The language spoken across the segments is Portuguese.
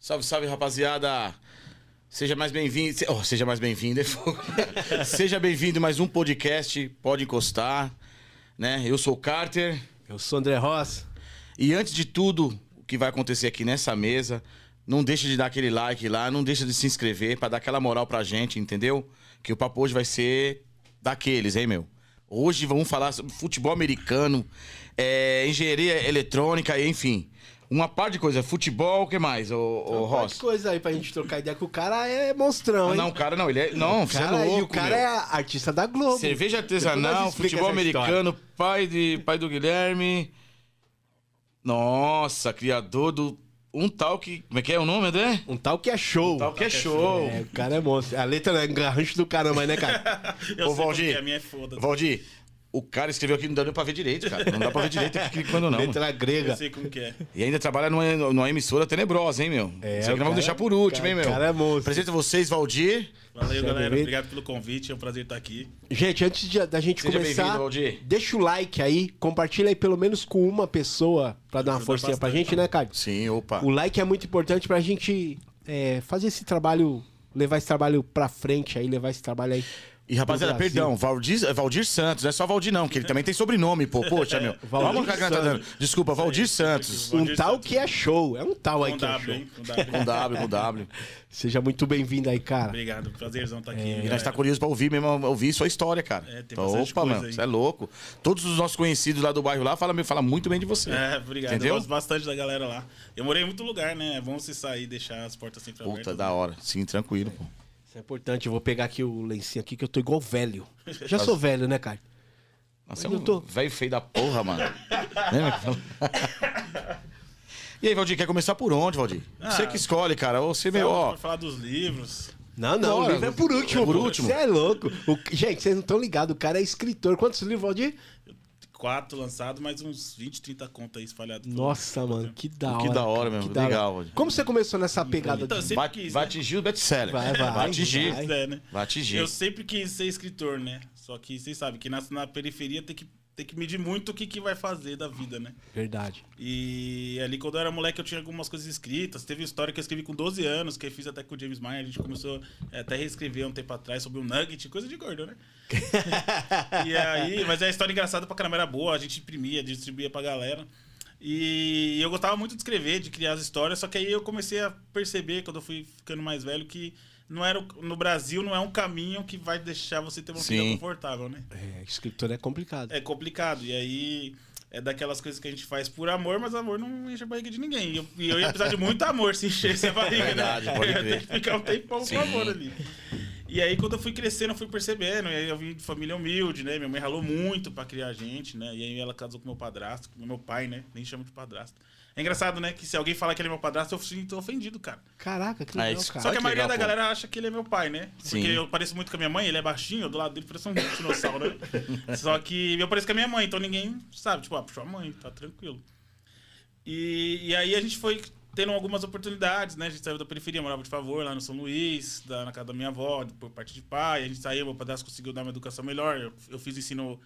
Salve, salve, rapaziada. Seja mais bem-vindo. se- oh, seja mais bem-vindo. é fogo. seja bem-vindo a mais um podcast. Pode encostar. Né? Eu sou o Carter. Eu sou André Ross. E antes de tudo, o que vai acontecer aqui nessa mesa, não deixa de dar aquele like lá, não deixa de se inscrever pra dar aquela moral pra gente, entendeu? Que o papo hoje vai ser daqueles, hein, meu? Hoje vamos falar sobre futebol americano, eh, engenharia eletrônica, enfim. Uma par de coisa. Futebol, o que mais, ô, ô Ross. Ross? Que coisa aí pra gente trocar ideia, que o cara é monstrão, Ah, hein? Não, o cara não, ele é. Não, você é cara, louco, e o cara meu. é artista da Globo. Cerveja Depois artesanal, nós explica futebol essa história. americano, pai, de, pai do Guilherme. Nossa, criador do. Um tal que. Como é que é o nome, André? Um tal que é show. Tal que é show. É, o cara é monstro. A letra é garrancho do caramba, né, cara? Ô, Eu sei Valdir. porque a minha é foda. Valdir, o cara escreveu aqui, não dá nem pra ver direito, cara. Não dá pra ver direito aqui quando não. mano. letra grega. Eu sei como que é. E ainda trabalha numa, numa emissora tenebrosa, hein, meu? É, Isso aqui nós o vamos cara- deixar por último, cara- hein, meu? cara é monstro. Apresento vocês, Valdir. Valeu, Seja galera. bem-vindo. Obrigado pelo convite. É um prazer estar aqui. Gente, antes de- da gente Seja começar, bem-vindo, Aldir. deixa o like aí, compartilha aí pelo menos com uma pessoa pra dar uma Ajuda forcinha pra bastante. gente, né, cara? Sim, opa. O like é muito importante pra gente é, fazer esse trabalho, levar esse trabalho pra frente aí, levar esse trabalho aí. E rapaziada, pro Brasil. perdão, Valdir, é Valdir Santos, não é só Valdir não, que ele também tem sobrenome, pô. Poxa, meu. Valdir Vamos cagar tá dando. Desculpa, Valdir Santos. Um Valdir tal Santos. que é show. É um tal Tá aí Com que é W, show. hein? Com W. Com W, com W. Seja muito bem-vindo aí, cara. Obrigado. Prazerzão estar aqui. E galera. nós tá curioso pra ouvir mesmo, ouvir sua história, cara. É, tem Então, bastante Opa, coisa mano, aí. você é louco. Todos os nossos conhecidos lá do bairro lá falam fala muito bem de você. É, obrigado. Entendeu? Eu gosto bastante da galera lá. Eu morei em muito lugar, né? É bom se sair e deixar as portas sempre abertas. né? Puta, da hora. Sim, tranquilo, pô. Isso é importante. Eu vou pegar aqui o lencinho aqui, que eu tô igual velho. Já sou velho, né, cara? Nossa, é Mas eu um tô- velho feio da porra, mano. Lembra? e aí, Valdir, quer começar por onde, Valdir? Você Ah. é que escolhe, cara. Ou Você, meu, ó. Pra falar dos livros. Não, não. Bora, o livro é por último. é por pô. último. Você é louco. O- Gente, vocês não estão ligados. O cara é escritor. Quantos livros, Valdir? Quatro lançados, mais uns 20, 30 contas aí espalhados. por- Nossa, mano. Que da hora. Que da hora, cara, meu. que da hora. Legal, Valdir. Como você começou nessa pegada Então, eu de... sempre Vai, quis, vai né? atingir o best-seller. Vai, vai, atingir. vai. É, né? Vai atingir. Eu sempre quis ser escritor, né? Só que vocês sabem que nasce na periferia tem que, tem que medir muito o que, que vai fazer da vida, né? Verdade. E ali, quando eu era moleque, eu tinha algumas coisas escritas. Teve história que eu escrevi com 12 anos, que eu fiz até com o James Mayer. A gente começou eh, até a reescrever um tempo atrás sobre um nugget, coisa de gordo, né? e aí, mas é a história engraçada pra caramba, era boa. A gente imprimia, distribuía pra galera. E eu gostava muito de escrever, de criar as histórias, só que aí eu comecei a perceber, quando eu fui ficando mais velho, que não era o- no Brasil não é um caminho que vai deixar você ter uma Sim. vida confortável, né? É, escritor é complicado. É complicado. E aí é daquelas coisas que a gente faz por amor, mas amor não enche a barriga de ninguém. E eu, e eu ia precisar de muito amor se enchesse a barriga, Verdade, né? pode eu ia crer. ter que ficar um tempão Sim. com amor ali. E aí, quando eu fui crescendo, eu fui percebendo. E aí, eu vim de família humilde, né? Minha mãe ralou muito pra criar a gente, né? E aí, ela casou com meu padrasto, com meu pai, né? Nem chamo de padrasto. É engraçado, né? Que se alguém falar que ele é meu padrasto, eu sinto ofendido, cara. Caraca, que Ah, legal, isso- cara. Só que que a maioria legal, da pô. galera acha que ele é meu pai, né? Sim. Porque eu pareço muito com a minha mãe, ele é baixinho, eu do lado dele parece um dinossauro, né? Só que eu pareço com a minha mãe, então ninguém sabe. Tipo, ah, puxou a mãe, tá tranquilo. E, e aí a gente foi tendo algumas oportunidades, né? A gente saiu da periferia, morava de favor lá no São Luís, da- na casa da minha avó, por parte de pai. A gente saiu, meu padrasto conseguiu dar uma educação melhor. Eu, eu fiz ensino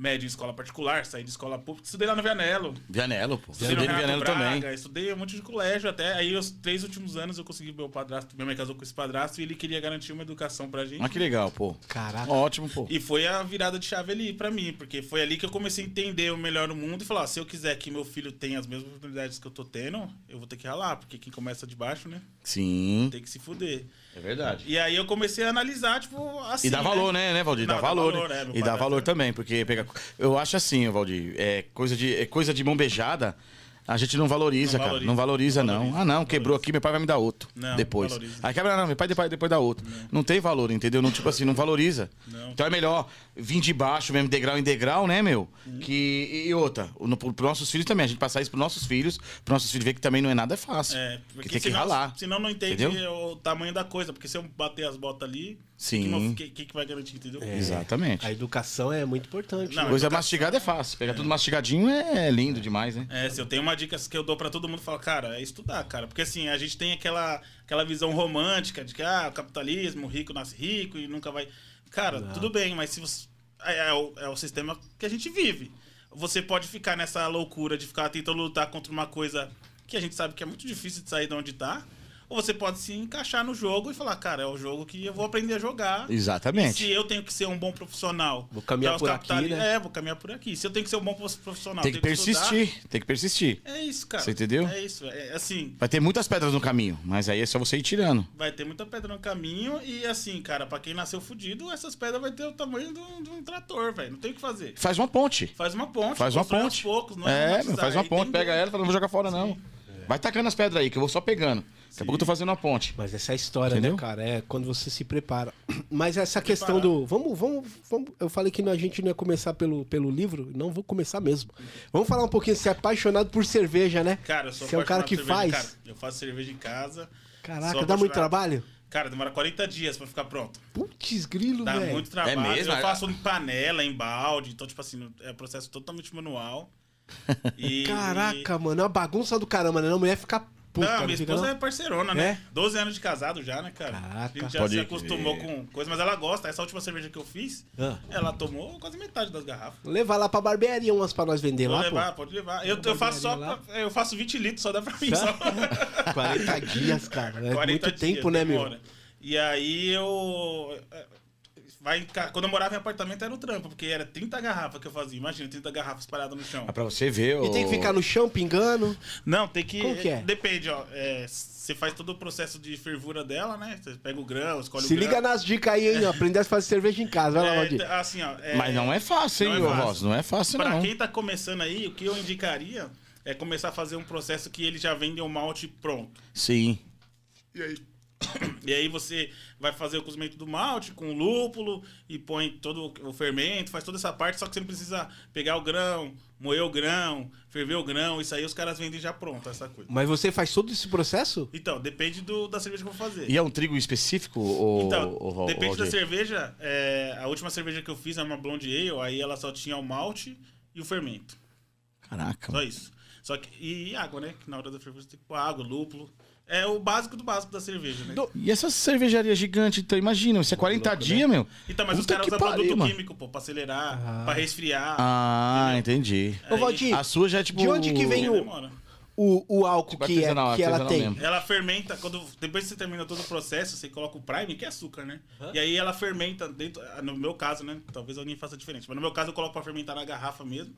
médio em escola particular, saí de escola pública, estudei lá no Vianello. Vianello, pô. Estudei Estudei no no Vianello Renato Braga, também. Estudei um monte de colégio até. Aí, os três últimos anos, eu consegui meu padrasto. Minha mãe casou com esse padrasto e ele queria garantir uma educação pra gente. Mas que legal, pô. Caraca. Ótimo, pô. E foi a virada de chave ali pra mim, porque foi ali que eu comecei a entender o melhor do mundo e falar: se eu quiser que meu filho tenha as mesmas oportunidades que eu tô tendo, eu vou ter que ralar, porque quem começa de baixo, né, Sim. tem que se fuder. É verdade. E aí eu comecei a analisar, tipo, assim. E dá valor, né, né, Valdir? Não, Dá valor. né, meu E dá padrasto. valor também, porque pega. Eu acho assim, Valdir, é coisa de, é coisa de mão beijada. A gente não valoriza, Não cara. valoriza. Não valoriza, Não não. valoriza, Ah, não, não quebrou valoriza. aqui, meu pai vai me dar outro. Não, depois. não valoriza. Aí quebra, não, meu pai depois, depois dá outro. Não. tem valor, entendeu? Não, tipo assim, não valoriza. Não. Então é melhor vir de baixo mesmo, degrau em degrau, né, meu? Uhum. Que, e outra, no, pro, pros nossos filhos também. A gente passar isso pros nossos filhos, pros nossos filhos ver que também não é nada fácil. É, que porque tem que senão, ralar. senão não entende entendeu? o tamanho da coisa, porque se eu bater as botas ali, Sim. que não- que, que, que vai garantir, entendeu? É. Exatamente. A educação é muito importante. Não, né? Coisa mastigada é fácil. Pegar tudo mastigadinho é lindo demais, né? É, se eu tenho uma dica que eu dou pra todo mundo, fala, cara, é estudar, cara. Porque assim, a gente tem aquela, aquela visão romântica de que, ah, o capitalismo, o rico nasce rico e nunca vai. Cara, tudo bem, mas se você. É, é o, é o sistema que a gente vive. Você pode ficar nessa loucura de ficar tentando lutar contra uma coisa que a gente sabe que é muito difícil de sair de onde tá. Ou você pode se encaixar no jogo e falar, cara, é o jogo que eu vou aprender a jogar. E Exatamente. É. se eu tenho que ser um bom profissional. Vou caminhar dar os por aqui, capitali- né? É, vou caminhar por aqui. Se eu tenho que ser um bom profissional, Tem que tenho estudar, persistir, tem que persistir. é isso, cara. Você entendeu? É isso. É, assim, Vai ter muitas pedras no caminho, mas aí é só você ir tirando. vai ter muita pedra no caminho e, assim, cara, pra quem nasceu fudido, essas pedras vai ter o tamanho de um, de um trator, velho. Não tem o que fazer. Faz uma ponte. Faz uma ponte. Faz uma constrói aos ponte. poucos, não é, romantizar. meu, faz uma Aí ponte, tem- pega ela e fala, não vou jogar fora, não. Vai tacando as pedras aí, que eu vou só pegando. Daqui a pouco eu tô fazendo uma ponte. Mas essa é a história, Entendeu? né, cara? É quando você se prepara. Mas essa questão do. Vamos, vamos, vamos. Eu falei que a gente não ia começar pelo, pelo livro, não vou começar mesmo. Vamos falar um pouquinho, você é apaixonado por cerveja, né? Cara, eu sou Você é o cara apaixonado que por cerveja, faz. cara. eu faço cerveja em casa. Caraca, sou dá muito apaixonado. trabalho? Cara, demora 40 dias pra ficar pronto. Putz, grilo, Dá velho. muito trabalho. É mesmo? Eu faço em panela, em balde. Então, tipo assim, é um processo totalmente manual. E- Caraca, mano, é uma bagunça do caramba, né? Não, A mulher fica puta. não, minha fica, esposa não? é parceirona, né? É? 12 anos de casado já, né, cara? Caraca. A gente já Pode se acostumou crer. com coisa, mas ela gosta. Essa última cerveja que eu fiz, Ah. ela tomou quase metade das garrafas. Levar lá pra barbearia umas pra nós vender Pode lá, levar, pode levar. Eu, eu faço só barbearia lá. pra- eu faço 20 litros, só dá pra Já? mim. Só. pô. 40 dias, cara. É muito dias, tempo, né, meu? demora. E aí eu. eh, Vai, em ca- quando eu morava em apartamento era o trampo, porque era 30 garrafas que eu fazia. Imagina, 30 garrafas paradas no chão. Ah, pra você ver, E tem que ficar no chão pingando. Não, tem que. Como que é? Depende, ó. é, Você faz todo o processo de fervura dela, né? Você pega o grão, escolhe Se o grão. liga nas dicas aí, hein? ó. Aprender a fazer cerveja em casa. Vai lá, É, Valdir. então, assim, ó, é, Mas não é fácil, Não hein, é ô fácil. Ross? Não é fácil, Pra não. quem tá começando aí, o que eu indicaria é começar a fazer um processo que ele já vende o malte pronto. Sim. E aí? E aí você vai fazer o cozimento do malte com lúpulo e põe todo o fermento, faz toda essa parte, só que você não precisa pegar o grão, moer o grão, ferver o grão, isso aí os caras vendem já pronto, essa coisa. Mas você faz todo esse processo? Então, depende do, da cerveja que eu vou fazer. E é um trigo específico, ô, Então, ô, ô, depende da Roger? cerveja. é, a última cerveja que eu fiz era uma blonde ale, aí ela só tinha o malte e o fermento. Caraca. Só isso. Só que, e água, né? Que na hora da fervura você tem que pôr água, lúpulo. É o básico do básico da cerveja, né? Do- E essa cervejaria gigante, então, imagina, isso é 40 dias, meu. Então, mas os Puta caras que usam pariu, produto mano. químico, pô, pra acelerar, Ah. pra resfriar. Ah, entendi. Ô, Valdir, A sua já é tipo. De onde que Aí vem o- demora. o, o álcool Tipo que, é, artesanal, que ela artesanal tem. mesmo. Ela fermenta, quando, depois que você termina todo o processo, você coloca o prime, que é açúcar, né? E aí ela fermenta dentro, ah, no meu caso, né? Talvez alguém faça diferente, mas no meu caso eu coloco pra fermentar na garrafa mesmo.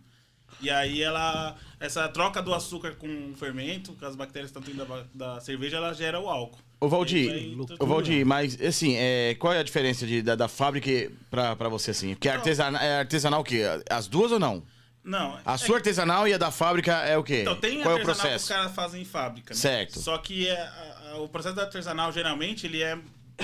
E aí ela, essa troca do açúcar com o fermento, que as bactérias que estão dentro da, da cerveja, ela gera o álcool. Ô, E aí tá Valdir, vai- ô, Valdir, mas assim, é, qual é a diferença de- da, da fábrica pra, pra você, assim? Porque artesana, é artesanal o quê? As duas ou não? Não, A é- sua artesanal e a da fábrica é o quê? Então, tem qual é o artesanal que os processo? caras fazem em fábrica, né? Certo. Só que é, a- a- o processo do artesanal, geralmente, ele é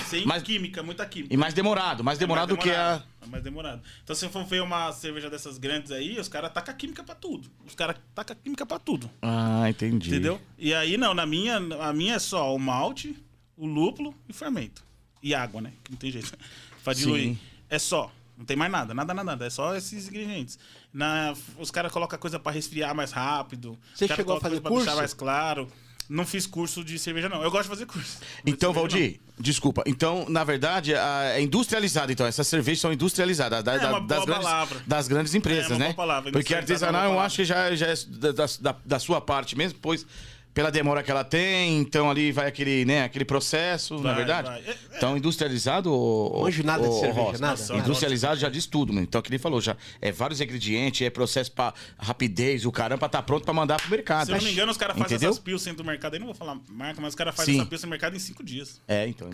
sem Mas- química, muita química. E mais demorado, mais demorado É do que a. É mais demorado. Então, se for ver uma cerveja dessas grandes aí, os caras tacam química pra tudo. Os caras tacam química pra tudo. Ah, entendi. Entendeu? E aí, não, na minha, a minha é só o malte, o lúpulo e fermento. E água, né? Que não tem jeito. pra Sim. diluir. É só. Não tem mais nada, nada, nada, nada. É só esses ingredientes. Na, os caras colocam coisa pra resfriar mais rápido. Você os cara chegou a coloca fazer coisa pra deixar curso? mais claro. Não fiz curso de cerveja, não. Eu gosto de fazer curso. Mas Então, cerveja, não. Valdir, desculpa. Então, na verdade, a- é industrializada, então. Essas cervejas são industrializadas. da- É da- uma boa das, palavra. grandes, das grandes empresas, É uma né? boa palavra, Porque industrializada é uma artesanal eu palavra. acho que já, já é da, da- da- da sua parte mesmo, pois pela demora que ela tem, então ali vai aquele, né, aquele processo, na Vai, verdade. vai. É- é. Então, industrializado ou. Não anjo nada de cerveja, nada, nada. Industrializado já diz tudo, mano. Então, que nem falou, já é vários ingredientes, é processo pra rapidez, o caramba tá pronto pra mandar pro mercado. Se eu não me engano, os caras fazem Entendeu? essas pilsen do mercado. Eu não vou falar marca, mas os caras fazem Sim. essa pilsen do mercado em cinco dias. É, então.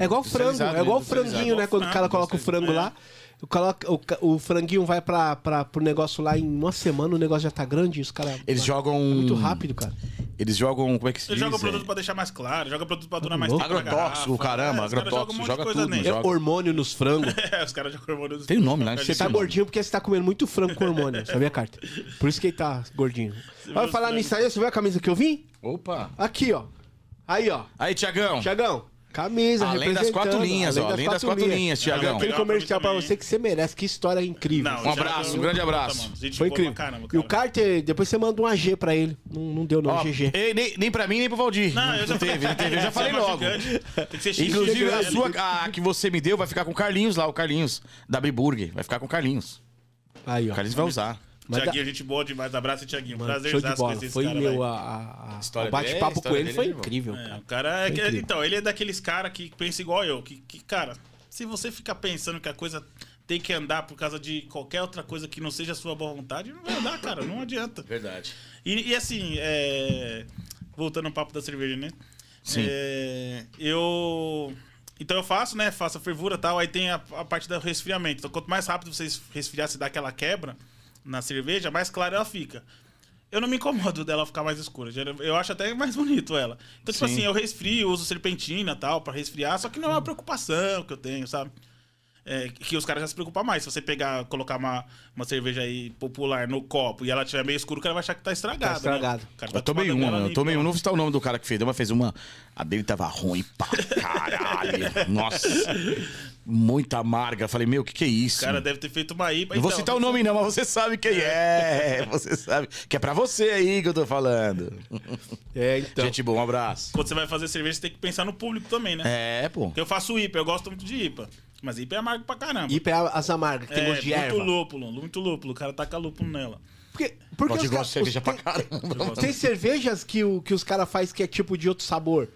É igual frango, é igual o franguinho, né? Quando o cara coloca o frango lá, o coloca- o, ca- o franguinho vai pra, pra, pro negócio lá em uma semana, o negócio já tá grande e os caras. Eles jogam. um- Muito rápido, cara. Eles jogam. Como é que se Ele diz? joga o produto É, pra deixar mais claro, joga o produto pra durar Tá mais louco. tempo. na Agrotóxico, garrafa. caramba, os caras jogam agrotóxico, um monte de joga coisa tudo, nele. joga. É Hormônio nos frangos. É, os caras jogam hormônios. Tem um nome, né? Você tá gordinho porque você tá comendo muito frango com hormônio, sabia, Carter? Por isso que ele tá gordinho. Vai viu falar os nisso aí, você viu a camisa que eu vim? Opa! Aqui, ó. Aí, ó. Aí, Tiagão. Tiagão, camisa, Além das quatro representando, linhas, ó. Além das quatro linhas, Tiagão. Tiagão. Aquele Legal pra mim comercial pra também, você hein? que você merece, que história incrível. Não, Um já- abraço, um grande abraço. Puta, mano, gente Foi boa pra incrível. caramba, e o cara. Carter, depois você manda um AG pra ele. Não, não deu, não, Ó, GG. ei, nem, nem pra mim, nem pro Valdir. Não, eu já teve, não teve. Eu já Essa falei é uma logo. gigante. Tem que ser xixi. Inclusive, a gigante. sua a que você me deu vai ficar com o Carlinhos lá, o Carlinhos da Biburger. Vai ficar com o Carlinhos. Aí, ó. O Carlinhos vai usar. Mas Tiaguinho, gente boa demais. Abraço, Tiaguinho. Mano, Prazer show de bola. conhecer esse Foi cara, meu, velho. a, a- a- História o bate-papo dele, com a ele história foi dele, incrível, É, cara. o cara é Foi que- incrível. então, ele é daqueles cara que pensa igual eu, que, que, cara, se você ficar pensando que a coisa tem que andar por causa de qualquer outra coisa que não seja a sua boa vontade, não vai andar, cara, não adianta. Verdade. E, e assim, é, voltando ao papo da cerveja, né? Sim. É, eu. Então eu faço, né? Faço a fervura e tal. Aí tem a, a parte do resfriamento. Então quanto mais rápido você resfriar, se dá aquela quebra na cerveja, mais clara ela fica. Eu não me incomodo dela ficar mais escura. já- Eu acho até mais bonito ela. Então, tipo Sim. assim, eu resfrio, uso serpentina e tal pra resfriar, só que não é uma preocupação que eu tenho, sabe? É, que os caras já se preocupam mais. Se você pegar, colocar uma, uma cerveja aí popular no copo e ela tiver meio escura, o cara vai achar que tá estragada. Tá estragado. Né? O cara Eu tomei tomando uma, dela mano. Eu limpa. tomei uma. Não vou citar o nome do cara que fez. Uma fez uma. A dele tava ruim pra caralho. Nossa. Muita amarga. Falei, meu, o que, que é O isso? cara deve ter feito uma IPA. Não vou então, citar o nome, não, mas você sabe quem é. Você sabe. Que é pra você aí que eu tô falando. É, então. Gente boa, um abraço. Quando você vai fazer cerveja, você tem que pensar no público também, né? É, pô. Eu faço IPA, eu gosto muito de IPA. Mas IPA é amargo pra caramba. E pra as amargas, que tem é, gosto de muito erva. lúpulo, muito lúpulo. O cara taca lúpulo nela. Porque, porque Gosto de gosto de os ca- os- cerveja pra caramba. Eu gosto Tem cervejas que, o, que os caras fazem que é tipo de outro sabor.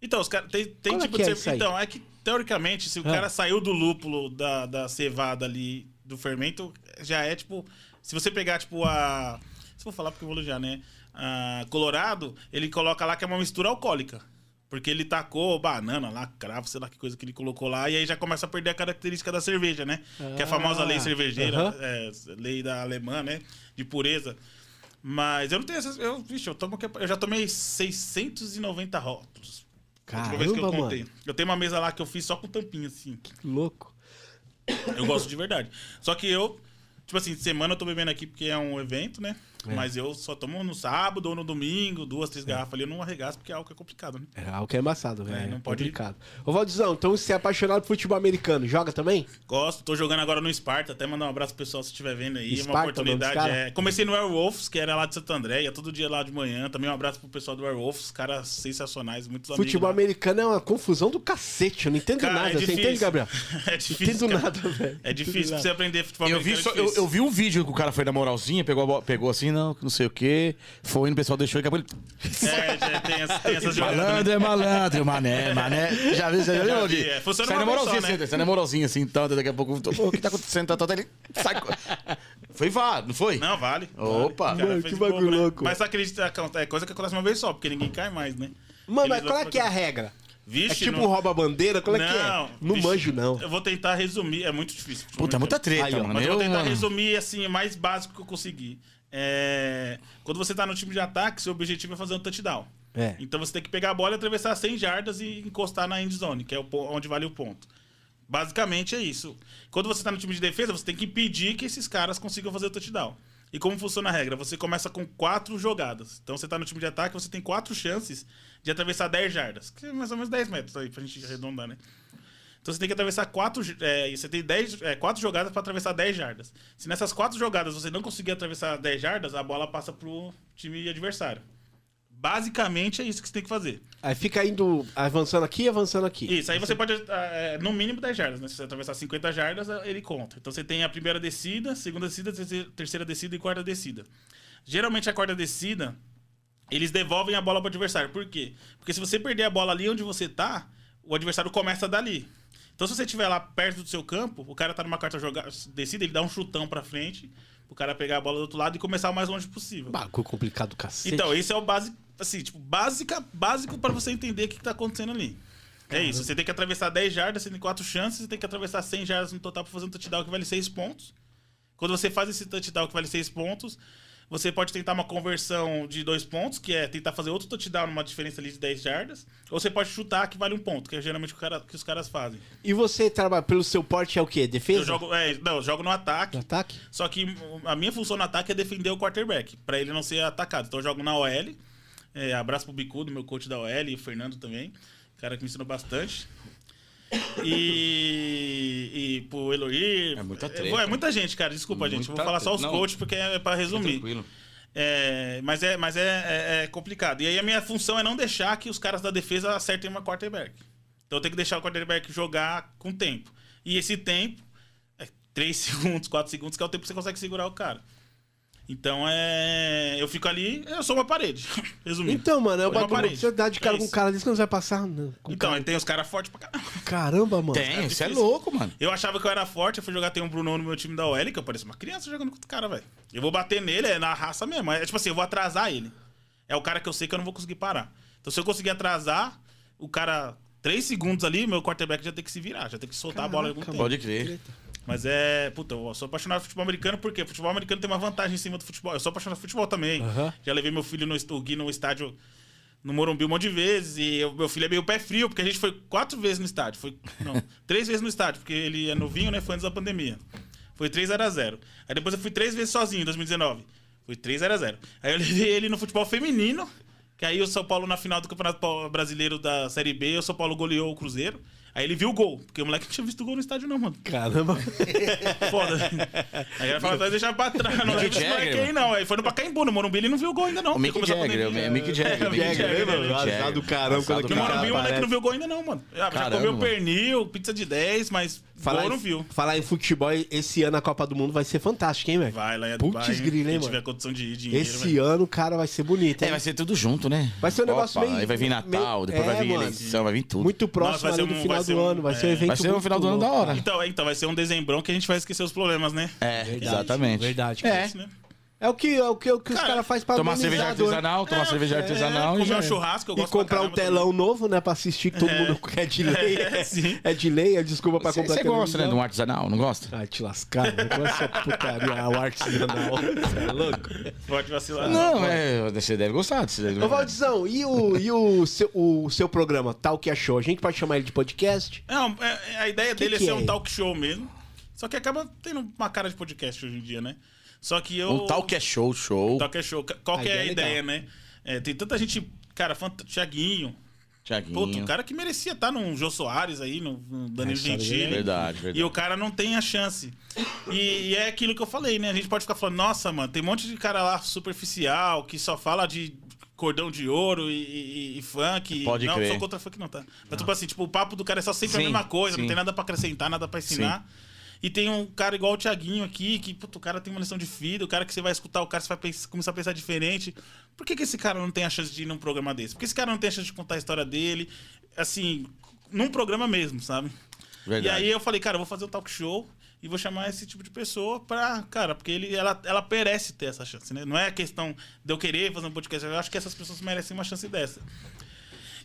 Então, os caras. Tem, tem Como é tipo que de é cerve- isso aí? Então, é que teoricamente, se o Ah. cara saiu do lúpulo da, da cevada ali, do fermento, já é tipo. Se você pegar, tipo, a. Se eu vou falar porque eu vou elogiar, né? A Colorado, ele coloca lá que é uma mistura alcoólica. Porque ele tacou banana lá, cravo, sei lá que coisa que ele colocou lá, e aí já começa a perder a característica da cerveja, né? que é a famosa Ah, lei cervejeira, aham. é, lei da alemã, né? De pureza. Mas eu não tenho essas. Eu, vixe, eu, tomo, que- é, eu já tomei 690 rótulos. A última vez que eu Caramba, mano. contei. Eu tenho uma mesa lá que eu fiz só com tampinha, assim. Que louco. Eu gosto de verdade. Só que eu, tipo assim, de semana eu tô bebendo aqui porque é um evento, né? É. Mas eu só tomo no sábado ou no domingo, duas, três garrafas ali, eu não arregaço porque álcool é complicado, né? É algo que é embaçado, velho. não pode- Complicado. Ô, Valdizão, então você é apaixonado por futebol americano. Joga também? Gosto, tô jogando agora no Sparta, até mandar um abraço pro pessoal se estiver vendo aí. é Sparta, uma o nome oportunidade. dos cara? É. Comecei no Werewolves, que era lá de Santo André, ia todo dia lá de manhã. Também um abraço pro pessoal do Werewolves, caras sensacionais, muitos futebol amigos. lá. americano é uma confusão do cacete. Eu não entendo né? Cara, nada. é você difícil. entende, Gabriel? É difícil. entendo cara. nada, velho. É difícil pra você aprender futebol Eu vi, americano. só, é eu, difícil. eu vi um vídeo que o cara foi na moralzinha, pegou, a bola- pegou assim, não, que não sei o quê. Foi indo, o pessoal deixou e acabou ele. É, já tem, essa- tem essas jogadas. né? Malandro é malandro, mané, mané. Já viu, já viu, Já já vi, é. Funciona Sai na uma vez só, moralzinha, né? assim, sai na moralzinha assim, então, daqui a pouco. pô, o que tá acontecendo? Tá, tá, tá, ele sai. co- Foi vá, não foi? Não, vale. Opa. vale. O Mano, cara fez que de boa, bagulho né? louco. Mas você acredita, que é coisa que acontece uma vez só, porque ninguém cai mais, né? Mano, Eles mas qual é vão- que é a regra? Vixe, é tipo não- rouba-bandeira? Qual é que não, é? Não vixe, manjo, não. Eu vou tentar resumir, é muito difícil. Puta, muita treta, Aí, ó, mano. Mas eu eu, vou tentar mano, resumir assim, o mais básico que eu conseguir. É, Quando você tá no time de ataque, seu objetivo é fazer um touchdown. É. Então você tem que pegar a bola e atravessar 100 jardas e encostar na end zone, que é o po- onde vale o ponto. Basicamente é isso. Quando você tá no time de defesa, você tem que impedir que esses caras consigam fazer o touchdown. E como funciona a regra? Você começa com quatro jogadas. Então você tá no time de ataque, você tem quatro chances de atravessar 10 jardas. Que é mais ou menos 10 metros aí, pra gente arredondar, né? Então você tem que atravessar quatro. é, e você tem dez, é, quatro jogadas para atravessar 10 jardas. Se nessas quatro jogadas você não conseguir atravessar 10 jardas, a bola passa pro time adversário. Basicamente é isso que você tem que fazer. Aí fica indo, avançando aqui e avançando aqui. Isso, aí você pode, é, no mínimo 10 jardas, né? Se você atravessar 50 jardas, ele conta. Então você tem a primeira descida, segunda descida, terce- terceira descida e quarta descida. Geralmente a quarta descida, eles devolvem a bola pro adversário. Por quê? Porque se você perder a bola ali onde você tá, o adversário começa dali. Então se você estiver lá perto do seu campo, o cara tá numa quarta joga- descida, ele dá um chutão pra frente, o cara pegar a bola do outro lado e começar o mais longe possível. Bagulho complicado do cacete. Então, esse é o básico, assim, tipo, básica, básico pra você entender o que, que tá acontecendo ali. É isso, você tem que atravessar 10 jardas, você tem 4 chances, você tem que atravessar 100 jardas no total pra fazer um touchdown que vale 6 pontos. Quando você faz esse touchdown que vale 6 pontos, você pode tentar uma conversão de 2 pontos, que é tentar fazer outro touchdown numa diferença ali de 10 jardas, ou você pode chutar que vale 1 ponto, que é geralmente o cara, que os caras fazem. E você trabalha pelo seu porte é o quê? Defesa? Eu jogo, é, não, eu jogo no ataque, De ataque? só que a minha função no ataque é defender o quarterback, pra ele não ser atacado. Então eu jogo na OL. É, abraço pro Bicudo, meu coach da OL, e o Fernando também. Cara que me ensinou bastante. E, e pro Eloy. É muita treta. É, é muita gente, cara. Desculpa, gente. Eu Vou Muita falar só os treta. Não, coaches porque é pra resumir. tranquilo. É, mas é, mas é, é- é complicado. E aí a minha função é não deixar que os caras da defesa acertem uma quarterback. Então eu tenho que deixar o quarterback jogar com tempo. E esse tempo é 3 segundos, 4 segundos, que é o tempo que você consegue segurar o cara. Então é. Eu fico ali, eu sou uma parede. Resumindo. Então, mano, eu Foi uma bato parede. você dá de cara É com um isso. cara desse que não vai passar. Não, com Então, é cara- aí tem os caras fortes pra caramba. Caramba, mano. Tem, isso é difícil. louco, mano. Eu achava que eu era forte, eu fui jogar, tem um Brunão no meu time da OL, que eu pareço uma criança jogando contra o cara, velho. Eu vou bater nele, é na raça mesmo. É tipo assim, eu vou atrasar ele. É o cara que eu sei que eu não vou conseguir parar. Então se eu conseguir atrasar, o cara, três segundos ali, meu quarterback já tem que se virar, já tem que soltar a bola em algum Caraca, tempo. Pode crer. Mas é. Puta, eu sou apaixonado por futebol americano porque futebol americano tem uma vantagem em cima do futebol. Eu sou apaixonado por futebol também. Aham. Já levei meu filho no, est- o Gui no estádio no Morumbi um monte de vezes. E eu- meu filho é meio pé frio, porque a gente foi quatro vezes no estádio. Foi. Não, três vezes no estádio, porque ele é novinho, né? Foi antes da pandemia. Foi 3x0. Aí depois eu fui três vezes sozinho em 2019. Foi 3x0. Aí eu levei ele no futebol feminino. Que aí o São Paulo, na final do Campeonato Pa- Brasileiro da Série B, o São Paulo goleou o Cruzeiro. Aí ele viu o gol, porque o moleque não tinha visto o gol no estádio, não, mano. Caramba. Foda. Aí ela fala, vai deixar pra trás. Não lembro Mick desse moleque Jagger, aí, não. Aí foi no Pacaembu, no Morumbi, ele não viu o gol ainda, não. O Mick Começou a Jagger, pandemia. o Mick Jagger. É, o Mick Jagger, né, o Mick mano? Jagger. Azar do caramba quando Azar do No aquele caramba. Morumbi, o moleque parece. não viu o gol ainda, não, mano. Ah, Já Caramba, comeu mano. pernil, pizza de 10, mas Falar, gol não em- viu. falar em futebol, esse ano a Copa do Mundo vai ser fantástica, hein, velho? Vai lá, é Putz Dubai, hein? grilo, hein, Quem mano? tiver condição de ir, dinheiro, Esse velho. ano, cara, vai ser bonito, É, hein? vai ser tudo junto, né? Vai ser um negócio meio- Aí vai vir Natal, meio- depois é, vai vir mano. eleição, vai vir tudo. Muito próximo Nossa, vai ser ali do um- final vai ser do um- ano. Vai ser um é. evento Vai ser o muito final do ano da louco. hora. Então, é, então, vai ser um dezembrão que a gente vai esquecer os problemas, né? É, Verdade, exatamente. Verdade. É. Isso, né? É o que, é o que, é o que os Cara, caras fazem pra Tomar cerveja amenizar a dor. artesanal, tomar É, cerveja é, artesanal e Comer já um é. churrasco, eu E gosto pra comprar um caramba também. telão novo, né? Pra assistir, que todo mundo quer de lei. É, sim. É de lei, é desculpa pra Você comprar você gosta, né, de televisão. um artesanal, não gosta? Ai, te lascar, não com é essa putaria, o artesanal. Você é louco? Tá Pode vacilar. Não, é, você deve gostar. Você deve... Ô, Valdizão, e, o, e o, seu, o seu programa, Tal Que Achou? A gente pode chamar ele de podcast? Não, é- é- a ideia dele que é ser é? um talk show mesmo. Só que acaba tendo uma cara de podcast hoje em dia, né? Só que eu. Um tal que é show, show. Talk é show. Qual A que é a ideia é ideia, né? É, tem tanta gente. Cara, fanta... Thiaguinho. Puta, um Tiaguinho. cara que merecia estar num Jô Soares aí, no no Danilo Mas sabe, Gentili. É, Verdade, E verdade. o cara não tem a chance. E, e é aquilo que eu falei, né? A gente pode ficar falando, nossa, mano, tem um monte de cara lá superficial que só fala de cordão de ouro e, e- e funk. Pode não, crer. sou contra funk, não, tá? Mas tipo assim, tipo, o papo do cara é só sempre Sim, a mesma coisa, sim. não tem nada pra acrescentar, nada pra ensinar. E tem um cara igual o Thiaguinho aqui, que puto, o cara tem uma lição de vida, o cara que você vai escutar, o cara você vai pens- começar a pensar diferente. Por que, que esse cara não tem a chance de ir num programa desse? Por que esse cara não tem a chance de contar a história dele? Assim, num programa mesmo, sabe? Verdade. E aí eu falei, cara, eu vou fazer um talk show e vou chamar esse tipo de pessoa pra. Cara, porque ele, ela, ela merece ter essa chance, né? Não é a questão de eu querer fazer um podcast. Eu acho que essas pessoas merecem uma chance dessa.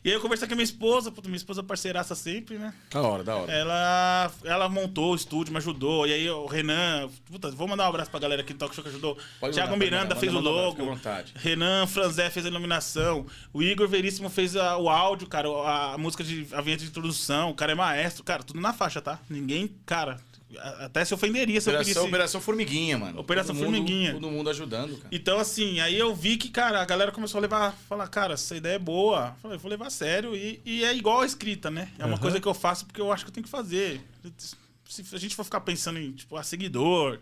E aí eu conversei com a minha esposa, puta, minha esposa é parceiraça sempre, né? Da hora, da hora. Ela, ela montou o estúdio, me ajudou. E aí o Renan, puta, vou mandar um abraço pra galera aqui do Talk Show que ajudou. Pode Thiago mandar, pode Miranda mandar, fez manda o um abraço, logo. fica à vontade. Renan Franzé fez a iluminação. O Igor Veríssimo fez a- o áudio, cara, a, a música de a vinheta de introdução. O cara é maestro, cara, tudo na faixa, tá? Ninguém, cara, a- até se ofenderia se eu pedisse. Operação, Operação Formiguinha, mano. Operação Todo mundo- Formiguinha. Todo mundo ajudando, cara. Então, assim, aí eu vi que, cara, a galera começou a levar, falar, cara, essa ideia é boa. Falei, vou levar a sério. E, e é igual a escrita, né? É uma coisa que eu faço porque eu acho que eu tenho que fazer. Se a gente for ficar pensando em, tipo, a seguidor,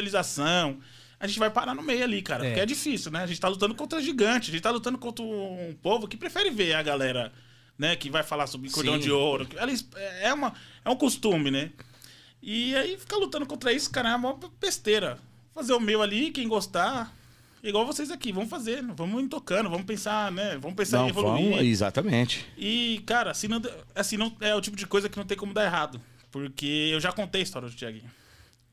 visualização, a gente vai parar no meio ali, cara. É. Porque é difícil, né? A gente tá lutando contra gigante, a gente tá lutando contra um povo que prefere ver a galera, né? Que vai falar sobre cordão Sim. de ouro. Ela es- é, uma, é um costume, né? E aí ficar lutando contra isso, cara, é uma besteira. Fazer o meu ali, quem gostar. Igual vocês aqui, vamos fazer, vamos indo tocando, vamos pensar, né? Vamos pensar em Não, evoluir. vamos, exatamente. E, cara, assim, não, assim não, é o tipo de coisa que não tem como dar errado. Porque eu já contei a história do Tiaguinho.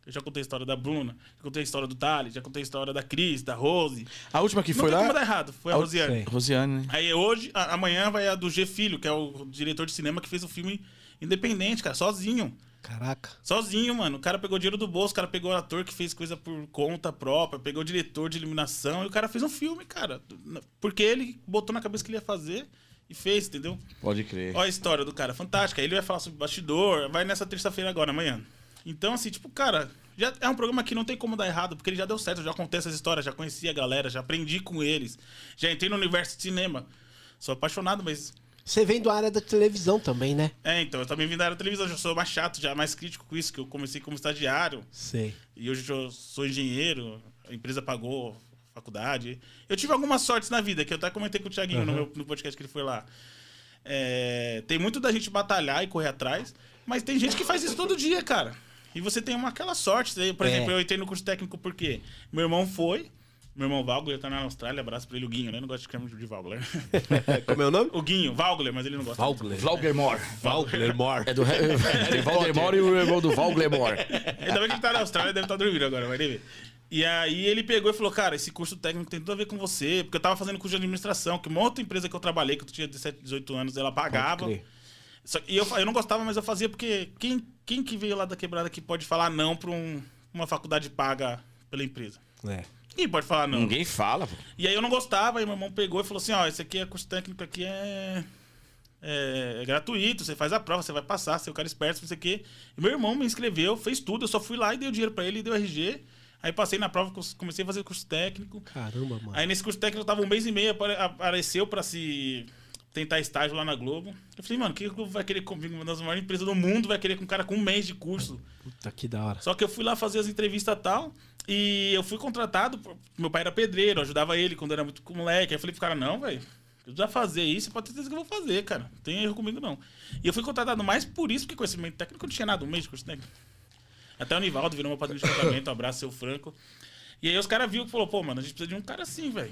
Eu já contei a história da Bruna, já contei a história do Thales, já contei a história da Cris, da Rose. A última que não foi tem lá. como dar errado, foi a Ah, Rosiane. sei. Rosiane, né? Aí hoje, a- amanhã vai a do G Filho, que é o diretor de cinema que fez o filme independente, cara, sozinho. Caraca. Sozinho, mano. O cara pegou dinheiro do bolso, o cara pegou o ator que fez coisa por conta própria, pegou o diretor de iluminação e o cara fez um filme, cara. Porque ele botou na cabeça que ele ia fazer e fez, entendeu? Pode crer. Olha a história do cara, fantástica. Ele vai falar sobre bastidor, vai nessa terça-feira agora, amanhã. Então, assim, tipo, cara, já é um programa que não tem como dar errado, porque ele já deu certo, eu já contei essas histórias, já conheci a galera, já aprendi com eles, já entrei no universo de cinema. Sou apaixonado, mas. Você vem do área da televisão também, né? É, então, eu também vim da área da televisão, já sou mais chato, já mais crítico com isso, que eu comecei como estagiário. Sei. E hoje eu sou engenheiro, a empresa pagou a faculdade. Eu tive algumas sortes na vida, que eu até comentei com o Thiaguinho no, meu- no podcast que ele foi lá. É, tem muito da gente batalhar e correr atrás, mas tem gente que faz isso todo dia, cara. E você tem uma, aquela sorte. né? Por É. exemplo, eu entrei no curso técnico porque meu irmão foi, Meu irmão Valgler tá na Austrália, abraço pra ele, o Guinho, né? Não gosto de chamar de Valgler. Como é o nome? o Guinho, Valgler, mas ele não gosta. Valgler. Valgermore. Valglermore. É do é Valdemore e o irmão do Valglemore. Ainda bem que ele tá na Austrália, deve estar dormindo agora, vai ver. E aí ele pegou e falou, cara, esse curso técnico tem tudo a ver com você, porque eu tava fazendo curso de administração, que uma outra empresa que eu trabalhei, que eu tinha 17, 18 anos, ela pagava. crer. Só que- e eu, fa- eu não gostava, mas eu fazia porque quem, quem que veio lá da quebrada que pode falar não pra um- uma faculdade paga pela empresa? É. Quem pode falar não? Ninguém fala, pô. E aí eu não gostava, aí meu irmão pegou e falou assim, ó, esse aqui é curso técnico aqui é, é, é gratuito, você faz a prova, você vai passar, você é o cara esperto, não sei o quê. E meu irmão me inscreveu, fez tudo, eu só fui lá e dei o dinheiro pra ele, dei o RG. Aí passei na prova, cons- comecei a fazer curso técnico. Caramba, mano. Aí nesse curso técnico eu tava um mês e meio, apare- apareceu pra se tentar estágio lá na Globo. Eu falei, mano, o que a Globo vai querer comigo? Uma das maiores empresas do mundo vai querer com um cara com um mês de curso. Puta que da hora. Só que eu fui lá fazer as entrevistas e tal. E eu fui contratado. por- Meu pai era pedreiro, eu ajudava ele quando era muito moleque. Aí eu falei pro cara, não, velho. Eu já fazer isso, pode ter certeza que eu vou fazer, cara. Não tem erro comigo, não. E eu fui contratado mais por isso, porque conhecimento técnico eu não tinha nada, um mês de curso técnico. Até o Nivaldo virou meu padrinho de casamento, um abraço, seu Franco. E aí os caras viram e falou, pô, mano, a gente precisa de um cara assim, velho.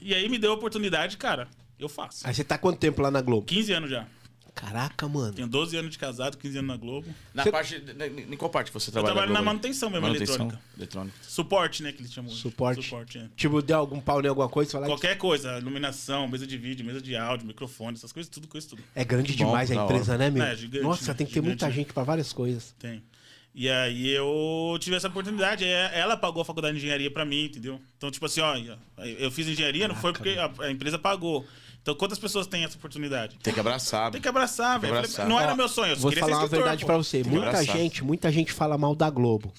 E aí me deu a oportunidade, cara, eu faço. Aí você tá quanto tempo lá na Globo? 15 anos já. Caraca, mano. Tenho 12 anos de casado, 15 anos na Globo. Na Você- parte. na- Em qual parte você trabalha? trabalho na Globo? manutenção mesmo, eletrônica. eletrônica. Suporte, né, que eles chamam. Suporte. Suporte, é. Tipo, deu algum pau em alguma coisa? Falar Qualquer coisa, iluminação, mesa de vídeo, mesa de áudio, microfone, essas coisas, tudo, coisa, tudo. É grande Bom, demais da a empresa, né, meu? É, gigante, Nossa, né? tem que ter Gigante, muita né? gente pra várias coisas. Tem. E aí eu tive essa oportunidade. é, Ela pagou a faculdade de engenharia pra mim, entendeu? Então, tipo assim, ó, eu fiz engenharia, não foi porque a, a empresa pagou. Então, quantas pessoas têm essa oportunidade? Tem que abraçar. Tem que abraçar, velho. Eu falei, abraçar. Não era Ó, meu sonho, eu só Vou queria falar ser uma escritor, verdade pô. pra você. Tem que Muita abraçar. gente, muita gente fala mal da Globo.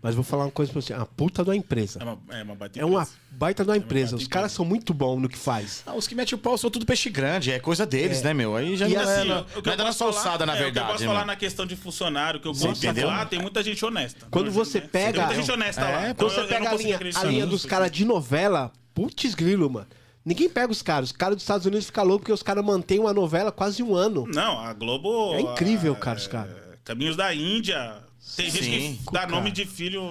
Mas vou falar uma coisa pra você. A puta da empresa. É uma, é uma baita É uma empresa. baita da empresa. Os empresa. caras são muito bons no que faz. Ah, os que metem o pau são tudo peixe grande, é coisa deles, né, meu? Aí já E não assim, é, na- o que eu não é da posso nossa falar- alçada, na é, O que eu verdade. posso né, falar mano? na questão de funcionário, o que eu gosto de entendeu? falar, tem muita gente honesta. Quando Não, você né? pega- Tem muita gente honesta lá. É, Então Quando eu- você eu não pega a consigo linha, acreditar a linha nisso. dos caras de novela, putz grilo, mano. Ninguém pega os caras. Os caras dos Estados Unidos ficam loucos porque os caras mantêm uma novela quase um ano. Não, a Globo. É incrível, a- cara, os caras. Caminhos da Índia. Tem Sim. gente que dá Cara. nome de filho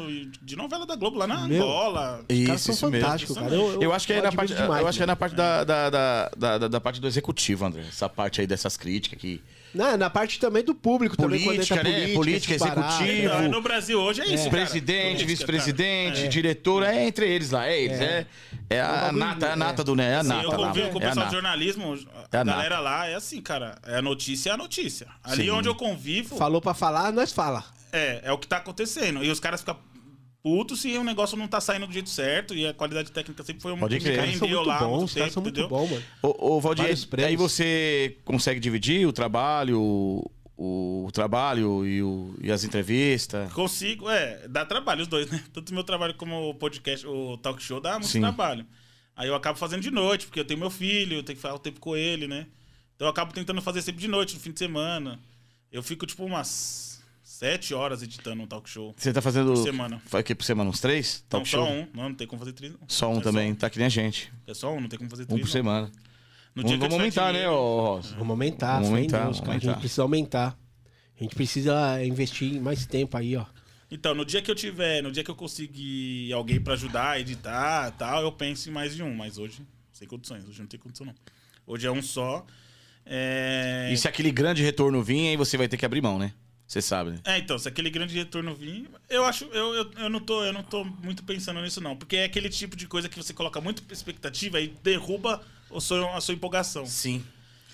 de novela da Globo lá na Meu. Angola. Os Isso, caras são isso mesmo. fantásticos, Isso cara. mesmo. Eu acho que é na admiro parte, demais, eu acho que é mano. na parte da, da, da, da, da- da parte do executivo, André. Essa parte aí dessas críticas que é na, na parte também do público, também Política, quando entra né? política, Política, essas paradas. né? executivo. Então, no Brasil hoje é isso. cara. presidente, Política, vice-presidente, cara. É. um diretor, é entre eles lá, é eles, é, é, a bagulho, nata, é a é. nata do né, é a Assim, nata eu lá. convivo com o mano, É a pessoal de nata. jornalismo, É a a galera lá é assim, cara. É a notícia, é a notícia. Ali Sim. onde eu convivo, Falou pra falar, nós fala. é, é o que tá acontecendo. E os caras ficam putos se o negócio não tá saindo do jeito certo. E a qualidade técnica sempre foi um Pode crer. Tem Os caras são enviou muito lá há bons, muito os caras tempo, são muito entendeu? bons, mano. Ô, ô Valdir, Vários aí prêmios. você consegue dividir o trabalho, o, o trabalho e, o- e as entrevistas? Consigo, é, dá trabalho os dois, né? Tanto meu trabalho como o podcast, o talk show dá muito Sim. trabalho. Aí eu acabo fazendo de noite, porque eu tenho meu filho, eu tenho que ficar o tempo com ele, né? Então eu acabo tentando fazer sempre de noite, no fim de semana. Eu fico tipo umas sete horas editando um talk show. Você tá fazendo Por semana. Faz o quê por semana? Uns três? Não, Talk só show? um. Não, não tem como fazer três. não. Só É um também, tá que nem a gente. É só um, não tem como fazer Um três. por não. semana. No vamos dia que eu vamos tiver aumentar, né, dinheiro- ô, Rosa? Vamos aumentar, Vamos fé em aumentar, Deus, vamos cara. A gente aumentar. precisa aumentar. A gente precisa investir em mais tempo aí, ó. Então, no dia que eu tiver, no dia que eu conseguir alguém pra ajudar, editar tal, eu penso em mais de um, mas hoje, sem condições, hoje não tem condição não. Hoje é um só. É, E se aquele grande retorno vir, aí você vai ter que abrir mão, né? Você sabe, né? é então, se aquele grande retorno vir, eu acho, eu, eu, eu não tô, eu não tô muito pensando nisso não, porque é aquele tipo de coisa que você coloca muito expectativa e derruba o seu, a sua empolgação. Sim.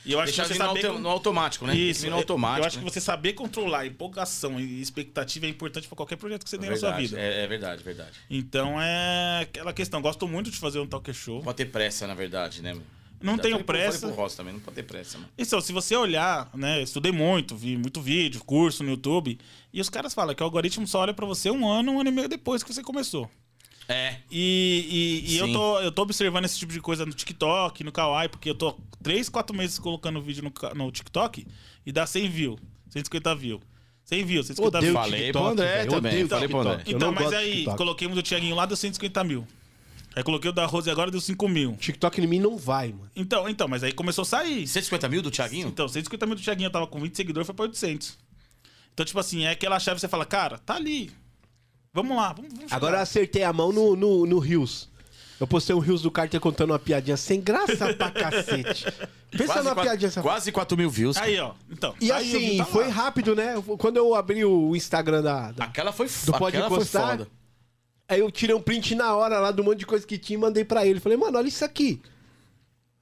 E eu acho Deixar que vir você no, saber auto- con- no automático, né? Isso, Vir no eu- automático. Eu acho que você saber controlar a empolgação e expectativa é importante pra qualquer projeto que você né? tem na sua Verdade, vida. É, é verdade, verdade. Então é aquela questão. Gosto muito de fazer um talk show. Não pode ter pressa, na verdade, né? mano? Não Já tenho falei pro- pressa. Falei pro Ross também, não pode ter pressa, mano. Então, se você olhar, né? eu Estudei muito, vi muito vídeo, curso no YouTube. E os caras falam que o algoritmo só olha pra você um ano, um ano e meio depois que você começou. É. E, e- e eu, Sim. tô, eu tô observando esse tipo de coisa no TikTok, no Kawaii, porque eu tô 3, 4 meses colocando vídeo no, ca- no TikTok e dá 100 views, 150 views. 100 views, 150 Odeio views. Falei TikTok, pro André velho, também, odeio falei pro TikTok. André. Eu Então, não mas gosto de aí, TikTok. coloquei um do Thiaguinho lá, deu 150 mil. Aí coloquei o da Rose agora, deu 5 mil. TikTok em mim não vai, mano. Então, então, mas aí começou a sair. 150 mil do Thiaguinho? Então, 150 mil do Thiaguinho, eu tava com 20 seguidores, foi pra 800. Então, tipo assim, é aquela chave que você fala, cara, tá ali. Vamos lá, vamos, vamos Agora eu chegar. acertei a mão no, no, no Rios. Eu postei um Rios do Carter contando uma piadinha sem graça pra cacete. Pensa Quase numa quatro- piadinha essa Quase 4 mil views. cara. Aí, ó. Então. E aí eu vi, assim, tá lá. foi rápido, né? Quando eu abri o Instagram da. da- Aquela foi Do foda. Pode Aquela foi Encostar? foda. Aí eu tirei um print na hora lá do monte de coisa que tinha e mandei pra ele. Falei, mano, olha isso aqui.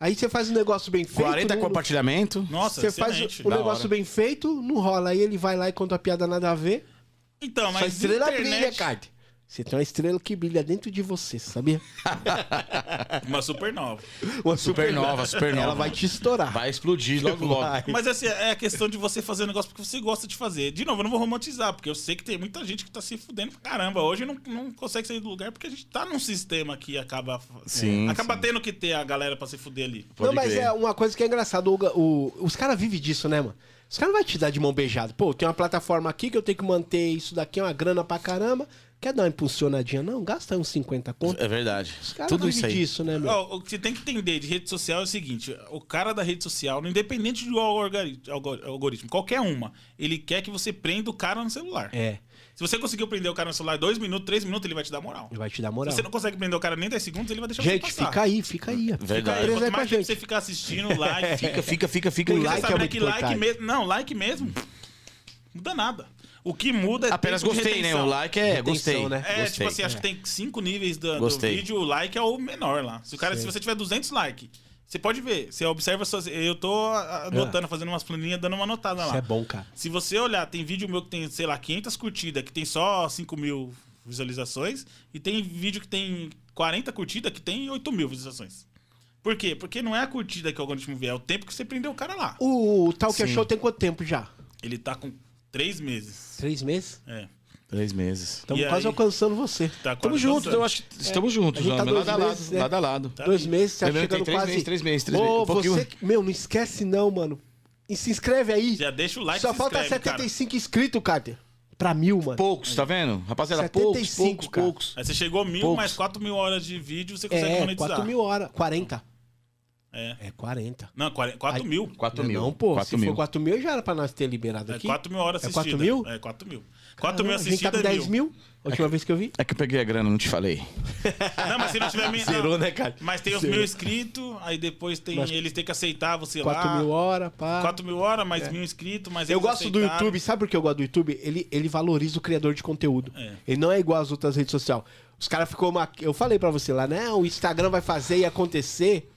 Aí você faz um negócio bem feito. 40 não- compartilhamento. Nossa, Você faz excelente. um Da negócio hora. bem feito, não rola. Aí ele vai lá e conta a piada nada a ver. Então, mas. Sua estrela internet- brilha, Card. Você tem uma estrela que brilha dentro de você, sabia? Uma supernova. Uma Supernova, supernova. Ela vai te estourar. Vai explodir logo, Vai. logo. Mas assim, é a questão de você fazer o negócio porque você gosta de fazer. De novo, eu não vou romantizar, porque eu sei que tem muita gente que tá se fudendo pra caramba. Hoje não, não consegue sair do lugar porque a gente tá num sistema que acaba. Sim, acaba sim. tendo que ter a galera pra se fuder ali. não, Pode mas crer. é uma coisa que é engraçada. o ga- o- os caras vivem disso, né, mano? Os caras não vão te dar de mão beijada. Pô, tem uma plataforma aqui que eu tenho que manter isso daqui, é uma grana pra caramba. Quer dar uma impulsionadinha? Não, gasta uns 50 conto. É verdade. Os caras Tudo vivem isso aí. disso, né, meu? Ó, o que você tem que entender de rede social é o seguinte: o cara da rede social, independente do algori- algor- algoritmo, qualquer uma, ele quer que você prenda o cara no celular. É, Se você conseguiu prender o cara no celular dois minutos, três minutos, ele vai te dar moral. ele vai te dar moral. Se você não consegue prender o cara nem 10 segundos, ele vai deixar Gente, você passar. fica aí, fica aí. ó. Fica Verdade. preso aí Quanto com a mais tempo gente. você ficar assistindo, like, fica né? Fica, fica, fica, fica. O Porque lá. like você é sabe, né, muito que like importante. mesmo. Não, like mesmo. Muda nada. O que muda é. Apenas tempo de gostei, né? retenção. O like é Retenção, gostei. né? É, gostei. tipo assim, acho que tem cinco níveis do, do Gostei. vídeo, o like é o menor lá. Se, o cara, se você tiver 200 likes, você pode ver, você observa suas. Eu tô É. a- anotando, fazendo umas planilhas, dando uma anotada Isso lá. é bom, cara. Se você olhar, tem vídeo meu que tem, sei lá, 500 curtidas, que tem só 5 mil visualizações, e tem vídeo que tem 40 curtidas, que tem 8 mil visualizações. Por quê? Porque não é a curtida que o algoritmo vê, é o tempo que você prendeu o cara lá. O Talk Sim. Show tem quanto tempo já? Ele tá com três meses. Três meses? É. Três meses. Estamos E quase aí? alcançando você. Tá quase Estamos juntos, lançando. eu acho que É. estamos juntos, a gente tá Ana, dois lado a lado, meses, né? lado a lado. Tá Dois aí. meses, você tá Lembrando que tem chegando três quase. meses, três meses, três Ô, meses. Um pouquinho- você... que- Meu, não esquece não, mano. E se inscreve aí. Já deixa o like e Só se falta inscreve, cara. 75 inscritos, Carter. Pra mil, mano. Poucos, tá vendo? Rapaziada, 75, poucos, cara. poucos, poucos. Aí você chegou a mil, Poucos. mais 4 mil horas de vídeo, você consegue é, monetizar. 4 mil horas. 40. É. É 40. Não, 4, Aí- mil. 4 Não, é mil. Não, pô. se Quatro for mil. 4 mil, já era pra nós ter liberado É aqui. 4 mil horas É assistidas. 4 mil? É 4 mil. 4 mil Caramba, A gente tá assistidas com é 10 mil. A última vez que eu vi. É que eu peguei a grana, não te falei. Não, mas se não tiver mil. Zerou, não. né, cara? Mas tem os Zerou. mil inscritos, aí depois tem Mas- eles têm que aceitar você 4 lá. mil horas, pá. 4 mil horas, mais mil inscritos, mas Eu eles gosto do aceitaram. YouTube, sabe por que eu gosto do YouTube? Ele, ele valoriza o criador de conteúdo. É. Ele não é igual às outras redes sociais. Os caras ficou uma... Eu falei pra você lá, né? O Instagram vai fazer e acontecer,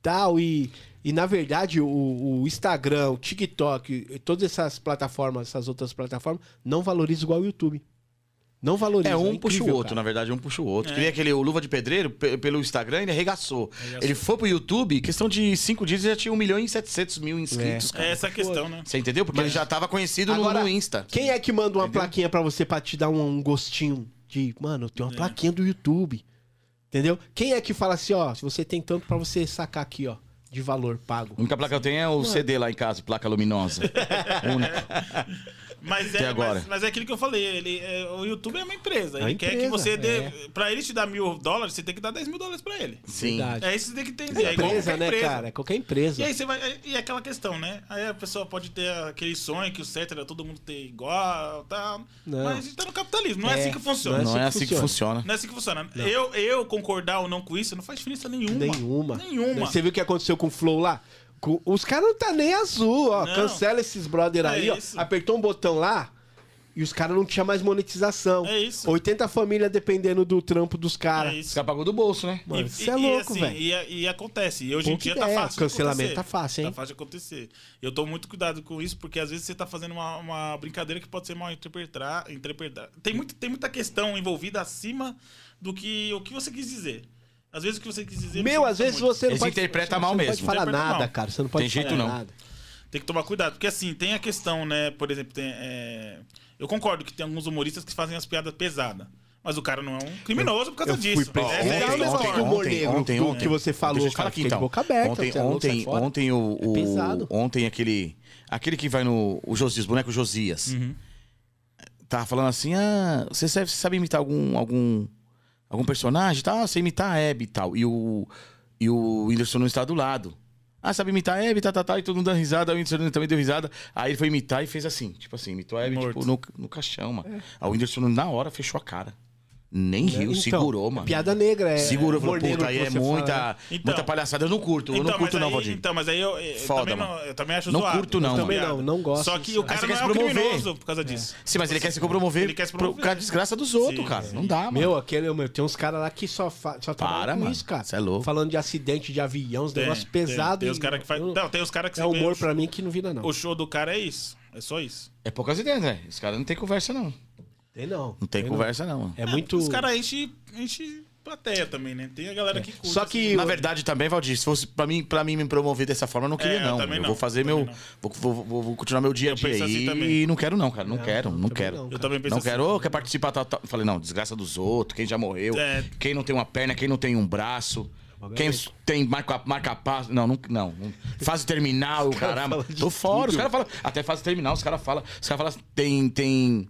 tal, e... E, na verdade, o, o Instagram, o TikTok, e todas essas plataformas, essas outras plataformas, não valorizam igual o YouTube. Não valoriza. É, um puxa incrível, o outro, cara. É. na verdade, um puxa o outro. Queria aquele o Luva de Pedreiro, pe- pelo Instagram, ele arregaçou. Ele foi pro YouTube, questão de cinco dias, ele já tinha 1 milhão e 700 mil inscritos, É cara. essa a questão, né? Você entendeu? Porque ele já tava conhecido no, Agora, no Insta. Quem é que manda uma plaquinha pra você pra te dar um, um gostinho de, mano, tem uma É. plaquinha do YouTube. Entendeu? Quem é que fala assim, ó, se você tem tanto pra você sacar aqui, ó, de valor pago. A única placa que eu tenho é o CD lá em casa, placa luminosa. Única. Mas Até é, agora. Mas, mas é aquilo que eu falei, ele, é, o YouTube é uma empresa. É Ele uma quer que empresa, você dê. é. Pra ele te dar mil dólares, você tem que dar 10 mil dólares pra ele. Sim. Verdade. É isso que você tem que entender. É É igual empresa, qualquer né, empresa. cara? É qualquer empresa. E aí você vai. E é aquela questão, né? Aí a pessoa pode ter aquele sonho que o certo era todo mundo ter igual, tá? Não. Mas a gente tá no capitalismo, não é, É, assim que funciona. Não Não é é assim que assim que funciona. Não é assim que funciona. Eu, eu concordar ou não com isso não faz diferença nenhuma. Nenhuma. Nenhuma. Você viu o que aconteceu com o Flow lá? Com- Os caras não tá nem azul, ó. Não. Cancela esses brother É aí, ó. isso. Apertou um botão lá e os caras não tinham mais monetização. É isso. 80 famílias dependendo do trampo dos É caras. Os isso. caras pagou do bolso, né? Mano, E- isso e- é e louco, assim, velho. E, e acontece. E hoje em Pouca dia tá ideia. fácil. de Cancelamento acontecer. tá fácil, hein? Tá fácil de acontecer. Eu tomo muito cuidado com isso, porque às vezes você tá fazendo uma, uma brincadeira que pode ser mal interpretada. Tem, muito, tem muita questão envolvida acima do que o que você quis dizer. Às vezes o que você quis dizer. não Meu, às significa vezes muito. você não Eles pode. interpretam você mal não mesmo. pode falar Interpretam nada, mal. cara. Você não pode Tem falar jeito não. nada. Tem que tomar cuidado, porque assim, tem a questão, né? Por exemplo, tem, é, eu concordo que tem alguns humoristas que fazem as piadas pesadas, mas o cara não é um criminoso por causa eu disso. fui preso. Essa Ontem, é a ontem, história. ontem, humor negro do que você falou, Deixa eu te cara, falar aqui, fiquei de então. boca aberta, ontem, você é louco, sai ontem, fora. ontem o, É o- pesado. ontem aquele aquele que vai no o Josias, boneco Josias. Uhum. Tava falando assim: "Ah, você sabe, você sabe imitar algum algum algum personagem, tá? Ah, você imitar a Hebe e tal". E o e o Whindersson não está do lado. Ah, sabe imitar a Hebe, tá, tá, tá, e todo mundo dando risada, aí o Whindersson também deu risada. Aí ele foi imitar e fez assim, tipo assim, imitou a Hebe Morto. tipo, no, no caixão, mano. Aí o Whindersson na hora fechou a cara. Nem riu, Então, segurou, É. é mano. Piada negra, é. Segurou, falou, morneiro puta, aí que é você fala, muita, né? Então- muita palhaçada. Eu não curto, eu não mas curto, não, aí- Valdir. Então, mas aí eu, eu Foda, também, mano. não, eu também acho Não zoado. curto, não, Eu também mano. não, não gosto Só que o disso. Aí cara você não quer é um se promover. criminoso por causa disso. Sim, mas ele quer se compromover assim, Ele quer se pro, com a promover. desgraça dos outros, Sim, cara. sim. Não dá, mano. Meu, aquele, é meu, tem uns caras lá que só, fa, Para, só trabalham com mano. isso, cara. Cê é louco. Falando de acidente de avião, uns Tem, negócios tem. pesados. Tem e- os caras que faz... eu- Não, tem os caras que É você vê humor o- pra mim que não vira, não. O show do cara é isso. É só isso. É poucas ideias, André. Esse cara não tem conversa, não. Tem não. Não tem conversa, não. mano. É muito... Os caras enchem enche plateia também, né? Tem a galera que curte. assim. Só que... Na verdade, também, Valdir, se fosse pra mim, pra mim me promover dessa forma, eu não queria, É, eu não. Eu, também vou não, fazer também meu. não. Vou, vou- vou- vou continuar meu dia a Eu dia penso assim aí. também. e não quero, não, cara. Não, quero, não É, também quero. não, Eu também penso Não assim. quero, ô, quer participar. Tá, tá. Falei, não, desgraça dos outros, quem já morreu, É. quem não tem uma perna, quem não tem um braço, bagulho quem é tem marca, marca passo. Não, não, não. Fase terminal, caramba. falam de Tô fora, os tudo. caras falam. Até fase terminal, os caras falam. Os caras falam, tem. tem...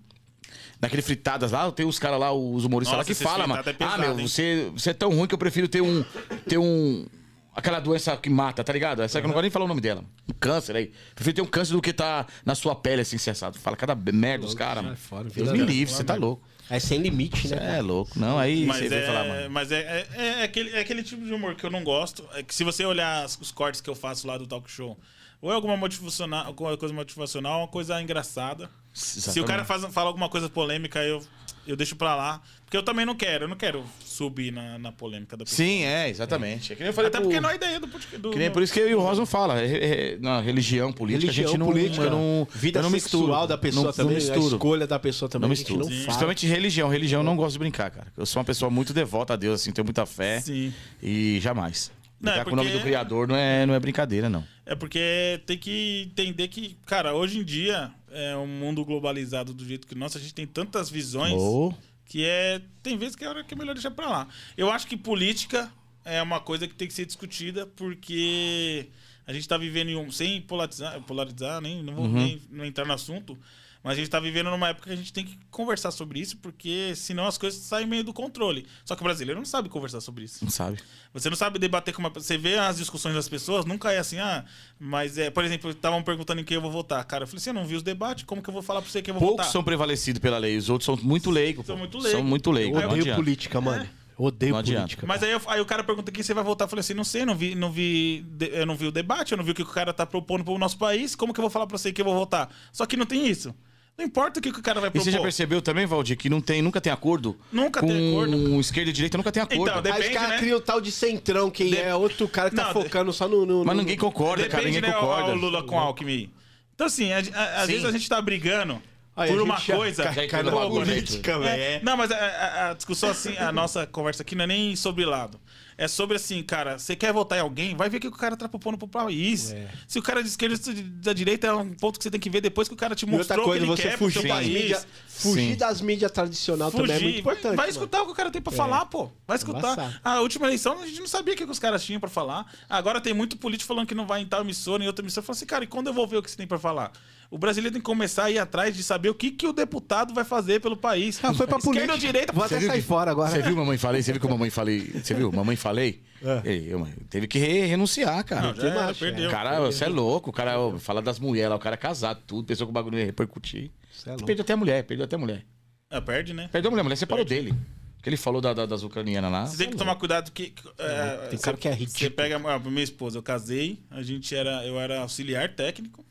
Naquele fritadas lá, tem os caras lá, os humoristas Nossa, lá que esse falam, mano. fritada é ah, pesado, meu, hein?" você, você é tão ruim que eu prefiro ter um. ter um. Aquela doença que mata, tá ligado? Essa que eu não gosto nem falar o nome dela. Um câncer aí. Prefiro ter um câncer do que tá na sua pele, assim, cessado. Fala cada merda dos caras, sai mano. fora, Deus vira me merda. livre, você tá louco. É sem limite, Cê né? É louco. Não, aí Mas, você vem é, falar, mano. mas é, é, é aquele, é aquele tipo de humor que eu não gosto. É que se você olhar as- os cortes que eu faço lá do talk show, ou é alguma, motivacional, alguma coisa motivacional, é uma coisa engraçada. Se o Exatamente. cara faz, fala alguma coisa polêmica, eu, eu deixo pra lá. Porque eu também não quero, eu não quero subir na, na polêmica da pessoa. Sim, é, exatamente. É que nem eu falei Até pro- porque não é ideia do podcast. Que nem por isso que eu e o Rosa fala. é- é- na religião, política, a gente não. eu não vida eu não sexual misturo. da pessoa não, também, Não a misturo. escolha da pessoa também, Não a gente misturo. não fala. Principalmente religião. Religião eu não gosto de brincar, cara. Eu sou uma pessoa muito devota a Deus, assim, tenho muita fé. Sim. E jamais. Não, Brincar é com o nome porque- do Criador não é, não é brincadeira, não. É porque tem que entender que, cara, hoje em dia, é um mundo globalizado do jeito que nosso, a gente tem tantas visões Ou. que é. Tem vezes que é hora que é melhor deixar pra lá. Eu acho que política é uma coisa que tem que ser discutida, porque a gente tá vivendo em um. Sem polarizar, polarizar nem, não vou nem não entrar no assunto. Mas a gente tá vivendo numa época que a gente tem que conversar sobre isso, porque senão as coisas saem meio do controle. Só que o brasileiro não sabe conversar sobre isso. Não sabe. Você não sabe debater com uma Você vê as discussões das pessoas, nunca é assim, ah, mas é. Por exemplo, estavam perguntando em quem eu vou votar. Cara, eu falei, você não viu os debates? Como que eu vou falar pra você que eu vou Poucos votar? são prevalecidos pela lei, os outros são muito leigos. São pô. muito leigos. São muito Eu leigos. não odeio adianta. política, mano. Eu Odeio Não adianta. política. Mas aí, eu- aí o cara pergunta quem você vai votar. Eu falei assim, não sei, não vi, não vi, de- eu não vi o debate, eu não vi o que o cara tá propondo pro nosso país. Como que eu vou falar pra você que eu vou votar? Só que não tem isso. Não importa o que, que o cara vai E propor. você já percebeu também, Valdir, que não tem, nunca tem acordo? Nunca tem Com acordo. Esquerda e direita nunca tem acordo. Então, Aí os Depende, caras né? criam o tal de centrão, quem De- é outro cara que tá Não, de- focando só no, no- Mas no- ninguém concorda, cara. Ninguém Depende, né, concorda. o Lula com Alckmin. Então, assim, a- a- Sim. às vezes a gente tá brigando Aí, por a uma gente já coisa. Já Cai, cai entrou na no bagulho, né, política, É, velho. É. Não, mas a, a- a discussão assim, a nossa conversa aqui não é nem sobre lado. É sobre assim, cara, você quer votar em alguém, vai ver o que o cara tá propondo pro país. É. Se o cara de esquerda ou da direita é um ponto que você tem que ver depois que o cara te E outra mostrou coisa, que ele você quer pro seu fugir das, país. mídias, fugir Sim. das mídias tradicional também é muito Fugir. importante. vai mano. É. escutar o que o cara tem pra falar, pô. Vai escutar. Ah, embaçado. a última eleição a gente não sabia o que, que os caras tinham pra falar. Agora tem muito político falando que não vai em tal emissora, em outra emissora. Eu falo assim, cara, e quando eu vou ver o que você tem pra falar? O brasileiro tem que começar a ir atrás de saber o que, que o deputado vai fazer pelo país. Ah, foi pra Esquerda política. ou direita, Vou até viu sair que- fora agora. Você viu, mamãe falei? Você viu que a mamãe falei? Você viu? Mamãe falei? Ei, eu, mãe, teve que re- renunciar, cara. É. Não, já era, macho, perdeu. o cara, você é louco. O cara ó, fala das mulheres lá, o cara é casado, tudo, pensou que o bagulho ia repercutir. Cê é louco. Perdeu até a mulher, perdeu até a mulher. Ah, perde, né? Perdeu a mulher, a mulher separou dele. Que ele falou da- da- das ucranianas lá. Você tem que tomar cuidado que. que, é, tem você- cara que é ridículo. Você pega. ah, minha esposa, eu casei, a gente era. Eu era auxiliar técnico.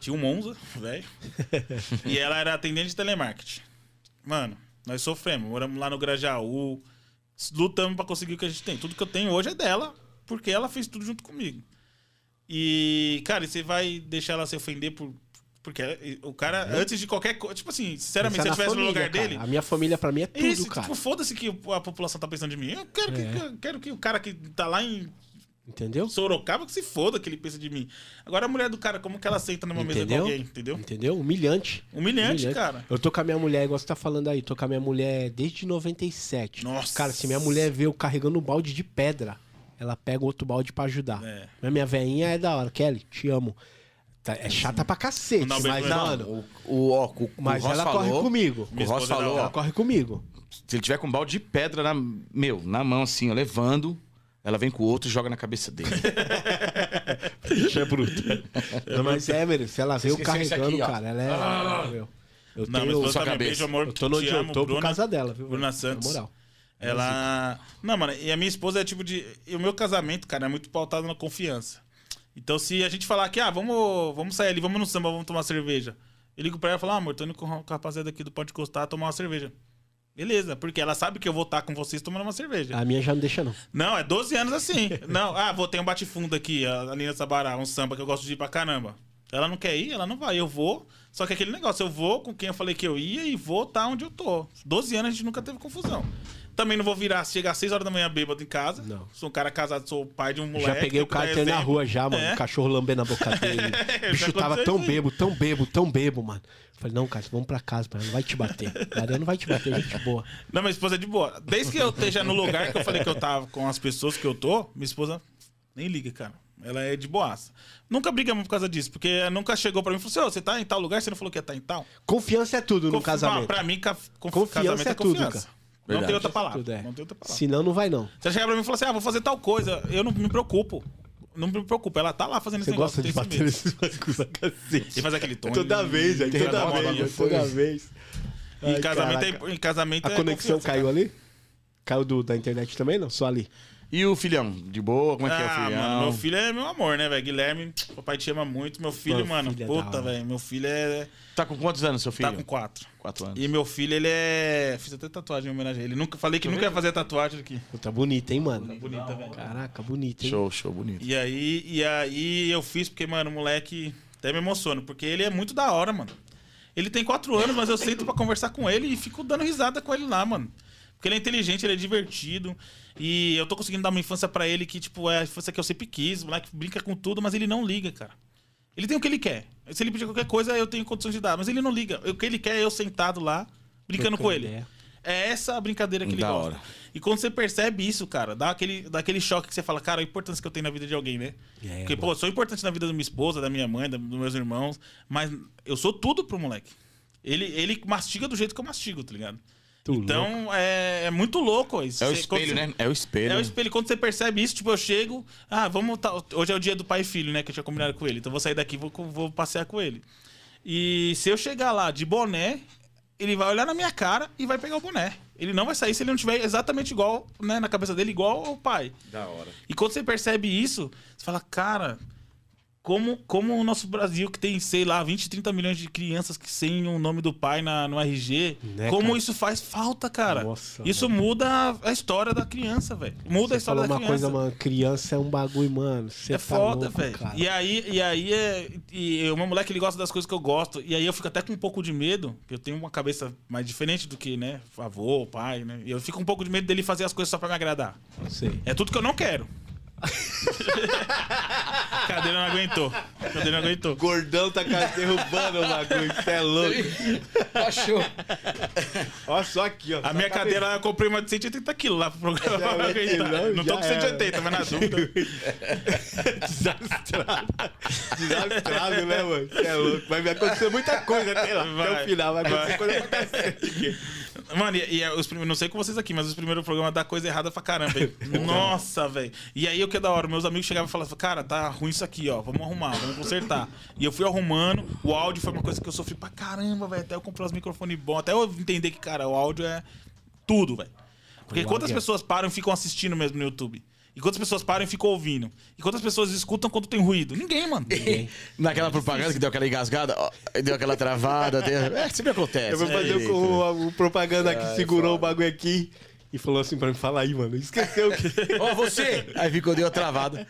Tinha um Monza, velho. e ela era atendente de telemarketing. Mano, nós sofremos. Moramos lá no Grajaú. Lutamos pra conseguir o que a gente tem. Tudo que eu tenho hoje é dela, porque ela fez tudo junto comigo. E, cara, e você vai deixar ela se ofender por. Porque o cara, antes de qualquer coisa. Tipo assim, sinceramente, Pensar tá se eu Uhum. é na família, estivesse no lugar cara. dele. A minha família pra mim é tudo, Isso, cara. É. tipo, foda-se que a população tá pensando de mim. Eu quero, que, eu quero que o cara que tá lá em Entendeu? Sorocaba que se foda que ele pensa de mim. Agora a mulher do cara, como que ela senta numa mesa com Entendeu? alguém, entendeu? Entendeu? Humilhante. Humilhante, cara. Eu tô com a minha mulher, igual você tá falando aí, tô com a minha mulher desde 97. Nossa. Cara, se minha mulher vê eu carregando um balde de pedra, ela pega outro balde pra ajudar. É. Mas minha veinha é da hora. Kelly, te amo. Tá- é chata pra cacete, Não, mas, mas- não, mano, O, o, ó, o, mas o Ross ela falou, corre comigo. O Minha Ross esposa é da falou, hora. ó, Ela corre comigo. se ele tiver com um balde de pedra na, meu, na mão, assim, ó, levando, ela vem com o outro e joga na cabeça dele. Não, mas é, velho, se ela vê eu Esqueceu isso carregando, aqui, ó. cara, ela é. meu. Eu Ah, Não, minha tenho. sua esposa também. cabeça. Beijo, amor. Eu tô no Te eu amo, tô por Bruna. causa dela, viu? Bruna Na Santos. moral. Ela. Não, mano, e a minha esposa é tipo de. E o meu casamento, cara, é muito pautado na confiança. Então, se a gente falar que, ah, vamos, vamos sair ali, vamos no samba, vamos tomar uma cerveja. Eu ligo pra ela e falo, ah, amor, tô indo com o rapaziada aqui do Pode Costar tomar uma cerveja. Beleza, porque ela sabe que eu vou estar com vocês tomando uma cerveja. A minha já não deixa, não. Não, é 12 anos assim. Não, ah, vou ter um bate-fundo aqui, a Nina Sabará, um samba que eu gosto de ir pra caramba. Ela não quer ir, ela não vai, eu vou. Só que aquele negócio, eu vou com quem eu falei que eu ia e vou tá onde eu tô. 12 anos a gente nunca teve confusão. Também não vou virar, chegar às 6 horas da manhã bêbado em casa. Não. Sou um cara casado, sou pai de um moleque. Já peguei o pra cara na exemplo. rua já, mano. É. O cachorro lambendo a boca dele. já o bicho tava aconteceu tão isso aí. bebo, tão bebo, tão bebo, mano. Eu falei, não, cara, vamos pra casa, mano. Não vai te bater. Maria não vai te bater, gente boa. Não, minha esposa é de boa. Desde que eu esteja no lugar que eu falei que eu tava com as pessoas que eu tô, minha esposa nem liga, cara. Ela é de boaça. Nunca brigamos por causa disso, porque ela nunca chegou pra mim e falou assim: "Ô, você tá em tal lugar, você não falou que ia tá em tal? Confiança é tudo no Confi- casamento. Ah, Pra mim, ca- conf- Confiança casamento é, é tudo, confiança. cara. Não Verdade. tem outra palavra. Tudo é. Não tem outra palavra. Senão, não vai, não. Se ela chegar pra mim e falar assim: ah, vou fazer tal coisa, eu não me preocupo. Não me preocupo. Ela tá lá fazendo Você esse negócio. gosta de tem esse bater medo. nesses bagulhos a cacete. E faz aquele tom. assim. Toda e- vez, aí. e- Toda e- vez, toda vez. Ai, Em casamento, é- caraca. em casamento A é conexão confiança, caiu ali? Caiu do, da internet também, não? Só ali. E o filhão? De boa? Como é que é o Ah, filhão? mano, meu filho é meu amor, né, velho? Guilherme, papai te ama muito. Meu filho, Meu mano, filho é da puta, hora. velho. Meu filho é. Tá com quantos anos, seu filho? Tá com quatro. Quatro anos. E meu filho, ele é. Fiz até tatuagem em homenagem a ele. Nunca... Falei que nunca ia fazer tatuagem aqui. Puta, bonita, tá hein, mano? Tá Bonita, velho. Caraca, bonita, hein? Show, show, bonito. E aí, e aí eu fiz porque, mano, o moleque até me emociona, porque ele é muito da hora, mano. Ele tem quatro anos, mas eu sento pra conversar com ele e fico dando risada com ele lá, mano. Porque ele é inteligente, ele é divertido. E eu tô conseguindo dar uma infância pra ele que, tipo, é a infância que eu sempre quis. O moleque brinca com tudo, mas ele não liga, cara. Ele tem o que ele quer. Se ele pedir qualquer coisa, eu tenho condições de dar. Mas ele não liga. O que ele quer é eu sentado lá, Trocando brincando com ele. ideia. É essa a brincadeira que ele Da gosta. hora. E quando você percebe isso, cara, dá aquele, dá aquele choque que você fala, cara, a importância que eu tenho na vida de alguém, né? É, Porque, pô, eu sou importante na vida da minha esposa, da minha mãe, da- dos meus irmãos, mas eu sou tudo pro moleque. Ele, ele mastiga do jeito que eu mastigo, tá ligado? Tu então, é, é muito louco isso. É o Você- quando espelho, você- né? É o espelho. é o espelho. Quando você percebe isso, tipo, eu chego. Ah, vamos. tá- hoje é o dia do pai e filho, né? Que eu tinha combinado com ele. Então eu vou sair daqui e vou, co- vou passear com ele. E se eu chegar lá de boné, ele vai olhar na minha cara e vai pegar o boné. Ele não vai sair se ele não tiver exatamente igual, né? Na cabeça dele, igual ao pai. Da hora. E quando você percebe isso, você fala, cara, como, como o nosso Brasil, que tem, sei lá, 20, 30 milhões de crianças que sem o nome do pai na, no RG, Né, como cara? isso faz falta, cara. Nossa, isso muda a- a história da criança, velho. Muda a Você história falou da uma criança. coisa, mano. Criança é um bagulho, mano. Você tá É foda, louco, velho. cara. E aí, e aí é. E o meu moleque ele gosta das coisas que eu gosto. E aí eu fico até com um pouco de medo. porque Eu tenho uma cabeça mais diferente do que, né? Avô, pai, né? E eu fico um pouco de medo dele fazer as coisas só pra me agradar. Não sei. É tudo que eu não quero. Cadeira não aguentou. Cadeira não aguentou. Gordão tá quase derrubando o bagulho, você é louco. Achou. Olha só aqui, ó. A minha cadeira eu comprei uma de 180 quilos lá pro programa. Já pra é, aguentar. não, Não já tô com 180, mas na dúvida. Desastrado. Desastrado, né, mano? Você é louco. Vai acontecer muita coisa até lá. Até Vai. o final, vai acontecer Vai. coisa pra cacete. Mano, e, e os primeiros, não sei com vocês aqui, mas os primeiros programas dá coisa errada pra caramba. hein? Nossa, velho. E aí o que é da hora? Meus amigos chegavam e falavam, cara, tá ruim isso aqui, ó. Vamos arrumar, vamos consertar. E eu fui arrumando, o áudio foi uma coisa que eu sofri pra caramba, velho. Até eu comprar os microfones bons, até eu entender que, cara, o áudio é tudo, velho. Porque O quantas áudio é- pessoas param e ficam assistindo mesmo no YouTube? E quantas pessoas param e ficam ouvindo? E quantas pessoas escutam quando tem ruído? Ninguém, mano. Naquela propaganda que deu aquela engasgada, ó, deu aquela travada. Deu... É, sempre acontece. Eu vou fazer Direito, o, né? o- o propaganda que segurou o bagulho aqui e falou assim pra mim: fala aí, mano. Esqueceu que. Ó, você! Aí ficou, deu a travada.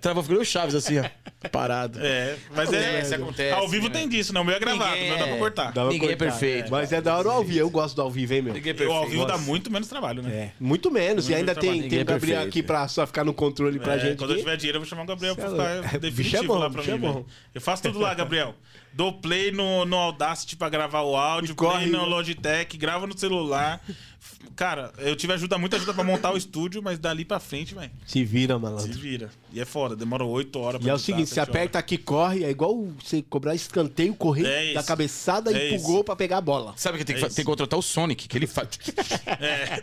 Travou, ficou o Chaves assim, ó. Parado. É, mas Acontece, é. acontece, Ao vivo né? tem disso, não. O meu é gravado, Ninguém o meu dá é- pra cortar. Dá pra Ninguém é cortar. perfeito. Mas é da hora o ao vivo. Eu gosto do ao vivo, hein, meu? Ninguém é Eu, ao vivo perfeito. dá muito menos trabalho, né? É, muito menos. E Muito ainda tem, trabalho. tem Ninguém é o Gabriel perfeito, aqui né? pra só ficar no controle pra É, gente. Quando eu aqui. tiver dinheiro, eu vou chamar o Gabriel Cê pra é louco. ficar É, definitivo bicho é bom, lá pra bicho é mim. velho. bom. Eu faço tudo lá, Gabriel. Dou play no, no Audacity pra gravar o áudio, E corre, play no né? Logitech, gravo no celular. F- Cara, eu tive ajuda, muita ajuda pra montar o estúdio, mas dali pra frente, velho, Se vira, se malandro. vira. E é foda, demora oito horas pra tá E é o editar, seguinte, você sete aperta aqui, corre, é igual você cobrar escanteio, correr É isso. da cabeçada É e pro isso. gol pra pegar a bola. Sabe o que tem que, É fa- isso. tem que contratar o Sonic, que ele faz. horas.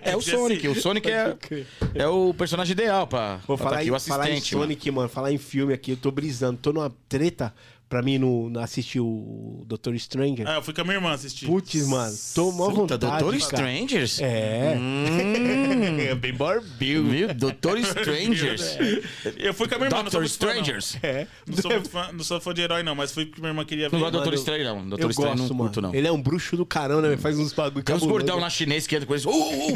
É o assim, Sonic. O Sonic é, é o personagem ideal pra, Vou pra tá falar, aqui, em, o falar em assistente. né? mano. Sonic, mano. falar em filme aqui, eu tô brisando, tô numa treta pra mim não, não assistir o Doutor Stranger. Ah, eu fui com a minha irmã assistir. Putz, mano, tô mó Puta, vontade, Doutor cara. Strangers? É. Hum, é bem barbil. Viu? Doutor Strangers. Eu fui com a minha irmã. é. não Doctor sou muito fã, não. Strangers. É. Não sou, fã, não sou fã de herói, não, mas fui porque minha irmã queria ver. Não gosto do Mano, Doutor Strange, não. Eu Doutor gosto, Strange não mano. curto, não. Ele é um bruxo do carão, né? velho? Faz uns bagulho Tem uns cabuloso. gordão lá chinês que entra com eles. Uh, uh, uh,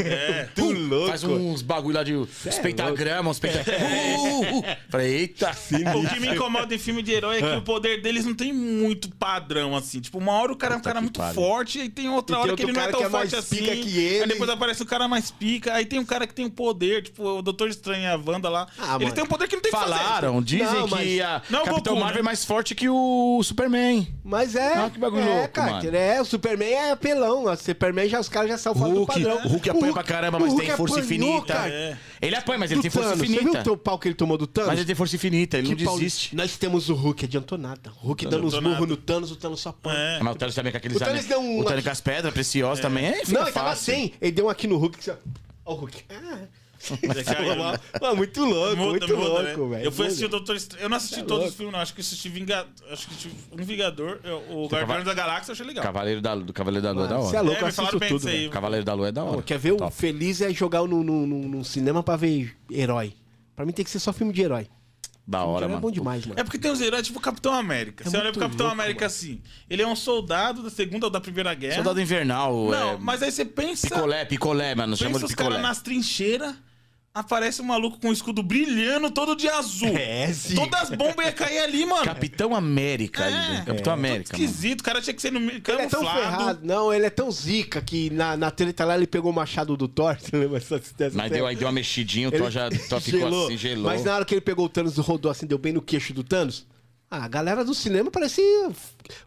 Tô uh, louco. Faz uns bagulho lá de é uns pentagrama, uns pentagrama. Uh, uh, uh. Falei, eita. O que me incomoda em filme de herói é que o poder deles não tem muito padrão, assim. Tipo, uma hora o cara é um Puta cara que muito pariu. forte, e tem outra E tem hora que outro ele não é cara tão que é mais forte assim. pica que ele. Aí depois aparece o cara mais pica, aí tem um cara que tem um poder, tipo, o Doutor Estranho e a Wanda lá. Ah, Eles mano. têm um poder que não tem que fazer. Falaram, dizem Não, mas- que a Não, Capitão Goku, Marvel é né? mais forte que o Superman. Mas é. Ah, que bagulho é, louco, cara, mano. É, o Superman é apelão. ó. O Superman já, os caras já são O fora do Hulk, é padrão. o Hulk apanha pra caramba, mas o tem Hulk força apanhou, infinita. cara, É. Ele apanha, mas ele do tem força Thanos. Você infinita. viu o pau que ele tomou do Thanos? Mas ele tem força infinita, ele Que não pau- desiste. Nós temos o Hulk, adiantou nada. O Hulk dando uns adiantou murros nada. no Thanos, o Thanos só apanha. É. Ah, Mas o Thanos também com aqueles O Thanos ane- deu um- O Thanos com as pedras preciosas também. É, fica Não, ele tava fácil. sem. Ele deu um aqui no Hulk. que você- Ó, o Hulk. Ah. Ele caiu, né? Mano, muito louco, Muda, muito muda, louco, né? velho. Eu fui assistir o Muda. Doutor Estranho. Eu não É assisti todos louco. os filmes, não. Acho que assisti Vingador. Acho que assisti um Vingador. eu- O Cavale- Guardiões da Galáxia eu achei legal. Cavaleiro da, do Cavaleiro da Lua é da Mano, Você é hora. louco, É, eu me falaram assisto bem tudo. disso aí. velho. Cavaleiro da Lua é da hora. Mano, Quer ver o Top. feliz é jogar num no, no, no cinema pra ver herói. Pra mim tem que ser só filme de herói. Da hora, Filme de herói mano. é bom demais, mano. É porque tem uns heróis tipo o Capitão América. Você É olha muito pro Capitão louco, América assim. Ele é um soldado da Segunda ou da Primeira Guerra. Soldado Invernal. Não, é, mas aí você pensa. Picolé, picolé, mano. Chama pensa de os caras picolé. nas trincheiras. Aparece um maluco com um escudo brilhando, todo de azul. É, sim. Todas as bombas iam cair ali, mano. É Capitão América ainda. Capitão América. mano. Esquisito, o cara tinha que ser no meio Ele é tão camuflado. ferrado. Não, ele é tão zica que na, na treta lá ele pegou o machado do Thor. Você lembra essa, dessa Mas cena? deu, aí deu uma mexidinha, o Ele Thor já Thor ficou assim, gelou. Mas na hora que ele pegou o Thanos e rodou assim, deu bem no queixo do Thanos. Ah, a galera do cinema parece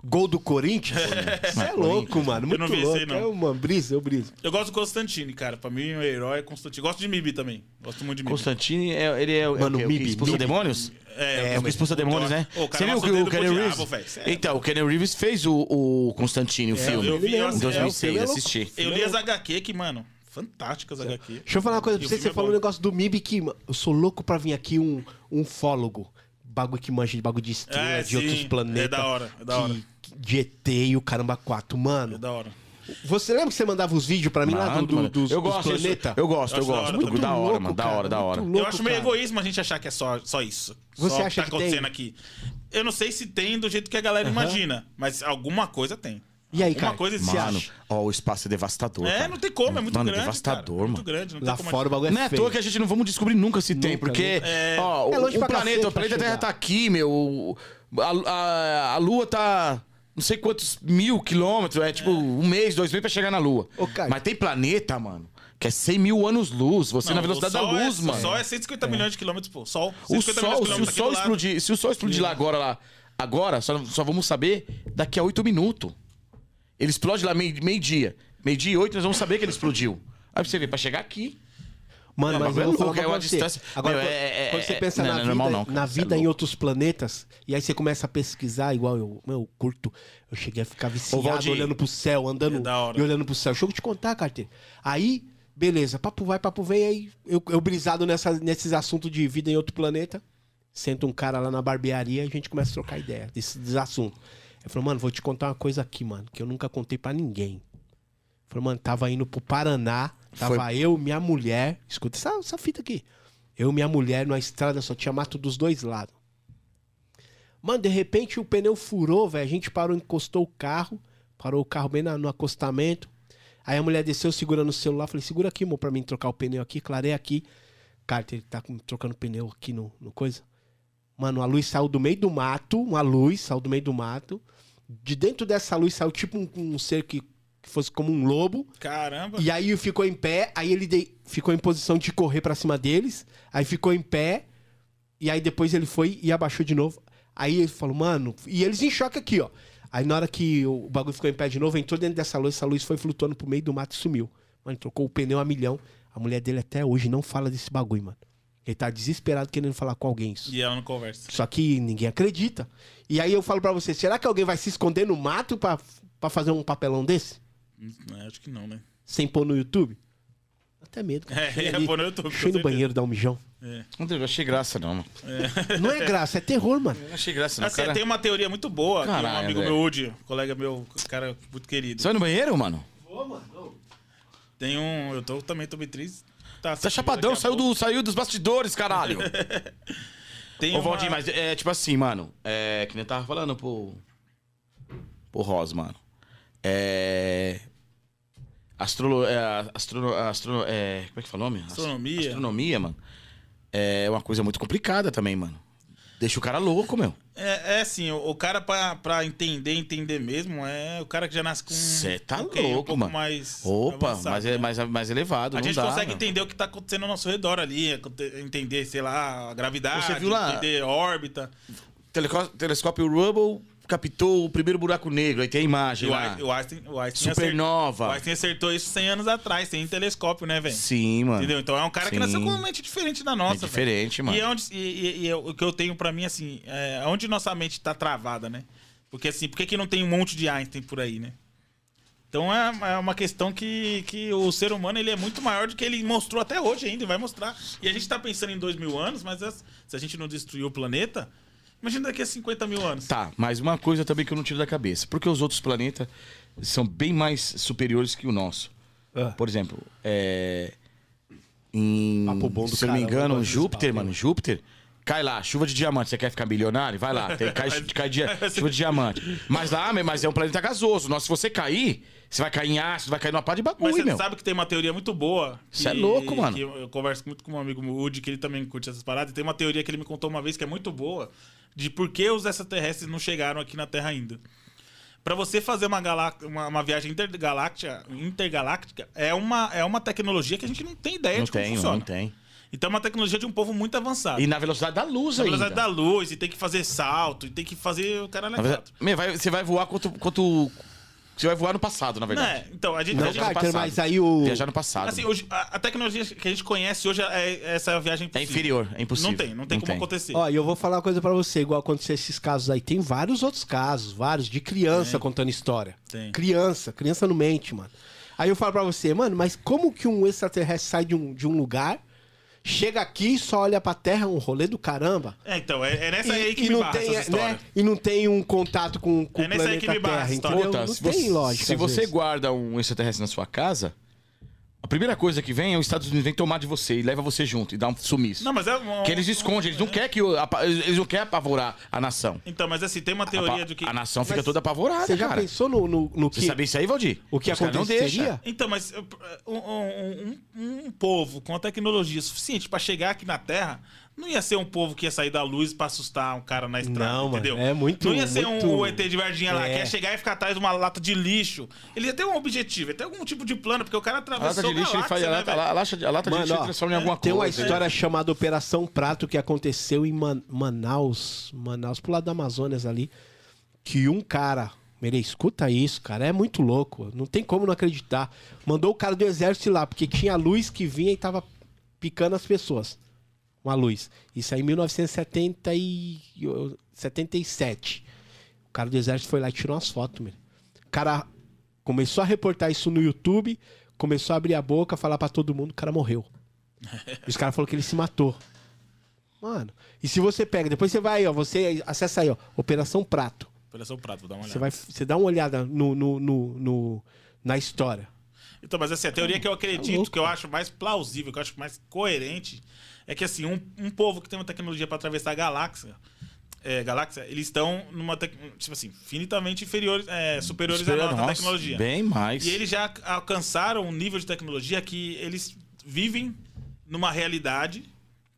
gol do Corinthians. Isso é louco, mano. Eu Muito não vi louco. esse aí, É não. uma brisa, eu briso. Eu gosto do Constantine, cara. Pra mim, o herói é Constantine. Gosto de Mibi também. Gosto muito de Mibi. Constantine, é- ele é, o- é Mano, o quê? O que Mib, expulsa Mib. demônios? É, o que mas- expulsa demônios, né? Ô, cara, Você viu nosso que o dedo pro Kenny diabo, Reeves... velho. Cê é então, o Kenny Reeves fez o, o Constantine, o filme. eu vi, eu Em é, assisti, o filme 2006, é louco. assisti. Eu li as HQ que, mano, fantásticas as HQ. Deixa eu falar uma coisa E pra o você. filme Você é falou um bom. negócio do MIB que mano, eu sou louco pra vir aqui um, um fólogo. Bagulho que manja de bagulho de estrela, É, de sim. outros É planetas. da hora, é da que- hora. que- de ET e o caramba 4. Mano, É da hora. você lembra que você mandava os vídeos pra mim lá do, Mano, do, mano, dos, eu dos gosto, isso- planeta? eu gosto, Eu eu acho da gosto. hora Muito também. da hora, louco, mano, da cara, hora, da muito hora. louco. eu acho meio cara. egoísmo a gente achar que é só, só isso. Você só acha tá que acontecendo tem? aqui. Eu não sei se tem do jeito que a galera imagina, mas alguma coisa tem. E aí, alguma cara? coisa existe. Mano, ó, o espaço é devastador, É, cara. não tem como, é muito Mano, grande. devastador, cara. mano. Muito grande, não Lá tem como fora o bagulho é Não é à feio. toa que a gente não vamos descobrir nunca se tem, Nunca, porque nunca. É. ó, É o, longe o pra planeta, cacete o planeta pra Terra chegar. tá aqui, meu. o- A, a, a Lua tá não sei quantos mil quilômetros, é tipo um mês, dois meses pra chegar na Lua. Ô, Caio. Mas tem planeta, mano, que é 100 mil anos-luz, você Não, na velocidade o da Sol é- luz, mano. O Sol é 150 milhões de quilômetros, pô. Sol. O 150 milhões Sol, de se o quilômetros Sol aqui do lado. explodir, se o Sol explodir lá agora, lá, agora, só, só vamos saber daqui a oito minutos. Ele explode lá meio- meio-dia. meio-dia e oito, nós vamos saber que ele explodiu. Aí pra você ver, pra chegar aqui. Mano, É, mas bagulho eu vou falar louco, é pra uma você. distância- Agora, Meu, quando- é- é- quando você é- pensa não, na não é vida, normal não, cara, na isso é vida em louco. outros planetas, e aí você começa a pesquisar, igual eu, meu, eu curto, eu cheguei a ficar viciado Valdir. olhando pro céu, andando É da hora. e olhando pro céu. Deixa eu te contar, Carteiro. Aí, beleza, papo vai, papo vem, aí eu, eu brisado nessa, nesses assuntos de vida em outro planeta, senta um cara lá na barbearia e a gente começa a trocar ideia desses desses assuntos. Ele falou, mano, vou te contar uma coisa aqui, mano, que eu nunca contei pra ninguém. Falei, mano, tava indo pro Paraná. Tava eu, minha mulher. Escuta essa, essa fita aqui. Eu, minha mulher, na estrada só tinha mato dos dois lados. Mano, de repente o pneu furou, velho. A gente parou, encostou o carro. Parou o carro bem na- no acostamento. Aí a mulher desceu segurando o celular. Falei, segura aqui, amor, pra mim trocar o pneu aqui. Clarei aqui. Cara, ele tá com- trocando pneu aqui no, no coisa. Mano, a luz saiu do meio do mato. Uma luz saiu do meio do mato. De dentro dessa luz saiu tipo um, um ser que, que fosse como um lobo. Caramba. E aí ficou em pé, aí ele dei- ficou em posição de correr pra cima deles, aí ficou em pé, e aí depois ele foi e abaixou de novo. Aí ele falou, mano, e eles em choque aqui, ó. Aí na hora que o bagulho ficou em pé de novo, entrou dentro dessa luz, essa luz foi flutuando pro meio do mato e sumiu. Mano, trocou o pneu a milhão. A mulher dele até hoje não fala desse bagulho, mano. Ele tá desesperado querendo falar com alguém isso. E ela não conversa. Só que ninguém acredita. E aí eu falo pra você, será que alguém vai se esconder no mato pra pra fazer um papelão desse? Hum, é, Acho que não, né? sem pôr no YouTube? Até medo. É, Cheguei ia ali, pôr no YouTube, com cheguei no certeza. banheiro, dar um mijão. Não deve- achei graça, não, mano. Não é graça, é terror, mano. Não achei graça, não, Assim, cara. tem uma teoria muito boa que um Caralho, amigo velho. meu, Woody, um colega meu, cara muito querido. Você vai no banheiro, mano? Tem um. Eu tô, também tô bem triste. Tá, Tá chapadão, saiu, do, saiu dos bastidores, caralho. Tem Ô, uma... Valdir, mas é tipo assim, mano. É, que nem eu tava falando pro. Pro Ross, mano. É. Astrolo. É, astro, astro, é, como é que falou, meu? Astronomia. Astronomia, mano. É uma coisa muito complicada também, mano. Deixa o cara louco, meu. É, é assim, o, o cara pra, pra entender, entender mesmo, é o cara que já nasce com. Cê tá ok, um louco, pouco mano. Mais Opa, avançado, mas é né? mais, mais elevado. A não gente dá, consegue meu. entender o que tá acontecendo ao nosso redor ali, é, conte- entender, sei lá, a gravidade, Você viu lá? entender a órbita. Teleco- Telescópio Hubble captou o primeiro buraco negro, aí tem a E imagem o, lá. Einstein, o Einstein- o Einstein Supernova. acertou- O Einstein acertou isso 100 anos atrás, sem telescópio, né, velho? Sim, mano. Entendeu? Então é um cara que Sim. nasceu com uma mente diferente da nossa. É velho. diferente, mano. E, é onde- e- e- e eu- o que eu tenho pra mim, assim, é onde nossa mente tá travada, né? Porque assim, por que, que não tem um monte de Einstein por aí, né? Então é, é uma questão que, que o ser humano ele é muito maior do que ele mostrou até hoje ainda, e vai mostrar. E a gente tá pensando em dois mil anos, mas as- se a gente não destruir o planeta, imagina daqui a 50 mil anos. Tá, mas uma coisa também que eu não tiro da cabeça. Porque os outros planetas são bem mais superiores que o nosso. Ah. Por exemplo, é... em, Papo bom do se eu não me caramba, eu engano, gosto desse papo, Júpiter, hein, mano, mano? Júpiter... Cai lá, chuva de diamante. Você quer ficar bilionário? Vai lá, tem, cai, cai dia, chuva de diamante. Mas lá, meu, mas é um planeta gasoso. Nossa, se você cair, você vai cair em ácido, vai cair numa pá de bagulho, Mas você meu. sabe que tem uma teoria muito boa. Cê é louco, mano. que eu, eu converso muito com um amigo meu, Woody, que ele também curte essas paradas. E tem uma teoria que ele me contou uma vez que é muito boa de por que os extraterrestres não chegaram aqui na Terra ainda. Pra você fazer uma, galá- uma, uma viagem intergaláctica, intergaláctica é, uma, é uma tecnologia que a gente não tem ideia Não de como tem, funciona. não tem. Então é uma tecnologia de um povo muito avançado. E na velocidade da luz a ainda. velocidade da luz, e tem que fazer salto, e tem que fazer o cara Na verdade- Meu, vai- você vai voar quanto, quanto... Você vai voar no passado, na verdade. Né? Então, a gente, Não, a gente no Carter, passado. mas aí o. Viajar no passado. Assim, mano. hoje, a, a tecnologia que a gente conhece hoje é, é essa viagem É inferior, é impossível. Não tem, não tem como acontecer. Ó, e eu vou falar uma coisa pra você, igual aconteceu esses casos aí. Tem vários outros casos, vários, de criança contando história. Tem. Criança, criança não mente, mano. Aí eu falo pra você, mano, mas como que um extraterrestre sai de um, de um lugar, chega aqui, só olha pra terra, um rolê do caramba? É, então, é, é nessa aí que e me não barra tem, essa história. né, e não tem um contato com, com É o nessa aí planeta que me barra Terra, essa história. entendeu? Outra, não se tem você, lógica. se às você vezes. guarda um extraterrestre na sua casa, a primeira coisa que vem é os Estados Unidos vem tomar de você e leva você junto e dá um sumiço. Não, mas é uma- que eles escondem, eles não querem que o- apa- eles não querem apavorar a nação. Então, mas assim, tem uma Apa- teoria do que. A nação fica Mas toda apavorada, Você já cara. pensou no, no, no Você que, sabia isso aí, Valdir? o que Os caras não aconteceria? deixam. Então, mas uh, um, um- um- um povo com a tecnologia suficiente pra chegar aqui na Terra não ia ser um povo que ia sair da luz pra assustar um cara na estrada, Não, mano, entendeu? é muito- Não ia ser um muito- ET de Varginha lá que É. ia chegar e ficar atrás de uma lata de lixo. Ele ia ter um objetivo, ia ter algum tipo de plano, porque o cara A lata atravessou de lixo, ele galáxia, faz a né, lata, velho? a lata- a lata de Mano, lixo ó, ele transforma em alguma Tem coisa. né? uma história chamada Operação Prato que aconteceu em Man- Manaus, Manaus, pro lado da Amazonas ali, que um cara, Merei, escuta isso, cara, é muito louco, não tem como não acreditar. Mandou o cara do exército ir lá, porque tinha luz que vinha e tava picando as pessoas. Uma luz. Isso aí em 1977. O cara do exército foi lá e tirou umas fotos, meu. O cara começou a reportar isso no YouTube, começou a abrir a boca, falar pra todo mundo, o cara morreu. E os caras falaram que ele se matou. Mano, e se você pega, depois você vai, ó, você acessa aí, ó, Operação Prato. Olha só o prato, vou dar uma olhada. Você vai, você dá uma olhada no, no, no- no- na história. Então, mas assim, a teoria que eu Tá acredito, louco, que eu acho mais plausível, que eu acho mais coerente, é que assim, um, um povo que tem uma tecnologia para atravessar a galáxia, é, galáxia, eles estão numa tec- tipo assim, infinitamente inferiores, é, superiores à nossa, nossa, tecnologia. Bem mais. E eles já alcançaram um nível de tecnologia que eles vivem numa realidade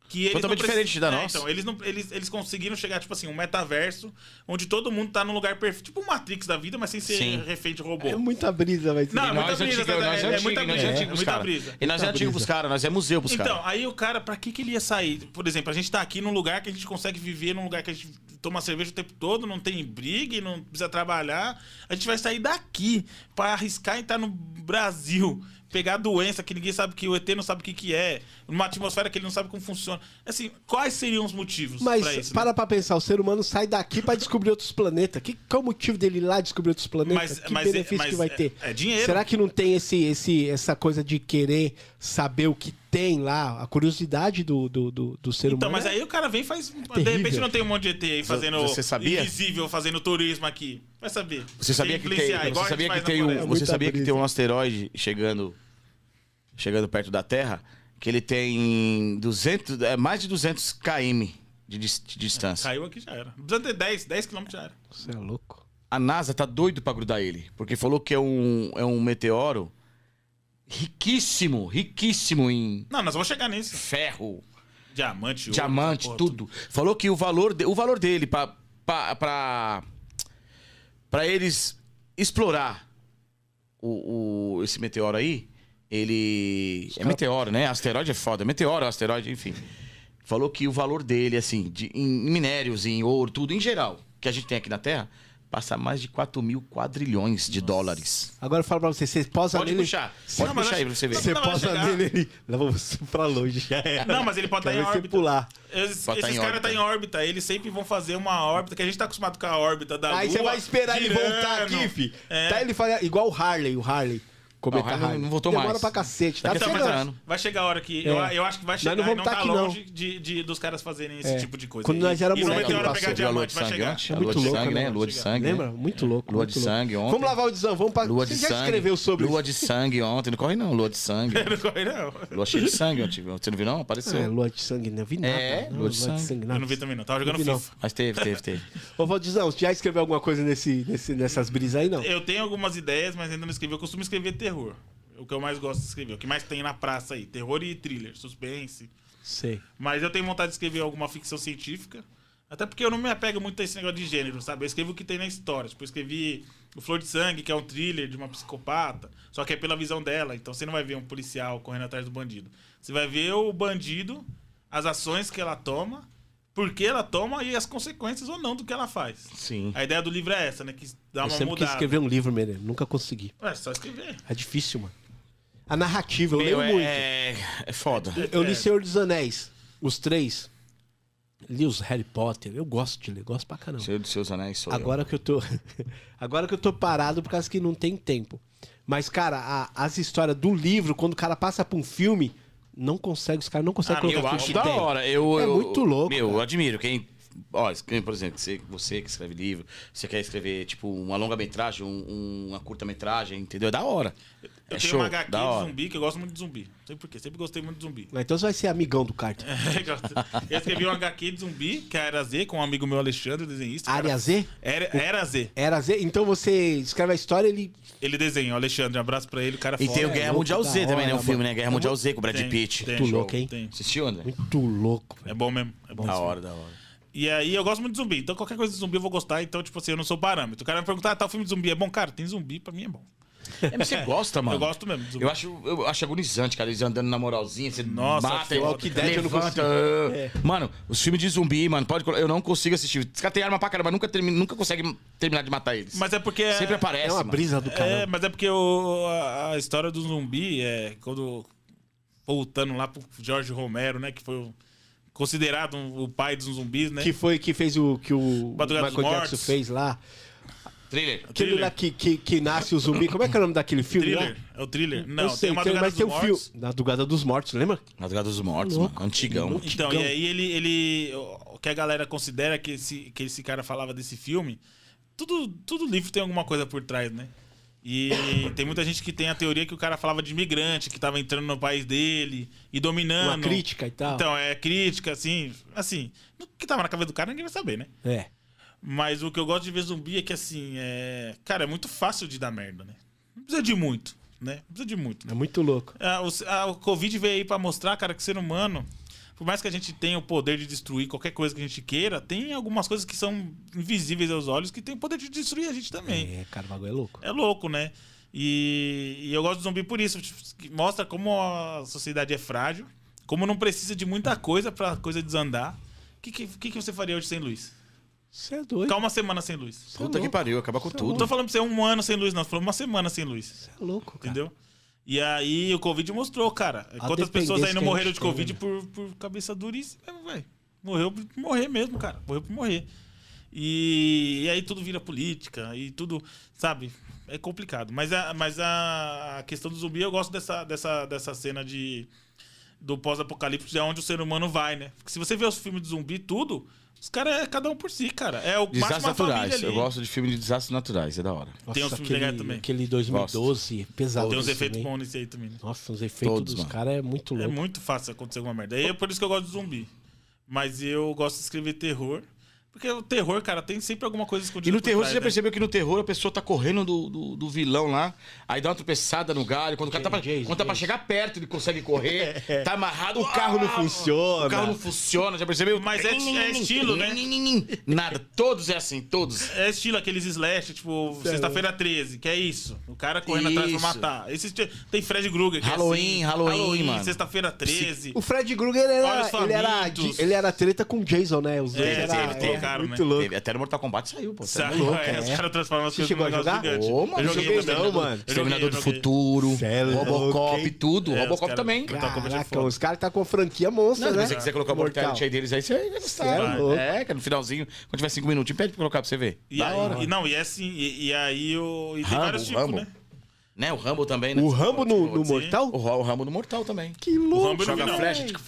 que eles Totalmente não precis- diferente da É, nossa. Então, eles, não, eles, eles conseguiram chegar, tipo assim, um metaverso onde todo mundo tá num lugar perfeito, tipo um Matrix da vida, mas sem ser Sim. refém de robô. É muita brisa, mas. E Não, nós muita brisa, antigão, tá? nós É- é antigo, muita nós brisa, antigo é pros muita cara. brisa. E nós é Muita antigo pros brisa. caras, nós é museu pros caras. Então, aí o cara, pra que que ele ia sair? Por exemplo, a gente tá aqui num lugar que a gente consegue viver, num lugar que a gente toma cerveja o tempo todo, não tem briga, e não precisa trabalhar. A gente vai sair daqui pra arriscar entrar no Brasil. Pegar doença que ninguém sabe que o ET não sabe o que, que é, numa atmosfera que ele não sabe como funciona. Assim, quais seriam os motivos Mas pra isso? né? para pra pensar, o ser humano sai daqui pra descobrir outros planetas. Que, qual o motivo dele ir lá descobrir outros planetas? Mas- que mas- benefício mas que vai é- ter? é dinheiro. Será que não tem esse, esse, essa coisa de querer saber o que tem lá? A curiosidade do, do, do, do ser Então, humano. é mas aí o cara vem e faz. De repente não tem um monte de ET aí fazendo é? Você sabia? invisível, fazendo turismo aqui. Vai saber. Você sabia que influenciar, tem, igual você a gente sabia que faz na tem floresta. um, É você muita sabia que brisa. tem um asteroide chegando chegando perto da Terra que ele tem 200, é mais de 200 km de, dis- de distância. Caiu aqui já era. Não precisa ter 10, 10 km já era. Você é louco. A NASA tá doido pra grudar ele, porque falou que é um é um meteoro riquíssimo, riquíssimo em Não, nós vamos chegar nisso. ferro, Diamante, ouro, diamante, essa porra tudo. Falou que o valor, de- o valor dele pra, pra, pra, pra eles explorar o, o- esse meteoro aí, ele. É meteoro, né? Asteroide é foda. Meteoro, asteroide, enfim. Falou que o valor dele, assim, de, em minérios, em ouro, tudo, em geral, que a gente tem aqui na Terra, passa mais de 4 mil quadrilhões de dólares. Agora eu falo pra você, você posa Pode nele. puxar. Sim, Pode mas puxar aí acho- pra você ver. né? Você Não, mas posa vai chegar. nele, ele leva você pra longe. Já era. Não, mas ele pode Quero estar ver em você órbita. pular. Esses, Pode tá esses em caras órbita. tá em órbita, eles sempre vão fazer uma órbita, que a gente tá acostumado com a órbita da Aí Lua. você vai esperar ele girando. voltar aqui, fi. É. Tá ele fala igual o Harley, o Harley. Cometa Harley não- tá Harley. não voltou Demora mais. pra cacete, tá Daqui a Então, pouco chegando. tá mas vai chegar a hora que. Eu, É. eu acho que vai Nós chegar não vamos e não tá tá aqui, não. longe De, de- dos caras fazerem esse É. tipo de coisa. Quando E- nós era e não moleque, meteoro ele pegar passou. Viu a lua diamante, de vai sangue chegar. ontem? A Muito lua de louco, sangue, né? né? Lua de Vai sangue. né? Lembra? Muito louco. Lua muito de louco. sangue ontem. Vamos lavar o desão, vamos pra. Lua Você de já sangue. escreveu sobre Lua isso. de sangue ontem. Não corre não, lua de sangue. Não corre, não. Lua cheia de sangue ontem. Você não viu não? Apareceu. É, lua de sangue, não vi nada. É, não, lua de sangue. Eu nada. não vi também, não. Tava jogando vi, não. FIFA. Mas teve, teve, teve. Ô, Valdizão, você já escreveu alguma coisa nesse, nesse- nessas brisas aí, não? Eu tenho algumas ideias, mas ainda não escrevi. Eu costumo escrever terror. O que eu mais gosto de escrever. O que mais tem na praça aí. Terror e thriller, suspense. Sei. Mas eu tenho vontade de escrever alguma ficção científica. Até porque eu não me apego muito a esse negócio de gênero, sabe? Eu escrevo o que tem na história. Tipo, eu escrevi o Flor de Sangue, que é um thriller de uma psicopata. Só que é pela visão dela. Então você não vai ver um policial correndo atrás do bandido. Você vai ver o bandido, as ações que ela toma, por que ela toma e as consequências ou não do que ela faz. Sim. A ideia do livro é essa, né? Que dá Eu uma sempre quis mudada. escrever um livro, menino. Nunca consegui. É só escrever. É difícil, mano. A narrativa, eu Meu, leio muito. é... é foda. Eu li É. Senhor dos Anéis, os três. Li os Harry Potter. Eu gosto de ler, gosto pra caramba. Senhor dos seus anéis sou Agora que eu tô. Agora que eu tô parado por causa que não tem tempo. Mas, cara, a- as histórias do livro, quando o cara passa pra um filme, não consegue, os caras não eu. conseguem Ah, colocar eu tudo acho que da tem. hora. Eu, É eu- muito louco, Meu, eu admiro quem... Ó, quem, por exemplo, você, você que escreve livro, você quer escrever, tipo, uma longa-metragem, um- uma curta-metragem, entendeu? É da hora. Eu é tenho show, uma HQ da de hora. zumbi, que eu gosto muito de zumbi. Não sei por quê, sempre gostei muito de zumbi. Mas Então você vai ser amigão do É, Carter. eu escrevi um HQ de zumbi, que é a Era Z, com um amigo meu, Alexandre, desenhista. Área Z? Era, era Z. Era Z? Então você escreve a história ele. Ele desenha, o Alexandre. Um abraço pra ele, o cara E tem o foda. Guerra louco, Mundial da Z também, né? Um hora, filme, mano. né? Guerra Mundial Z com o Brad Tem, Pitt. tem, Tu show, louco, hein? tem. Assistiu, André? Muito louco, velho. É bom mesmo. É bom. Da esse hora, da hora. E aí eu gosto muito de zumbi. Então qualquer coisa de zumbi eu vou gostar. Então, tipo assim, eu não sou parâmetro. O cara vai perguntar, ah, tá, o filme de zumbi é bom? Cara, tem zumbi, pra mim é bom. É, mas você gosta, mano. Eu gosto mesmo de zumbi. Eu acho, eu acho agonizante, cara. Eles andando na moralzinha, você Nossa, mata, foda, É. Walking cara. Dead, eu não consigo. Mano, os filmes de zumbi, mano, pode, colo- eu não consigo assistir. Os caras têm arma pra caramba, nunca, termi- nunca conseguem terminar de matar eles. Mas é porque... é- Sempre aparece, É uma mano. brisa do É, caramba. mas é porque o- a, a história do zumbi é quando. Voltando lá pro Jorge Romero, né? Que foi o- considerado um- o pai dos zumbis, né? Que foi que fez o que o Madrugada dos Michael Jackson Mortos. fez lá. Thriller. Aquele Thriller. lá que, que, que nasce o zumbi. Como é que é o nome daquele filme? lá? Thriller? É o thriller? Não, eu sei, tem uma tem, Madrugada mas dos tem um Mortos. filme. Madrugada dos Mortos, lembra? Madrugada dos Mortos, Louco. mano. Antigão. É Então, um Antigão. e aí ele, ele. O que a galera considera que esse, que esse cara falava desse filme. Tudo, tudo livro tem alguma coisa por trás, né? E tem muita gente que tem a teoria que o cara falava de imigrante, que tava entrando no país dele e dominando. Uma crítica e tal. Ah, Então, é crítica, assim. Assim, o que tava na cabeça do cara, ninguém vai saber, né? É. Mas o que eu gosto de ver zumbi é que, assim, é. Cara, é muito fácil de dar merda, né? Não precisa de muito, né? Não precisa de muito. É Né? muito louco. Ah, o, ah, o Covid veio aí pra mostrar, cara, que ser humano, por mais que a gente tenha o poder de destruir qualquer coisa que a gente queira, tem algumas coisas que são invisíveis aos olhos que tem o poder de destruir a gente também. É, cara, o bagulho é louco. É louco, né? E, e eu gosto de zumbi por isso. tipo, que Mostra como a sociedade é frágil, como não precisa de muita coisa pra coisa desandar. O que, que, que que você faria hoje sem luz? Você é doido. Ficar uma semana sem luz. Você é Puta que louco. pariu, acaba com Tá Não tudo. tô falando pra você um ano sem luz, não. Tô falando uma semana sem luz. Você é louco, cara. Entendeu? E aí o Covid mostrou, cara. quantas dependência pessoas aí não que a morreram gente de tem, Covid né? por, por cabeça duríssima, velho. Morreu por morrer mesmo, cara. Morreu por morrer. E, e aí tudo vira política e tudo, sabe? É complicado. Mas a, mas a, a questão do zumbi, eu gosto dessa, dessa, dessa cena de do pós-apocalipse, é onde o ser humano vai, né? Porque se você vê os filmes de zumbi, tudo, os caras é cada um por si, cara. É o máximo Desastres uma família naturais. Eu ali. gosto de filme de desastres naturais, é da hora. Nossa, Tem uns filmes legais aquele, também. aquele 2012, pesado. Tem uns esse efeitos também. bons nesse aí também. né? Nossa, os efeitos Todos, dos mano. caras é muito É louco. muito fácil acontecer alguma merda. E é por isso que eu gosto de zumbi. Mas eu gosto de escrever terror. Porque o terror, cara, tem sempre alguma coisa escondida. E no por terror, trás, você já né? percebeu que no terror a pessoa tá correndo do, do, do vilão lá, aí dá uma tropeçada no galho. Quando o cara tá pra, Jason, quando tá pra Jason. chegar perto, ele consegue correr, tá amarrado, o carro não funciona. O carro não funciona, já percebeu? Mas é- é estilo, né? Nada, todos é assim, todos. É estilo aqueles slash, tipo, sexta-feira 13, que é isso. O cara correndo atrás pra Isso. matar. Esse, tem Fred Krueger, que é Halloween, assim. Halloween, mano. sexta-feira 13. O Fred Krueger ele Olha os era, ele, era, famintos. de- ele era treta com o Jason, né? Os dois É, era, eles colocaram, muito né? louco. Teve- Até no Mortal Kombat saiu, pô. Você é Sabe? louco. é, os é. caras transformam as Você coisas chegou a num negócio jogar? gigante. Ô, mano, eu joguei joguei não, também. mano. Eu joguei, Exterminador eu do joguei. Futuro, Cê é louco, Robocop, hein? tudo. É, os Robocop caras- também. Cara, Mortal Kombat é Caraca, foda. os caras tá com a franquia monstra, Não, né? se você quiser colocar o Mortal. mortality aí deles aí, você vai gostar. Cê é mano. louco. É, cara, no finalzinho, quando tiver cinco minutinhos, pede pra colocar pra você ver. E aí, e não, e é assim, e, e aí o. E tem Rambo, vários tipos, Rambo. né? Né, o Rambo também, né? O Rambo no, no Sim. Mortal? O, Ra- o Rambo no Mortal também. Que louco, Rambo é no Joga final. flecha. Tipo,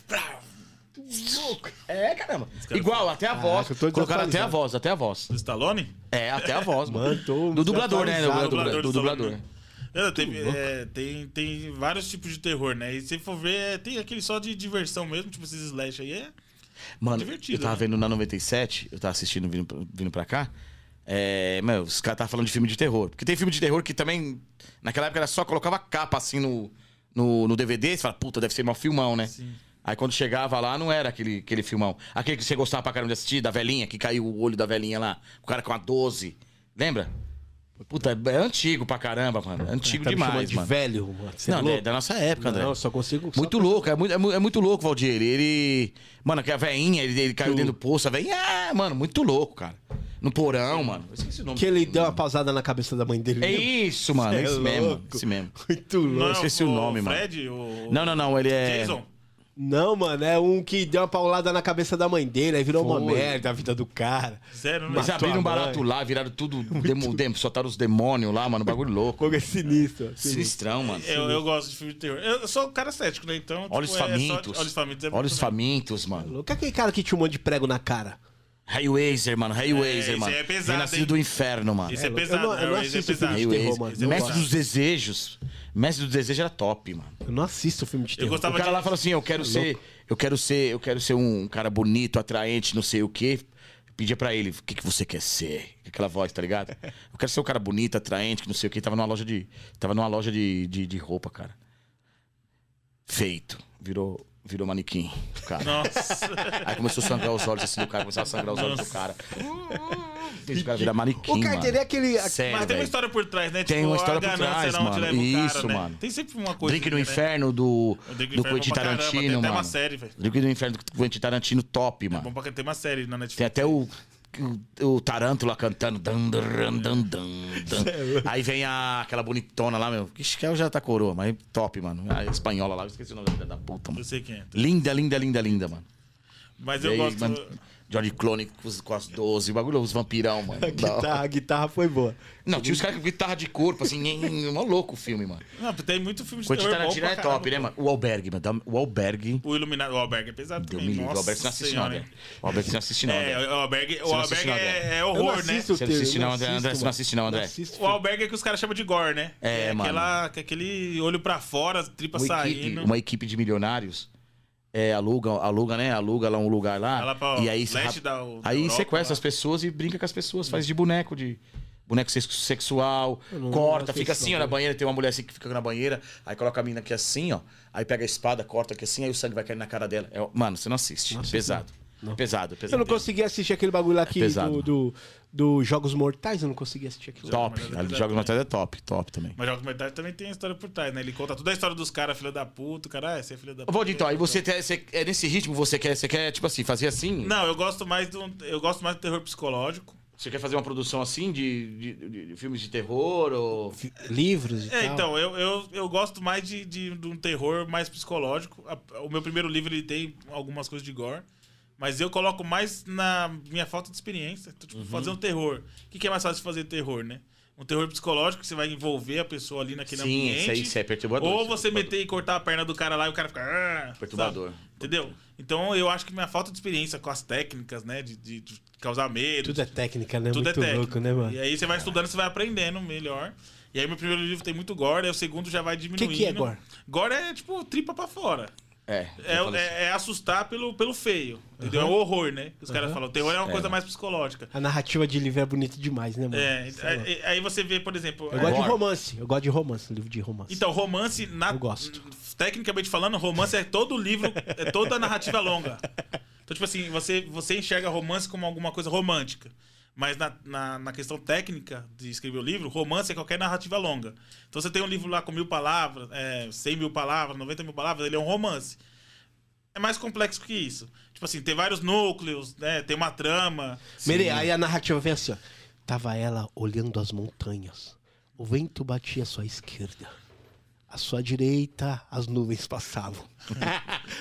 louco. É, caramba. Igual, até a voz. eu tô Colocaram até a desatualizado. voz, até a voz. Do Stallone? É, até a voz, mano. Mano, tô do dublador, né? Do, desatualizado. dublador, do dublador. Stallone, né? É, tem, é, tem, tem vários tipos de terror, né? E se for ver, é, tem aquele só de diversão mesmo, tipo esses slash aí. É... Mano, Divertido, eu tava né? vendo na 97, eu tava assistindo vindo, pra- vindo pra cá. É, meu, os caras estavam falando de filme de terror. Porque tem filme de terror que também, naquela época, era só colocava capa assim no, no, no DVD. Você fala, puta, deve ser mal filmão, né? Aí quando chegava lá, não era aquele, aquele filmão. Aquele que você gostava pra caramba de assistir, da velhinha, que caiu o olho da velhinha lá. O cara com a 12. Lembra? Puta, é antigo pra caramba, mano. É antigo Tá me chamando demais, de mano. velho, mano. Cê é né? Não, é louco? da nossa época, André. Não, eu só consigo... Muito louco, é muito, é mu- é muito louco, Valdir. Ele, ele- Mano, que a veinha, ele, ele caiu dentro do poço, a veinha. Ah, mano, muito louco, cara. No porão, mano. Eu esqueci o nome. Que ele deu uma pausada na cabeça da mãe dele. É viu? isso, mano. Cê É é isso mesmo. louco. Isso mesmo. Muito louco. eu esqueci o nome, mano. é Fred, O... Não, não, não. Ele é. Jason. Não, mano, é um que deu uma paulada na cabeça da mãe dele, aí virou uma Foi. merda a vida do cara. Sério, né? Eles Matou abriram um a mãe. barato lá, viraram tudo. Demo, demo, soltaram os demônios lá, mano. Bagulho louco. Como é sinistro. sinistro. Sinistrão, mano. Eu, eu gosto de filme de terror. Eu sou um cara cético, né? Então. Olhos tipo, é só- famintos. Olhos famintos é Olhos bom também. famintos, mano. Louco. É aquele cara que tinha um monte de prego na cara. Hellraiser, mano. É, Hellraiser, esse mano. aí é pesado, Renascido hein? do inferno, mano. Esse é, Eu não- pesado, eu não né? Esse é assisto filme pesado. Ah, de terror, Hellraiser. mano. Eu Mestre gosto. dos Desejos. Mestre dos Desejos era top, mano. Eu não assisto filme de Eu terror. gostava O cara de. lá fala assim, eu quero ser, eu quero ser, eu quero ser um cara bonito, atraente, não sei o quê. Pedia pra ele, o que, que você quer ser? Aquela voz, tá ligado? Eu quero ser um cara bonito, atraente, que não sei o quê. Tava numa loja de, tava numa loja de, de, de roupa, cara. Feito. Virou, virou manequim, cara. Nossa. Aí começou a sangrar os olhos assim do cara, começou a sangrar os olhos do cara. Fez o cara virar manequim, O cara mano. dele é aquele. Sério, Mas tem uma velho. história por trás, né? Tem uma história por trás, da onde mano. leva o Isso, né? mano. Tem sempre uma coisa. Drink no né? Inferno do, O Drink do no Inferno é Quentin bom pra caramba, Tarantino, Tem até mano. uma série, velho. Drink no Inferno do Quentin Tarantino, top, mano. Bom pra tem uma série na Netflix. Tem até o, o, o Tarântula cantando. Dan, dan, dan, dan, dan. É, Aí vem a, aquela bonitona lá, meu. Ixi, que ela já tá coroa, mas top, mano. A espanhola lá, eu esqueci o nome da filha da puta, Eu mano. sei quem é. Linda, linda, linda, linda, mano. Mas E eu aí, gosto. mano, Johnny Clone com, os- com as 12, o bagulho, os vampirão, mano. A Da hora. guitarra, a guitarra foi boa. Não, tinha os caras com guitarra de corpo, assim, nhen, mó louco o filme, mano. Não, tem muito filme de Quentin terror bom Tarantino pra é caramba, top, pô. né, mano? O Albergue, mano. O Albergue. O Iluminado, o Albergue é pesado Deu também. me livre. O Nossa Albergue você não assiste, não, Senhora, André. hein? O Albergue você não assiste, não, É, André. o Albergue, o não assiste, Albergue não, é, é Eu não horror, né? assisto Você não terror, assiste eu não, André. André, você assisto, não assiste não, mano. André. assisto O Albergue é que os caras chamam de gore, né? É, mano. Aquela, que é aquele olho pra fora, tripa uma equipe, saindo. uma equipe de milionários é, aluga, aluga, né? Aluga lá um lugar lá. Vai lá pra e aí se leste rap- da- da aí Europa, sequestra lá. as pessoas e brinca com as pessoas, faz de boneco, de boneco sex- sexual, não- corta, não assisto fica assim, não, ó, na banheira, tem uma mulher assim que fica na banheira, aí coloca a mina aqui assim, ó, aí pega a espada, corta aqui assim, aí o sangue vai cair na cara dela. É, ó, mano, você não assiste, é pesado. É pesado, é pesado. Eu não consegui assistir aquele bagulho lá que pesado, do, do, do Jogos Mortais, eu não consegui assistir aquilo. lá. Top. Ali Jogos Mortais é top, top também. Mas Jogos Mortais também tem a história por trás, né? Ele conta toda a história dos caras, filha da puta, o cara, ah, você é filha da puta. Valdir, então, aí você, tem- você- é nesse ritmo você quer, você quer, tipo assim, fazer assim? Não, eu gosto mais do, eu gosto mais do terror psicológico. Você quer fazer uma produção assim de, de- de- de filmes de terror ou... Fi- Livros e É, tal. então, eu, eu, eu gosto mais de, de, de um terror mais psicológico. A- O meu primeiro livro ele tem algumas coisas de gore. Mas eu coloco mais na minha falta de experiência. Então, Uhum. tipo, fazer um terror. O que, que é mais fácil de fazer terror, né? Um terror psicológico que você vai envolver a pessoa ali naquele Sim, ambiente. isso aí, isso é perturbador. Ou isso é você perturbador. meter e cortar a perna do cara lá e o cara fica. "Ah", Perturbador. sabe? Entendeu? Então eu acho que minha falta de experiência com as técnicas, né? De, de- de causar medo. Tudo é técnica, né? Tudo Muito é técnica. louco, né, mano? E aí você vai estudando, você vai aprendendo melhor. E aí meu primeiro livro tem muito gore, aí o segundo já vai diminuindo. que é gore? Gore é tipo tripa pra fora. É, É, eu falo assim. é- é assustar pelo, pelo feio. Entendeu? É um horror, né? Os caras falam. O terror é uma coisa mais psicológica. A narrativa de livro é bonita demais, né, mano? É, Sei lá. é- é- aí você vê, por exemplo. eu é- gosto de Gore. romance. Eu gosto de romance, um livro de romance. Então, romance, na- Eu gosto. tecnicamente falando, romance é todo livro, é toda narrativa longa. Então, tipo assim, você, você enxerga romance como alguma coisa romântica. Mas na, na, na questão técnica de escrever o livro, romance é qualquer narrativa longa. Então você tem um livro lá com mil palavras, é, 100 mil palavras, 90 mil palavras, ele é um romance. É mais complexo que isso. Tipo assim, tem vários núcleos, né? Tem uma trama. Mere, aí a narrativa vem assim, ó. Tava ela olhando as montanhas. O vento batia à sua esquerda. À sua direita, as nuvens passavam.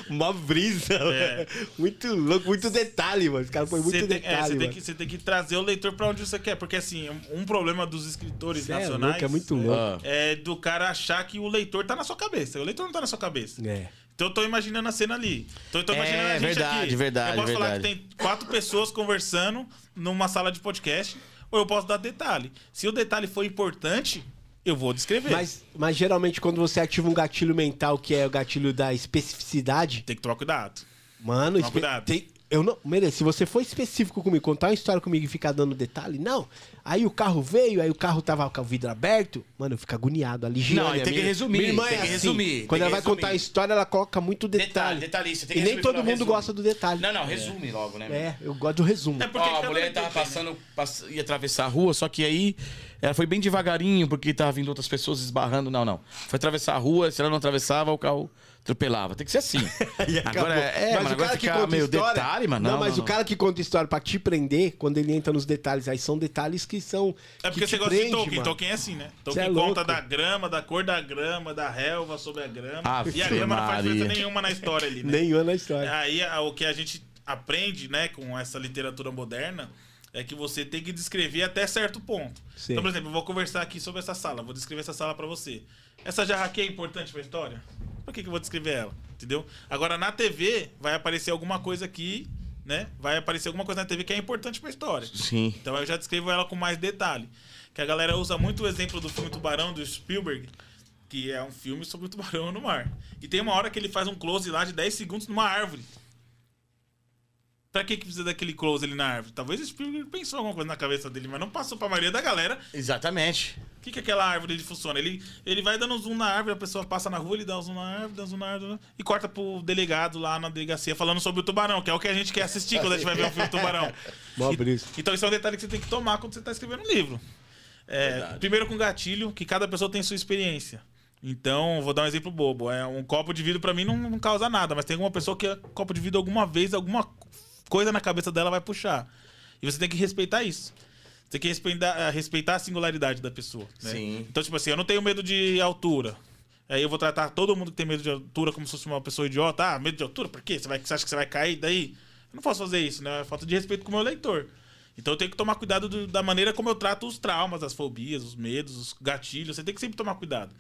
Uma brisa, É. velho. Muito louco, muito detalhe, mano. Os caras põem muito Você tem, é, detalhe, você tem mano. que, você tem que trazer o leitor pra onde você quer. Porque, assim, um- um problema dos escritores Cê é nacionais. louco, é muito louco. Ah. é do cara achar que o leitor tá na sua cabeça. O leitor não tá na sua cabeça. É. Então eu tô imaginando a cena ali. Então eu tô É, imaginando a gente verdade, aqui. verdade, Eu posso falar que verdade. tem quatro pessoas conversando numa sala de podcast, ou eu posso dar detalhe. Se o detalhe for importante, eu vou descrever. Mas, mas geralmente quando você ativa um gatilho mental, que é o gatilho da especificidade, tem que tomar cuidado. mano, Toma cuidado. tem- eu não, Mere, se você for específico comigo, contar uma história comigo e ficar dando detalhe, não. Aí o carro veio, aí o carro tava com o vidro aberto, mano, eu fico agoniado ali. Giane, Não, aí a tem que minha- resumir, minha irmã tem é que assim. resumir, Quando tem ela que vai contar a resumir. histólle, ela coloca muito detalhe. Detalhe, detalhista. tem que e nem resumir, todo não, mundo resume. gosta do detalhe. um. Não, não, resume logo, né? meu? um É, eu gosto do resumo. É Ó, porque a cada mulher leitor tava tem, né? passando, pass- ia atravessar a rua, só que aí ela foi bem devagarinho, porque tava vindo outras pessoas esbarrando. Não, não. Foi atravessar a rua, se ela não atravessava, o carro atropelava. Tem que ser assim. agora é, mas, agora fica meio detalhe, mano. Não, Não, mas não, o cara que conta história pra te prender, quando ele entra nos detalhes, aí são detalhes que são. É porque que te você gosta de prende, Tolkien. mano. Tolkien é assim, né? Cê Tolkien é conta louco. da grama, da cor da grama, da relva sobre a grama. Ave e a grama não faz Maria. diferença nenhuma na história ali, né? Nenhuma na história. Aí a- o que a gente aprende, né, com essa literatura moderna, é que você tem que descrever até certo ponto. Sim. Então, por exemplo, eu vou conversar aqui sobre essa sala, vou descrever essa sala pra você. Essa jarra aqui é importante pra história? Por que, que eu vou descrever ela? Entendeu? Agora na TV vai aparecer alguma coisa aqui, né? Vai aparecer alguma coisa na TV que é importante pra história. Sim. Então eu já descrevo ela com mais detalhe. Que a galera usa muito o exemplo do filme Tubarão, do Spielberg, que é um filme sobre o tubarão no mar. E tem uma hora que ele faz um close lá de 10 segundos numa árvore. Pra que, que precisa daquele close ali na árvore? Talvez o Spielberg pensou alguma coisa na cabeça dele, mas não passou pra maioria da galera. Exatamente. O que, que aquela árvore ele funciona? Ele, ele vai dando um zoom na árvore, a pessoa passa na rua, ele dá um zoom na árvore, dá um zoom na árvore e corta pro delegado lá na delegacia falando sobre o tubarão, que é o que a gente quer assistir quando a gente vai ver um filme do tubarão. Mó brisa. Então isso é um detalhe que você tem que tomar quando você está escrevendo um livro. É, primeiro com gatilho, que cada pessoa tem sua experiência. Então, vou dar um exemplo bobo. É um copo de vidro para mim não, não causa nada, mas tem alguma pessoa que é copo de vidro alguma vez, alguma coisa na cabeça dela vai puxar. E você tem que respeitar isso. Você tem que respeitar, eh, respeitar a singularidade da pessoa. né? Sim. Então, tipo assim, eu não tenho medo de altura. Aí eu vou tratar todo mundo que tem medo de altura como se fosse uma pessoa idiota. Ah, medo de altura? Por quê? Você, vai, você acha que você vai cair daí? Eu não posso fazer isso, né? É falta de respeito com o meu leitor. Então eu tenho que tomar cuidado do- da maneira como eu trato os traumas, as fobias, os medos, os gatilhos. Você tem que sempre tomar cuidado.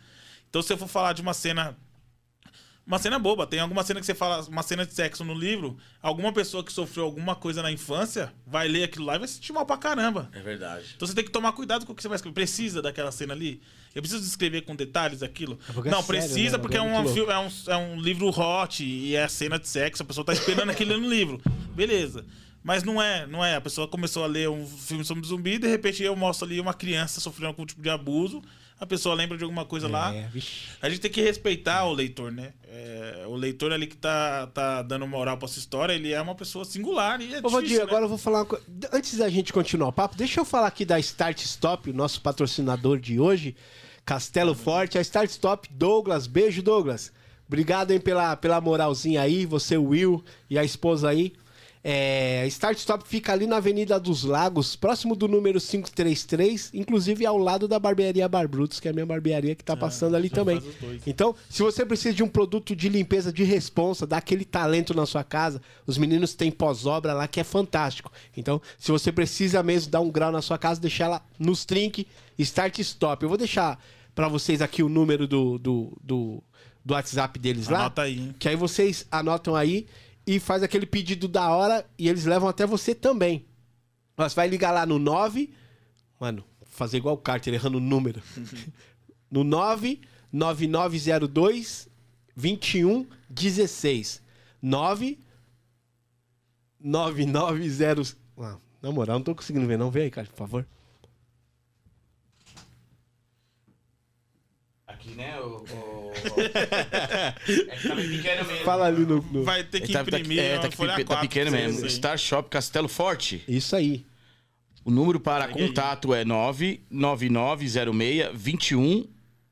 Então se eu for falar de uma cena uma cena boba. Tem alguma cena que você fala, uma cena de sexo no livro, alguma pessoa que sofreu alguma coisa na infância vai ler aquilo lá e vai se sentir mal pra caramba. É verdade. Então você tem que tomar cuidado com o que você vai escrever. Precisa daquela cena ali? Eu preciso descrever com detalhes aquilo? porque é não, sério, precisa né? porque é, É um, muito fi- é, um, é um livro hot e é cena de sexo, a pessoa tá esperando aquilo no livro. Beleza. Mas não é, não é. A pessoa começou a ler um filme sobre zumbi e de repente eu mostro ali uma criança sofrendo algum tipo de abuso. a pessoa lembra de alguma coisa lá. É, vixe. A gente tem que respeitar o leitor, né? É, o leitor ali que tá, tá dando moral pra sua história, ele é uma pessoa singular e é Ô, Valdir, difícil, né? agora eu vou falar uma coisa. Antes da gente continuar o papo, deixa eu falar aqui da Start Stop, o nosso patrocinador de hoje, Castelo Forte, a Start Stop, Douglas. Beijo, Douglas. Obrigado, hein, pela, pela moralzinha aí, você, o Will e a esposa aí. É, a Start Stop fica ali na Avenida dos Lagos, próximo do número 533, inclusive ao lado da barbearia Barbrutos, que é a minha barbearia que tá passando ali Ah, já também. faz os dois. Então, se você precisa de um produto de limpeza de responsa, dá aquele talento na sua casa, os meninos têm pós-obra lá que é fantástico. Então, se você precisa mesmo dar um grau na sua casa, deixar ela nos trinque, start e stop. Eu vou deixar pra vocês aqui o número do, do, do, do WhatsApp deles lá. Anota aí, hein? Que aí vocês anotam aí e faz aquele pedido da hora e eles levam até você também. Mas vai ligar lá no 9. Mano, vou fazer igual o Carter, errando o número. no 99902 2116. 9 990. Ah, na moral, não tô conseguindo ver, não. Vê aí, Carter, por favor. Aqui, né? O, o... é que tá bem pequeno mesmo. Fala ali no. no- Vai ter que Tá- tá- imprimir. é, uma tá, que folha pe- tá A4 pequeno pra mesmo. vocês aí. Star Shop Castelo Forte. Isso aí. O número para Peguei. contato é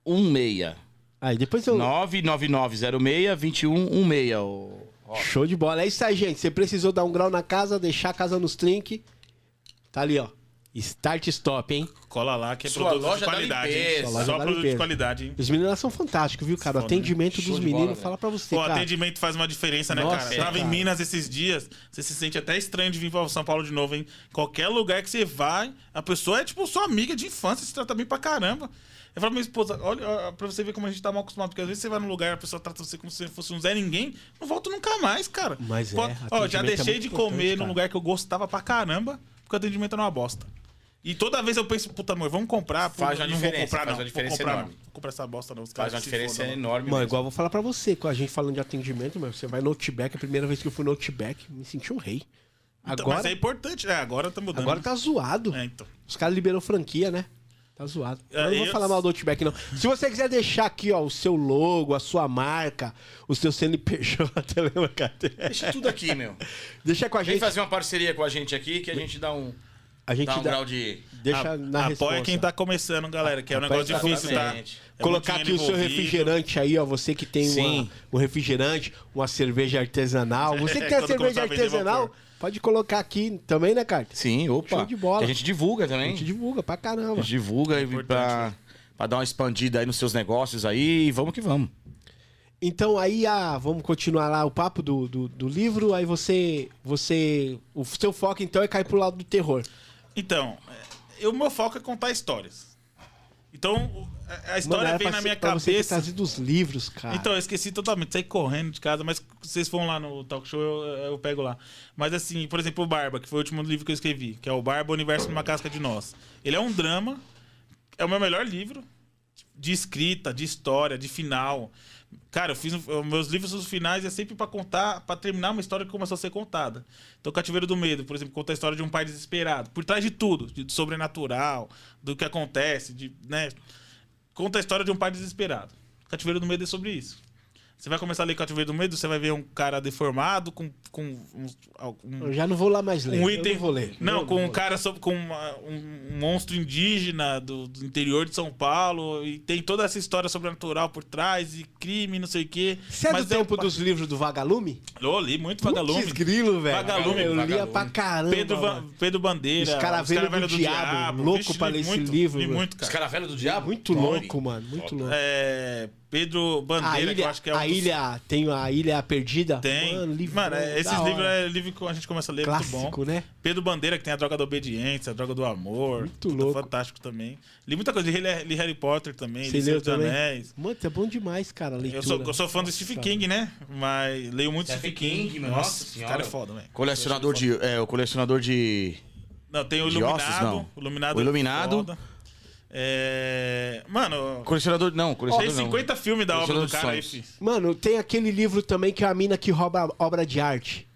99906-2116. Aí depois eu. 99906-2116. ô- um, ó. Show de bola. É isso aí, gente. Você precisou dar um grau na casa, deixar a casa nos trinque. Tá ali, ó. Start Stop, hein? Cola lá que é Sua produto de loja da qualidade. hein? limpeza. Sua loja Só da produto de limpeza. qualidade, hein? Os meninos lá são fantásticos, viu, cara? O Foda, atendimento Show dos de meninos, bola, fala velho. pra você, Pô, o cara. atendimento faz uma diferença, né, Nossa, cara? Eu Tava em cara. Minas esses dias, você se sente até estranho de vir pra São Paulo de novo, hein? Qualquer lugar que você vai, a pessoa é tipo sua amiga de infância, se trata bem pra caramba. Eu falo pra minha esposa, olha, ó, pra você ver como a gente tá mal acostumado, porque às vezes você vai num lugar, a pessoa trata você como se você fosse um Zé Ninguém, não volta nunca mais, cara. Mas é, Ó, Ó, atendimento já é deixei muito de importante, comer num cara. lugar que eu gostava pra caramba, porque o atendimento era uma bosta. E toda vez eu penso, puta, amor, vamos comprar. pô, Faz uma não vou diferença, comprar, faz não. uma diferença vou comprar, enorme. não. Vou comprar essa bosta, não. Os Faz caras uma se diferença fodam, mano. enorme. né? Mano, mesmo. igual eu vou falar pra você, com a gente falando de atendimento, meu, você vai no Outback, é a primeira vez que eu fui no Outback, me senti um rei. Então, Agora, Mas é importante, é, agora tá mudando. agora né? tá zoado. É, então. Os caras liberou franquia, né? Tá zoado. É, eu não vou eu- falar mal do Outback, não. Se você quiser deixar aqui, ó, o seu logo, a sua marca, o seu CNPJ, lembra, cara? Deixa tudo aqui, meu. Deixa com a Vem gente. fazer uma parceria com a gente aqui que a gente dá um, A gente dá um dá- grau de. deixa A- na Apoia resposta. quem tá começando, galera, que é um Apoia negócio quem tá difícil, tá? exatamente. É Colocar muito aqui dinheiro o seu envolvido. refrigerante aí, ó. Você que tem uma, Sim. um refrigerante, uma cerveja artesanal. Você que tem a É, Quando cerveja começar a vender, artesanal, vou pôr. pode colocar aqui também, né, Carter? Sim, opa. Show de bola. Que A gente divulga A também. gente divulga pra A caramba. gente divulga e pra, pra dar uma expandida aí nos seus negócios aí e vamos que vamos. Então aí, ah, vamos continuar lá o papo do, do, do livro. Aí você, você... O seu foco, então, é cair pro lado do terror. Então, é, o meu foco é contar histórias. Então, o- a- a história era vem é pra na ser- minha pra você tá ter cabeça. trazido os livros, cara. Então, eu esqueci totalmente, saí correndo de casa, mas se vocês vão lá no talk show, eu, eu pego lá. Mas assim, por exemplo, o Barba, que foi o último livro que eu escrevi, que é o Barba, o Universo numa Casca de Nós. Ele é um drama, é o meu melhor livro de escrita, de história, de final. Cara, eu fiz um, eu- meus livros os finais é sempre pra contar, pra terminar uma história que começou a ser contada. Então, Cativeiro do Medo, por exemplo, conta a história de um pai desesperado, por trás de tudo, de, do sobrenatural, do que acontece, de, né? Conta a história de um pai desesperado. Cativeiro do Medo é sobre isso. Você vai começar a ler Cativeiro do Medo, você vai ver um cara deformado com, com um, um- Eu já não vou lá mais ler. um Eu item. não vou ler. Não, Eu com vou um ler. cara sobre, com uma- um, um monstro indígena do, do interior de São Paulo. E tem toda essa história sobrenatural por trás, e crime, não sei o quê. Você é do é um tempo pa- dos livros do Vagalume? Eu li muito vagalume. Putz, grilo, velho. Vagalume, Eu lia Vagalume. pra caramba. Pedro, Va- mano. Pedro Bandeira. Escaravelho Escaravelho do Diabo, louco Vixe, pra li ler esse muito, livro, Li mano. muito, Os cara. caravelas do diabo? Muito Top. louco, mano. Muito louco. É, Pedro A Bandeira, que eu ilha, acho que é um a dos- ilha tem a ilha perdida. Tem. Mano, livrão da esses hora. livros é livro que a gente começa a ler, muito bom. clássico, né? Pedro Bandeira, que tem a droga da obediência, a droga do amor. Muito Puta, louco. Fantástico também. Li muita coisa, li, li Harry Potter também, Você li Senhor leu dos também? Anéis. Mano, é bom demais, cara. a Leitura. Tá. Eu sou, eu sou fã do Stephen King, né? Mas leio muito Stephen Stephen King. King, Nossa, nossa esse senhora. cara é foda, velho. Colecionador de. É, o colecionador de. Não, tem o De Iluminado. ossos, não. O Iluminado. O é Iluminado. foda. É... Mano, Colecionador. Não, tem colecionador. não. 50 filmes da obra do Colecionador de cara aí, sonhos. fi. Mano, tem aquele livro também que é a mina que rouba obra de arte.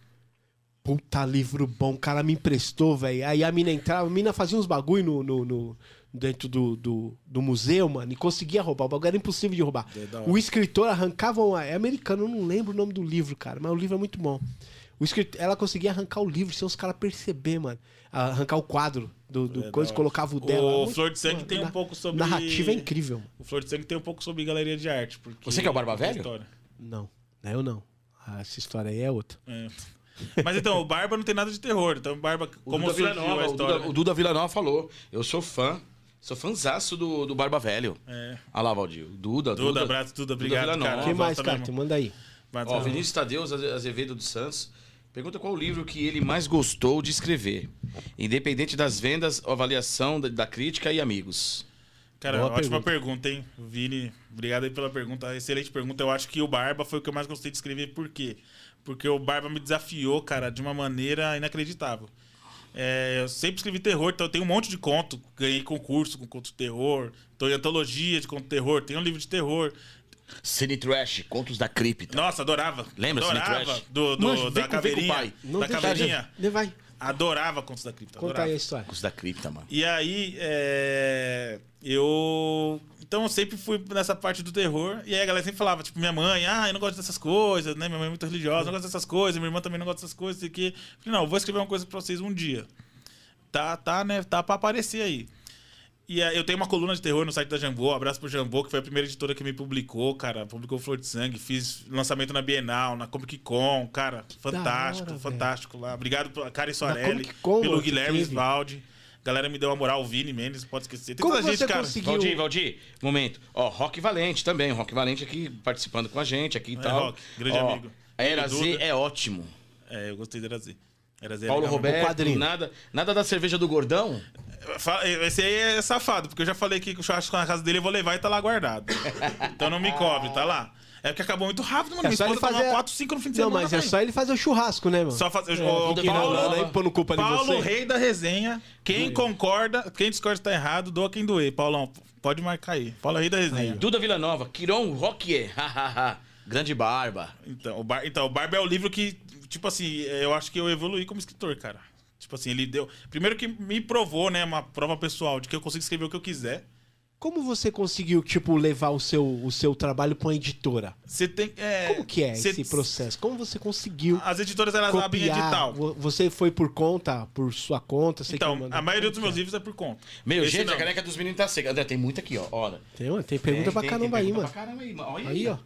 Puta livro bom, o cara me emprestou, velho. Aí a mina entrava, a mina fazia uns bagulho no, no, no, dentro do, do, do museu, mano, e conseguia roubar. O bagulho era impossível de roubar. É da hora. O escritor arrancava uma. É americano, eu não lembro o nome do livro, cara, mas o livro é muito bom. O escritor, ela conseguia arrancar o livro sem os caras perceber, mano. Arrancar o quadro do, do É coisa, da hora. colocava o O dela. Muito- Flor de Sangue tem um na- pouco sobre- Narrativa é incrível, mano. O Flor de Sangue tem um pouco sobre galeria de arte. Porque Você que é o Barba conta a Velho? história. Não, não é eu não. Ah, Essa história aí é outra. É. Mas então, o Barba não tem nada de terror. Então, o Barba, O como Duda surgiu Villanova, a o história? Duda, o Duda Villanova falou. Eu sou fã. Sou fãzaço do, do Barba Velho. É. Ah lá, Valdir. o Duda, Duda, abraço, Duda, obrigado, Villanova. cara. Quem volta mais, cara? mesmo. Tu Manda aí. Vai Ó, atrás. Vinícius Tadeus Aze- Azevedo dos Santos pergunta qual o livro que ele mais gostou de escrever, independente das vendas, avaliação da, da crítica e amigos. Cara, Boa ótima pergunta. hein? Vini, obrigado aí pela pergunta. Excelente pergunta. Eu acho que o Barba foi o que eu mais gostei de escrever. Por quê? Porque o Barba me desafiou, cara, de uma maneira inacreditável. É, eu sempre escrevi terror, então eu tenho um monte de conto. Ganhei concurso com conto de terror. Tô em antologia de conto de terror. Tenho um livro de terror. Cine Trash, Contos da Cripta. Nossa, adorava. Lembra, Cine Adorava. Trash? Do, do- Manjo, vem com- da vem com o caveirinha. pai. da deixa- caveirinha. Ele tá Vai, Adorava Contos da Cripta. conta adorava. aí a história. Contos da Cripta, mano. E aí, é, eu. Então eu sempre fui nessa parte do terror. E aí a galera sempre falava, tipo, minha mãe, ah, eu não gosto dessas coisas, né? Minha mãe é muito religiosa, não gosto dessas coisas, minha irmã também não gosta dessas coisas, sei que. Falei, não, eu vou escrever uma coisa pra vocês um dia. Tá, tá, né? Tá pra aparecer aí. E eh, eu tenho uma coluna de terror no site da Jambô, um abraço pro Jambô, que foi a primeira editora que me publicou, cara. Publicou Flor de Sangue, fiz lançamento na Bienal, na Comic Con, cara. Fantástico, hora, fantástico lá. Obrigado pela Karen Soarelli, Comic Con, pelo mano, que Guilherme teve. Svaldi. Galera me deu uma moral, o Vini Mendes, pode esquecer. Tem Como tanta você gente, cara. conseguiu- Valdir, Valdir, momento. Ó, Rock Valente também. o Rock Valente aqui participando com a gente aqui e É, tal. Rock, grande Ó, amigo. A Era Z Duda. é ótimo. É, eu gostei de Erazê. Erazê é Paulo legal, Roberto, quadrinho. nada, nada da cerveja do gordão? Fa- Esse aí é safado, porque eu já falei que o churrasco na casa dele eu vou levar e tá lá guardado. então não me cobre, tá lá. É porque acabou muito rápido, mano. É Minha só ele esposa tomava fazer- 4, 5 no fim de Não, semana. mas é velho. só ele fazer o churrasco, né, mano? Só fazer. É, o fica enrolando né? aí, pondo culpa em Paulo, você. rei da resenha. Quem concorda, quem discorda tá errado, doa quem doer. Paulão, pode marcar aí. Paulo, rei da resenha. Duda Villanova, é. Quiron Roquier. Grande barba. Então, o Bar, então, o Barba é o livro que, tipo assim, eu acho que eu evoluí como escritor, cara. Tipo assim, ele deu. Primeiro que me provou, né, uma prova pessoal de que eu consigo escrever o que eu quiser. Como você conseguiu, tipo, levar o seu, o seu trabalho pra uma editora? Você tem. É, Como que é cê- esse processo? Como você conseguiu As editoras, elas abrem copiar? edital. Vo- Você foi por conta, por sua conta? Você que Então, mandou. a maioria dos meus livros é por conta. Meu, Esse gente, não. a caneca dos meninos tá seca. André, tem muita aqui, ó. Olha. Tem, mano, tem pergunta Tem, pra tem, caramba tem aí, pergunta mano. pra caramba aí, mano. Olha Aí, ó.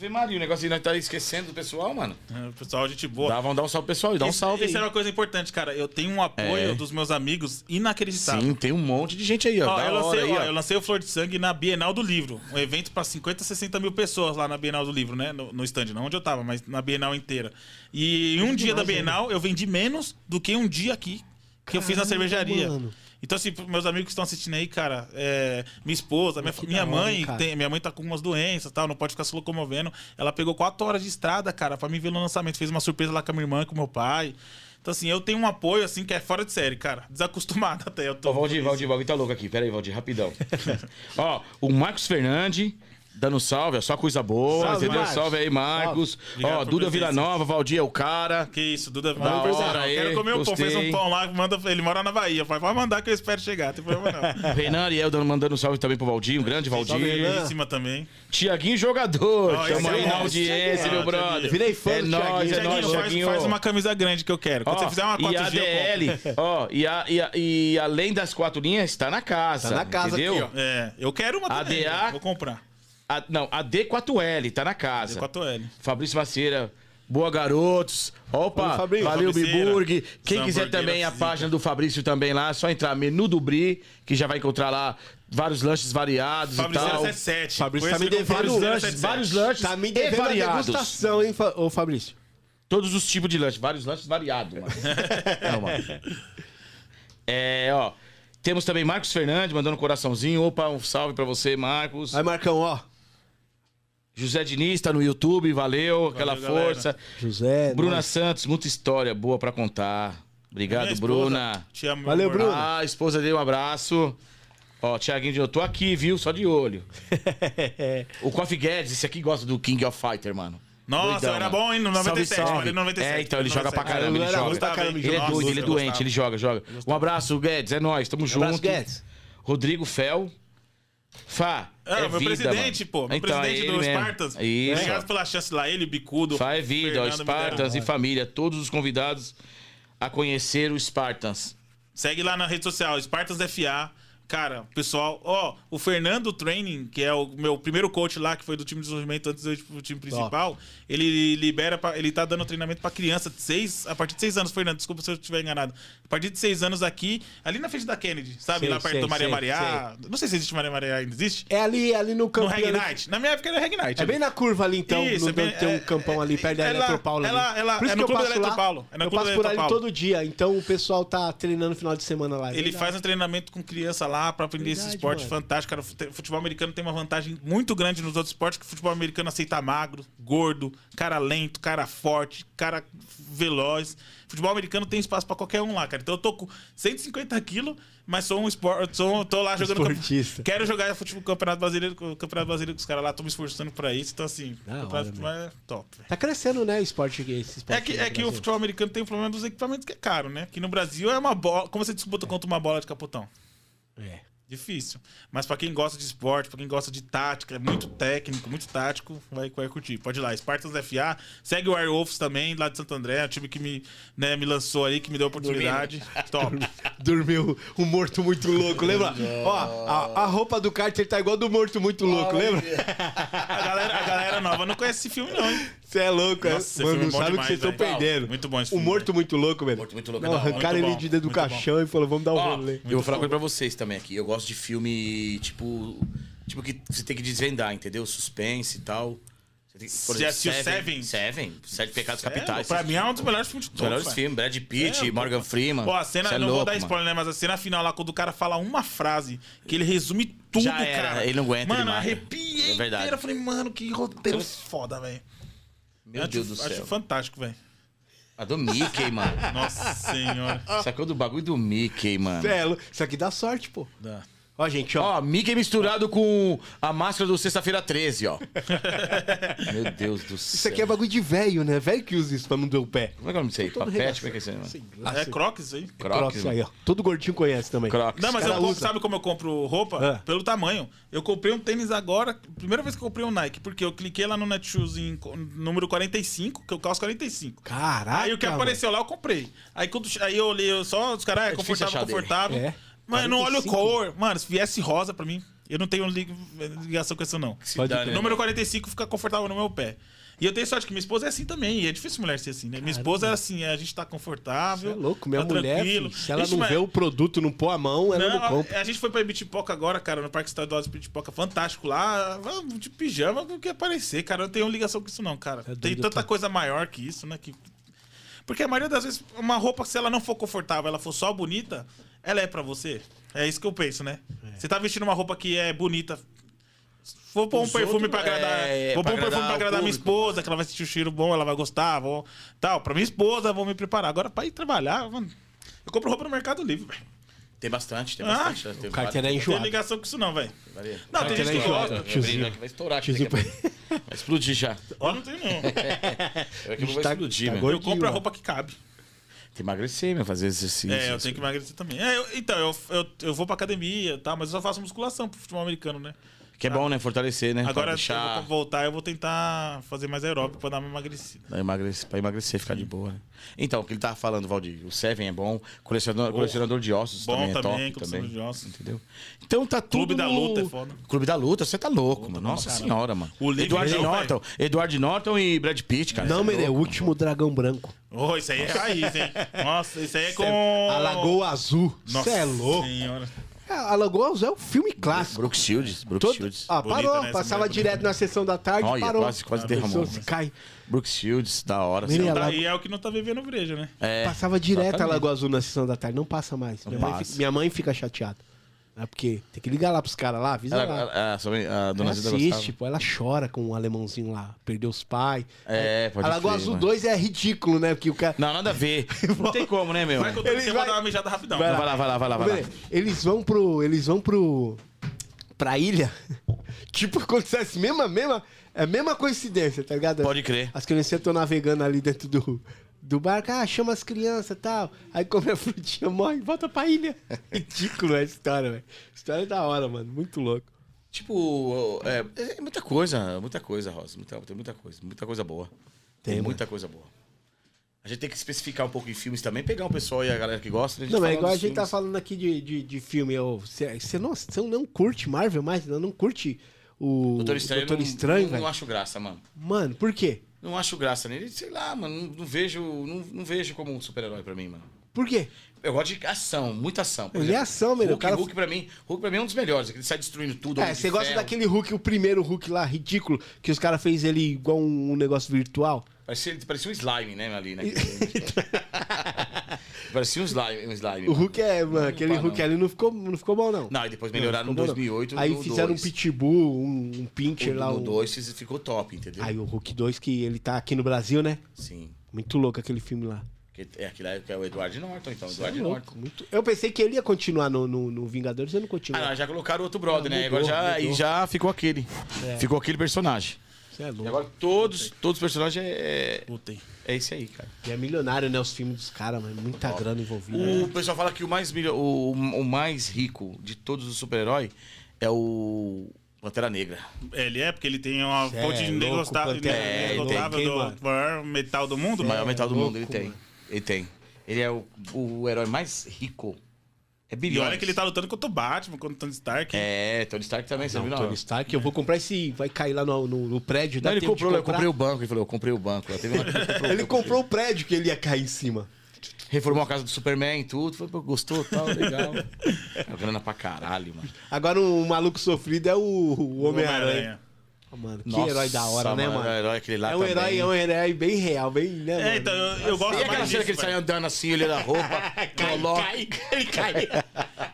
Vê Maria, o negócio aí nós tá esquecendo do pessoal, mano. É, Pessoal, gente boa. Dá, vamos dar um salve pro pessoal aí, dá um Esse- salve Essa aí. era uma coisa importante, cara. Eu tenho um apoio É. dos meus amigos inacreditável. Sim, tem um monte de gente aí, ó. Ó, da eu, hora lancei, aí, ó, ó. eu lancei o Flor de Sangue na Bienal do Livro. Um evento pra 50, 60 mil pessoas lá na Bienal do Livro, né? No, no stand, não onde eu tava, mas na Bienal inteira. E em um dia da demais, Bienal, eu vendi menos do que um dia aqui que eu fiz na Caramba, cervejaria. mano. Então, assim, pros meus amigos que estão assistindo aí, cara, é, minha esposa, minha, que minha da hora, mãe, hein, cara? tem- minha mãe tá com umas doenças e tal, não pode ficar se locomovendo. Ela pegou quatro horas de estrada, cara, pra me ver no lançamento. Fez uma surpresa lá com a minha irmã, com o meu pai. Então, assim, eu tenho um apoio, assim, que é fora de série, cara. Desacostumado até. Eu tô Ô, Valdir, Valdir, Valdir tá louco aqui. Pera aí, Valdir, rapidão. ó, o Marcos Fernandes dando salve, é só coisa boa, Salve, entendeu? Marcos. Salve aí, Marcos. Obrigado Ó, por Duda presença. Villanova, Valdir é o cara. Que isso, Duda. Da Não, hora não, aí, Quero comer um pão. gostei. Fez um pão lá, manda, ele mora na Bahia. Vai, vai mandar que eu espero chegar, não tem problema não. Renan Ariel dando- mandando salve também pro Valdir, um grande Salve, Valdir. Renan. Em cima também. Tiaguinho jogador, Ó, tamo esse aí é na bom, audiência, Thiaguinho. meu Ó, brother. Thiaguinho. Virei fã é do nóis, Thiaguinho. é nóis, Tiaguinho, faz, Tiaguinho. faz uma camisa grande que eu quero. Quando Ó, você fizer uma 4G, e a eu DL, ó, e, a, e, a- e além das quatro linhas, está na casa. Tá na casa entendeu? aqui, compro. É, eu quero uma também. ADA. Vou comprar. A- não, a D4L, tá na casa. D4L. Fabrício Macieira, boa garotos. Opa, Valeu, Fabrício. valeu, Fabriceira. Biburg. Quem quiser Hamburgueira também a física. página do Fabrício também lá, é só entrar menu do Bri, que já vai encontrar lá vários lanches variados e Fabriciano tal. 77. Fabrício Conheço tá me ele é como é devendo Vários Fabriciano lanches, 77. vários lanches Tá me e devendo a variados. degustação, hein, Fa- ô Fabrício? Todos os tipos de lanche, vários lanches variados, mano. Não, mano. É, ó. Temos também Marcos Fernandes mandando um coraçãozinho. Opa, um salve pra você, Marcos. Aí, Marcão, ó. José Diniz tá no YouTube, valeu, aquela galera. força. José. Bruna nós. Santos, muita história boa pra contar. Minha Obrigado, esposa. Bruna. Te amo, meu Valeu, amor. Bruna. Ah, a esposa dele, um abraço. Ó, Tiaguinho, eu tô aqui, viu? Só de olho. É, o Coffee Guedes, esse aqui gosta do King of Fighter, mano. Nossa, Doidão, era mano. bom, hein? No Salve, 97, mas ele salve. no 97. É, então, ele joga pra Ah, caramba, eu ele era joga. bom pra caramba, Ele é Nossa, doido, ele é eu gostava. doente, ele joga, joga. Um abraço, Guedes, é nóis, tamo junto. Guedes. Rodrigo Fel. Fá, Ah, é meu vida, presidente, mano. pô. Meu Então, é presidente ele do mesmo. Spartans. Isso. Obrigado pela chance lá, ele, Bicudo. Fá é vida, ó, Fernando me deram. Spartans e família. Todos os convidados a conhecer o Spartans. Segue lá na rede social, Spartans FA. Cara, pessoal, ó, o Fernando Training, que é o meu primeiro coach lá, que foi do time de desenvolvimento antes do ir pro time principal, ele libera, pra- ele tá dando treinamento pra criança de seis, a partir de seis anos, Fernando, desculpa se eu estiver enganado. A partir de seis anos aqui, ali na frente da Kennedy, sabe? Sei, lá perto sei, do Maria sei, Maria. Não sei se existe Maria Maria ainda, existe? É ali, ali no No campo. Reg Night. Na minha época era Reg né? Night. É ali. bem na curva ali, então. Isso, no, é bem- tem é- um campão ali é- perto da é lá, Eletropaula. é ali. lá, é lá, Por é isso no que eu clube da passo lá, Eletropaulo, é no eu passo clube da por ali Eletropaulo. todo dia. Então o pessoal tá treinando no final de semana lá. é Ele faz um treinamento com criança lá pra aprender esse Verdade, esporte mano. fantástico. Cara, o fute- futebol americano tem uma vantagem muito grande nos outros esportes, que o futebol americano aceita magro, gordo, cara lento, cara forte, cara veloz. Futebol americano tem espaço pra qualquer um lá, cara. Então eu tô com 150 quilos, mas sou um esporte, sou, tô lá jogando... Esportista. campe- Quero jogar futebol, campeonato brasileiro, com- campeonato brasileiro com os caras lá, tô me esforçando pra isso, então assim, Da campeonato hora, futebol é top, velho. Tá crescendo, né, o esporte aqui, esse esporte É que, aqui no é que o Brasil. futebol americano tem o problema dos equipamentos que é caro, né? Que no Brasil é uma bola. Como você disputa contra uma bola de capotão? É. Difícil. Mas pra quem gosta de esporte, pra quem gosta de tática, é muito técnico, muito tático, vai, vai curtir. Pode ir lá, Spartans FA. Segue o Airwolves também, lá de Santo André, é o time que me, né, me lançou aí, que me deu a oportunidade. Top. Dormiu um morto muito louco, lembra? Ó, a, a roupa do Carter tá igual do morto muito louco, lembra? A galera, a galera nova não conhece esse filme, não, hein? Você é louco, Nossa, é? esse mano. filme é Não bom sabe o que demais, vocês estão velho. perdendo. Muito bom esse o filme, morto muito louco, velho. Morto Muito Louco é Não, da hora. arrancaram Muito ele bom, de dentro do muito bom. caixão e falou, vamos dar um Ó, rolê. eu vou falar uma coisa pra vocês também aqui. Eu gosto de filme, tipo. Tipo, que você tem que desvendar, entendeu? Suspense e tal. Você tem, Você assistiu Seven? Seven? Seven. Sete Pecados Capitais. É, pra mim é um dos melhores filmes de Os todos. melhores velho. filmes. Brad Pitt, É, Morgan Freeman. Ó, a cena, Cê é não vou louco, dar mano. spoiler, né? Mas a cena final lá, quando o cara fala uma frase, que ele resume tudo, Já era, cara. ele não aguenta, ele Mano, mata. arrepiei É verdade. inteira. Falei, mano, que roteiro foda, velho. Meu Acho- Deus do Acho céu. fantástico, velho. A do Mickey, mano. Nossa senhora. Sacou do bagulho do Mickey, mano. Cê é louco. Isso aqui dá sorte, pô. Ó, gente, ó. Ó, Mickey misturado com a máscara do Sexta-feira 13, ó. Meu Deus do céu. Isso aqui é bagulho de velho, né? Velho que usa isso pra não doer o pé. Como é que é o nome disso aí? Todo Papete? Como é que é isso aí, Sei mano? lá, é sei lá. Crocs aí? Crocs, Crocs aí, ó. Todo gordinho conhece também. né? Crocs. Não, mas eu cara compro, usa. sabe como eu compro roupa? Ah. Pelo tamanho. Eu comprei um tênis agora, primeira vez que eu comprei um Nike, porque eu cliquei lá no Netshoes em co- número 45, que eu calço 45. Caraca, Aí o que mano. apareceu lá eu comprei. Aí quando aí eu olhei, eu só os caras, é, É difícil confortável, achar dele. confortável. É. Mano, eu não olho 45. cor. Mano, se viesse rosa pra mim, eu não tenho lig- ligação com isso não. Pode Dá, crer. né? Número 45 fica confortável no meu pé. E eu tenho sorte que minha esposa é assim também. E é difícil mulher ser assim, né? Minha esposa é assim, a gente tá confortável. Cê é louco, minha tá mulher, tranquilo. filho, se ela Ixi, não mas- vê o produto, não pôr a mão, é ela não, não, compra. a, a gente foi pra Ibitipoca agora, cara, no Parque Estadual de Ibitipoca, fantástico lá, de pijama, com o que aparecer, cara, eu não tenho ligação com isso não, cara. É Tem doido, tanta tá? coisa maior que isso, né, que... Porque a maioria das vezes, uma roupa, se ela não for confortável, ela for só bonita, ela é pra você. É isso que eu penso, né? É. Você tá vestindo uma roupa que é bonita... Vou pôr um Os perfume outros, pra agradar. é, é, vou pra pôr um perfume agradar pra ao agradar minha público. esposa, que ela vai sentir o cheiro bom, ela vai gostar, vou. Tal, pra minha esposa, vou me preparar. Agora, pra ir trabalhar, mano. Eu compro roupa no Mercado Livre, velho. Tem bastante, tem Ah, bastante. né? tem O Carter é Não tem enjoado. ligação com isso não, velho. várias- várias- Não, tem gente Carteira que enjoada. gosta. Vai abrir, vai que Vai estourar aqui. Tiozinho daqui a pouco. Vai explodir já. Ó, não tem não. Daqui a pouco Tá- vai explodir, tá meu. gordo. Eu compro a roupa que cabe. Tem que emagrecer, meu, fazer exercício. assim. É, eu tenho que emagrecer também. É, eu- então, eu, eu, eu vou pra academia, tá? Mas eu só faço musculação pro futebol americano, né? Que é bom, né? Fortalecer, né? Agora, pra se eu deixar... vou voltar, eu vou tentar fazer mais aeróbico pra dar uma emagrecida. Pra emagrecer, pra emagrecer, ficar de boa, né? Então, o que ele tava falando, Valdir, o Seven é bom, colecionador, colecionador de ossos Bom também é também, top colecionador também. de ossos. Entendeu? Então tá tudo Clube da no- Luta é foda. é Clube da Luta, você tá louco, mano. Nossa caramba. senhora, mano. O livro, Eduardo então, Norton, Eduardo Norton e Brad Pitt, cara. Não, Cê é mas é o louco. último dragão branco. Oh, isso aí é raiz, hein? Nossa, isso aí é com... A Lagoa Azul. Você Nossa é louco. Senhora. É, A Lagoa Azul é um filme clássico. Brooke Shields, Brooke Todo... Shields. Ah, Bonita, parou. né? Essa Passava mulher é direto na sessão da tarde, Olha, parou. quase, quase A derramou. Pessoa né? se cai. Brooke Shields, da hora. Meia sei lá. lá. Tá, e é o que não tá vivendo breja, né? É, Passava direto a exatamente. Lagoa Azul na sessão da tarde. Não passa mais. minha, Mãe passa. fica, minha mãe fica chateada. É porque tem que ligar lá pros caras lá, avisa Ela, lá. ela- a, sua mãe- a dona Ela Zilda assiste, gostava. pô, ela chora com o alemãozinho lá. Perdeu os pais. É, pode A Lagoa crer, Azul mano. 2 é ridículo, né? Porque o cara. Não, nada a ver. Não tem como, né, meu? Vai que eu tenho Ele que vai- dar uma mijada rapidão. Vai lá, vai lá, vai lá, Tá, vai lá. Eles vão pro. Eles vão pro. Pra ilha. tipo, acontece mesma, mesma. É a mesma coincidência, tá ligado? Pode crer. As crianças estão navegando ali dentro do. do barco, ah, chama as crianças e tal. Aí come a frutinha, morre, volta pra ilha. Ridículo a história, velho. História da hora, mano. Muito louco. Tipo, é, é muita coisa, muita coisa, Rosa. Muita, tem muita coisa, muita coisa boa. Tem, né? Tem muita coisa boa. A gente tem que especificar um pouco em filmes também, pegar um pessoal e a galera que gosta. né, Não, mas falar igual a dos gente tá filmes. falando aqui de, de, de filme. Você não, cê não curte Marvel mais? Não, não curte o Doutor Estranho, eu Doutor não- Estranho, não, não velho? acho graça, mano. Mano, por quê? Não acho graça nele. Sei lá, mano, não, não vejo, não, não vejo como um super-herói pra mim, mano. Por quê? Eu gosto de ação, muita ação. Por Ele é exemplo, ação, meu. O Hulk, cara... Hulk pra mim, Hulk pra mim é um dos melhores, que ele sai destruindo tudo. É, Homem de você gosta Ferro. daquele Hulk, o primeiro Hulk lá, ridículo, que os caras fez ele igual um, um negócio virtual? Parecia, parecia um slime, né, ali, né? parecia um slime, um slime. O Hulk é, mano, Não, aquele pá, Hulk não. ali não ficou, não ficou bom, não. Não, e depois melhoraram Não, no não. 2008 Aí no fizeram dois. um Pitbull, um, um Pincher lá. O um- 2 ficou top, entendeu? Aí o Hulk 2, que ele tá aqui no Brasil, né? Sim. Muito louco aquele filme lá. Que é aquilo aí que é o Edward Norton, então. Cê é Edward louco, Norton. muito- Eu pensei que ele ia continuar no, no, no Vingadores, eu não Ah, continuo. não, já colocaram outro brother, Ah, né? mudou, Agora já, mudou. e já ficou aquele. É. Ficou aquele personagem. Você é E louco. agora todos, todos os personagens é, Putem. é esse aí, cara. E é milionário, né? Os filmes dos caras, mano. Muita grana envolvida. O pessoal fala que o mais, milho- o, o mais rico de todos os super-heróis é o Pantera Negra. Ele é, porque ele tem uma Cê é fonte de louco, negostável Pantera, é é, louco, hein, mano? do maior metal do mundo, O maior É, mano. metal do louco, mundo ele tem. mano. Ele tem. Ele é o, o herói mais rico. É E bilhões. olha que ele tá lutando contra o Batman, contra o Tony Stark. É, Tony Stark também, você Não, viu? Não, Tony Stark, eu vou comprar esse. Vai cair lá no, no, no prédio. dá Não, ele tempo de comprou, eu comprar. comprei o banco. Ele falou, eu comprei o banco. Ela teve uma- comprou- Ele comprou o prédio que ele ia cair em cima. Reformou a casa do Superman e tudo. Falou, pô, gostou tal, legal. É grana pra caralho, mano. Agora o maluco sofrido é o, o O Homem-Aranha. Ah, Mano, que Nossa, herói da hora, né, mano? É um herói aquele lá É um também. herói, é um herói bem real, bem, né, mano? É, então, eu, eu gosto E aquela mais cena disso, que ele sai velho. andando assim, olhando a roupa, coloca, cai, ele cai.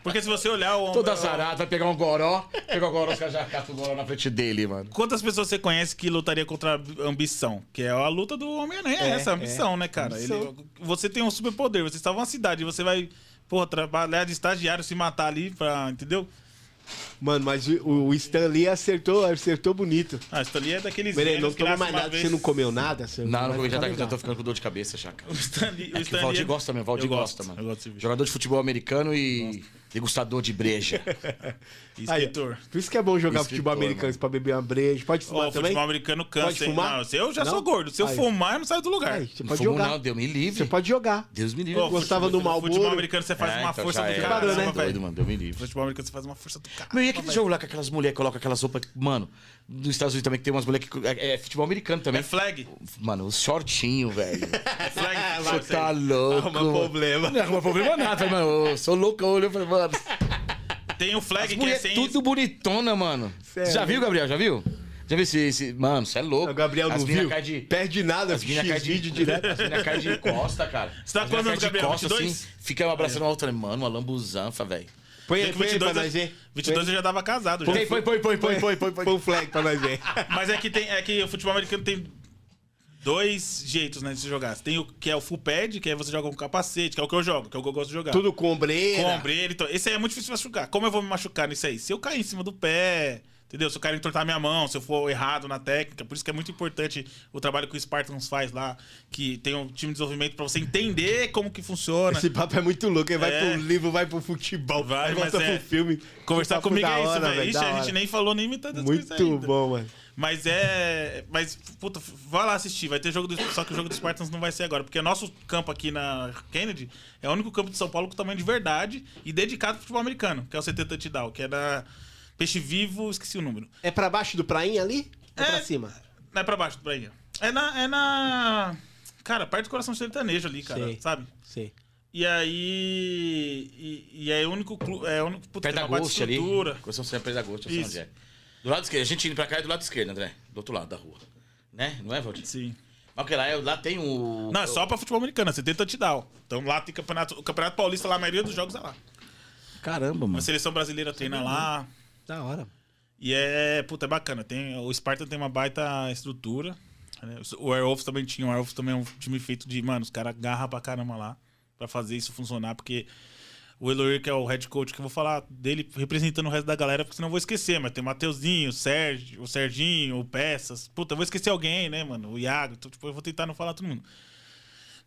Porque se você olhar o... todo azarado, vai pegar um goró, pega o goró, os caras já catam o goró na frente dele, mano. Quantas pessoas você conhece que lutaria contra a ambição? Que é a luta do Homem-Aranha, é, É, essa é. ambição, né, cara? Ambição. Ele- você tem um superpoder, você salva uma cidade, você vai, porra, trabalhar de estagiário, se matar ali pra. Entendeu? Mano, mas o, o Stan Lee acertou, acertou bonito. Ah, isso ali é daqueles. Ele velhos não que comeu nascem mais uma nada, vez. você não comeu nada? então. Você Não, não, eu vai já ficar tá, legal. eu tô ficando com dor de cabeça já, cara. O Stanley. É que o Valdir gosta mesmo, o Valdir gosta, mano. Eu gosto de ver. Jogador de futebol americano e degustador de breja. Aí, Escritor. Por isso que é bom jogar Escritor, futebol americano mano. pra beber uma breja. Pode Ó, fumar o também? futebol americano Pode cansa, hein? fumar? Não, se eu já Não? sou gordo. Se eu Aí. fumar, eu não saio do lugar. Aí, você Não pode fumo jogar. não, deu me livre. Você pode jogar. Deus me livre. Ó, gostava do futebol- Marlboro. Futebol americano você faz É, uma então força já do era. caralho, né? Tá velho. Doido, mano, deu me livre. Futebol americano você faz uma força do caralho. Meu, e aquele jogo lá com aquelas mulheres que colocam aquelas roupas. Mano, nos Estados Unidos também que tem umas mulheres que. É, é futebol americano também. É flag. Mano, os shortinho, velho. É flag. Você futebol, isso tá aí. louco. Arruma mano. problema. Não arruma problema nada. Falei, mano, eu sou louco. Eu olhei e falei, mano. Tem o flag que é Mulher sem. tudo bonitona, mano. Cê é já viu, louco. Gabriel? Já viu? Já viu esse. esse- Mano, você é louco. O Gabriel As não mina viu? cai de- Perde nada, As minas X caem de, vídeo direto. As minas caem de costa, cara. Você tá As mina quantos anos, caem de Gabriel? costa, 22? assim, fica abraçando a outra. Mano, uma lambuzanfa, velho. Põe Tem aí, que põe aí pra nós 22, eu- ver. 22 eu já tava casado. já. Põe, põe, põe, põe, põe, põe, põe. põe. Põe um flag pra nós ver. Mas é que, tem, é que o futebol americano tem dois jeitos né, de se jogar. Tem o que é o full pad, que é você joga com capacete, que é o que eu jogo, que é o que eu gosto de jogar. Tudo com ombreira. com ombreira. Então, esse aí é muito difícil de machucar. Como eu vou me machucar nisso aí? Se eu cair em cima do pé, entendeu? Se eu cara entortar minha mão, se eu for errado na técnica. Por isso que é muito importante o trabalho que o Spartans faz lá, que tem um time de desenvolvimento pra você entender como que funciona. Esse papo é muito louco. Ele vai É. pro livro, vai pro futebol, Vai, volta mas pro é. filme. Conversar Papo comigo da é isso, hora, velho. Ixi, da a gente hora. nem falou nem metade das coisas Muito ainda. bom, mano. Mas é. Mas, puta, vai lá assistir. Vai ter jogo do. Só que o jogo do Spartans não vai ser agora. Porque o nosso campo aqui na Kennedy é o único campo de São Paulo com tamanho de verdade e dedicado pro futebol americano, que é o CT Touchdown, que é da Peixe Vivo, esqueci o número. É pra baixo do prainha ali? Ou É. pra cima? Não é pra baixo, pra aí. ó. É na. É na. Cara, perto do coração sertanejo ali, cara, Sei. sabe? Sei. E aí. E, e é o único clube. É o único. Puta, Perto tem da uma baita Ghost ali. estrutura. Coração sempre perto da Ghost, eu sei Isso. onde é. Do lado esquerdo, a gente indo pra cá é do lado esquerdo, André. Do outro lado da rua. Né? Não é, Valdir? Sim. Mas que lá, é- lá tem o. Não, é só pra futebol americano, você tem touchdown. Então lá tem campeonato. O campeonato paulista lá, a maioria dos jogos é lá. Caramba, A mano. seleção brasileira treina lá. Da hora. E é, puta, é bacana. Tem, o Sparta tem uma baita estrutura. né? O Airwolves também tinha. O Airwolves também é um time feito de, mano, os caras agarram pra caramba lá. Pra fazer isso funcionar. Porque o Eloy, que é o head coach, que eu vou falar dele representando o resto da galera, porque senão eu vou esquecer, mas tem o Mateuzinho, o Sérgio, o Serginho, o Peças. Puta, eu vou esquecer alguém, né, mano? O Iago. Então, tipo, eu vou tentar não falar todo mundo.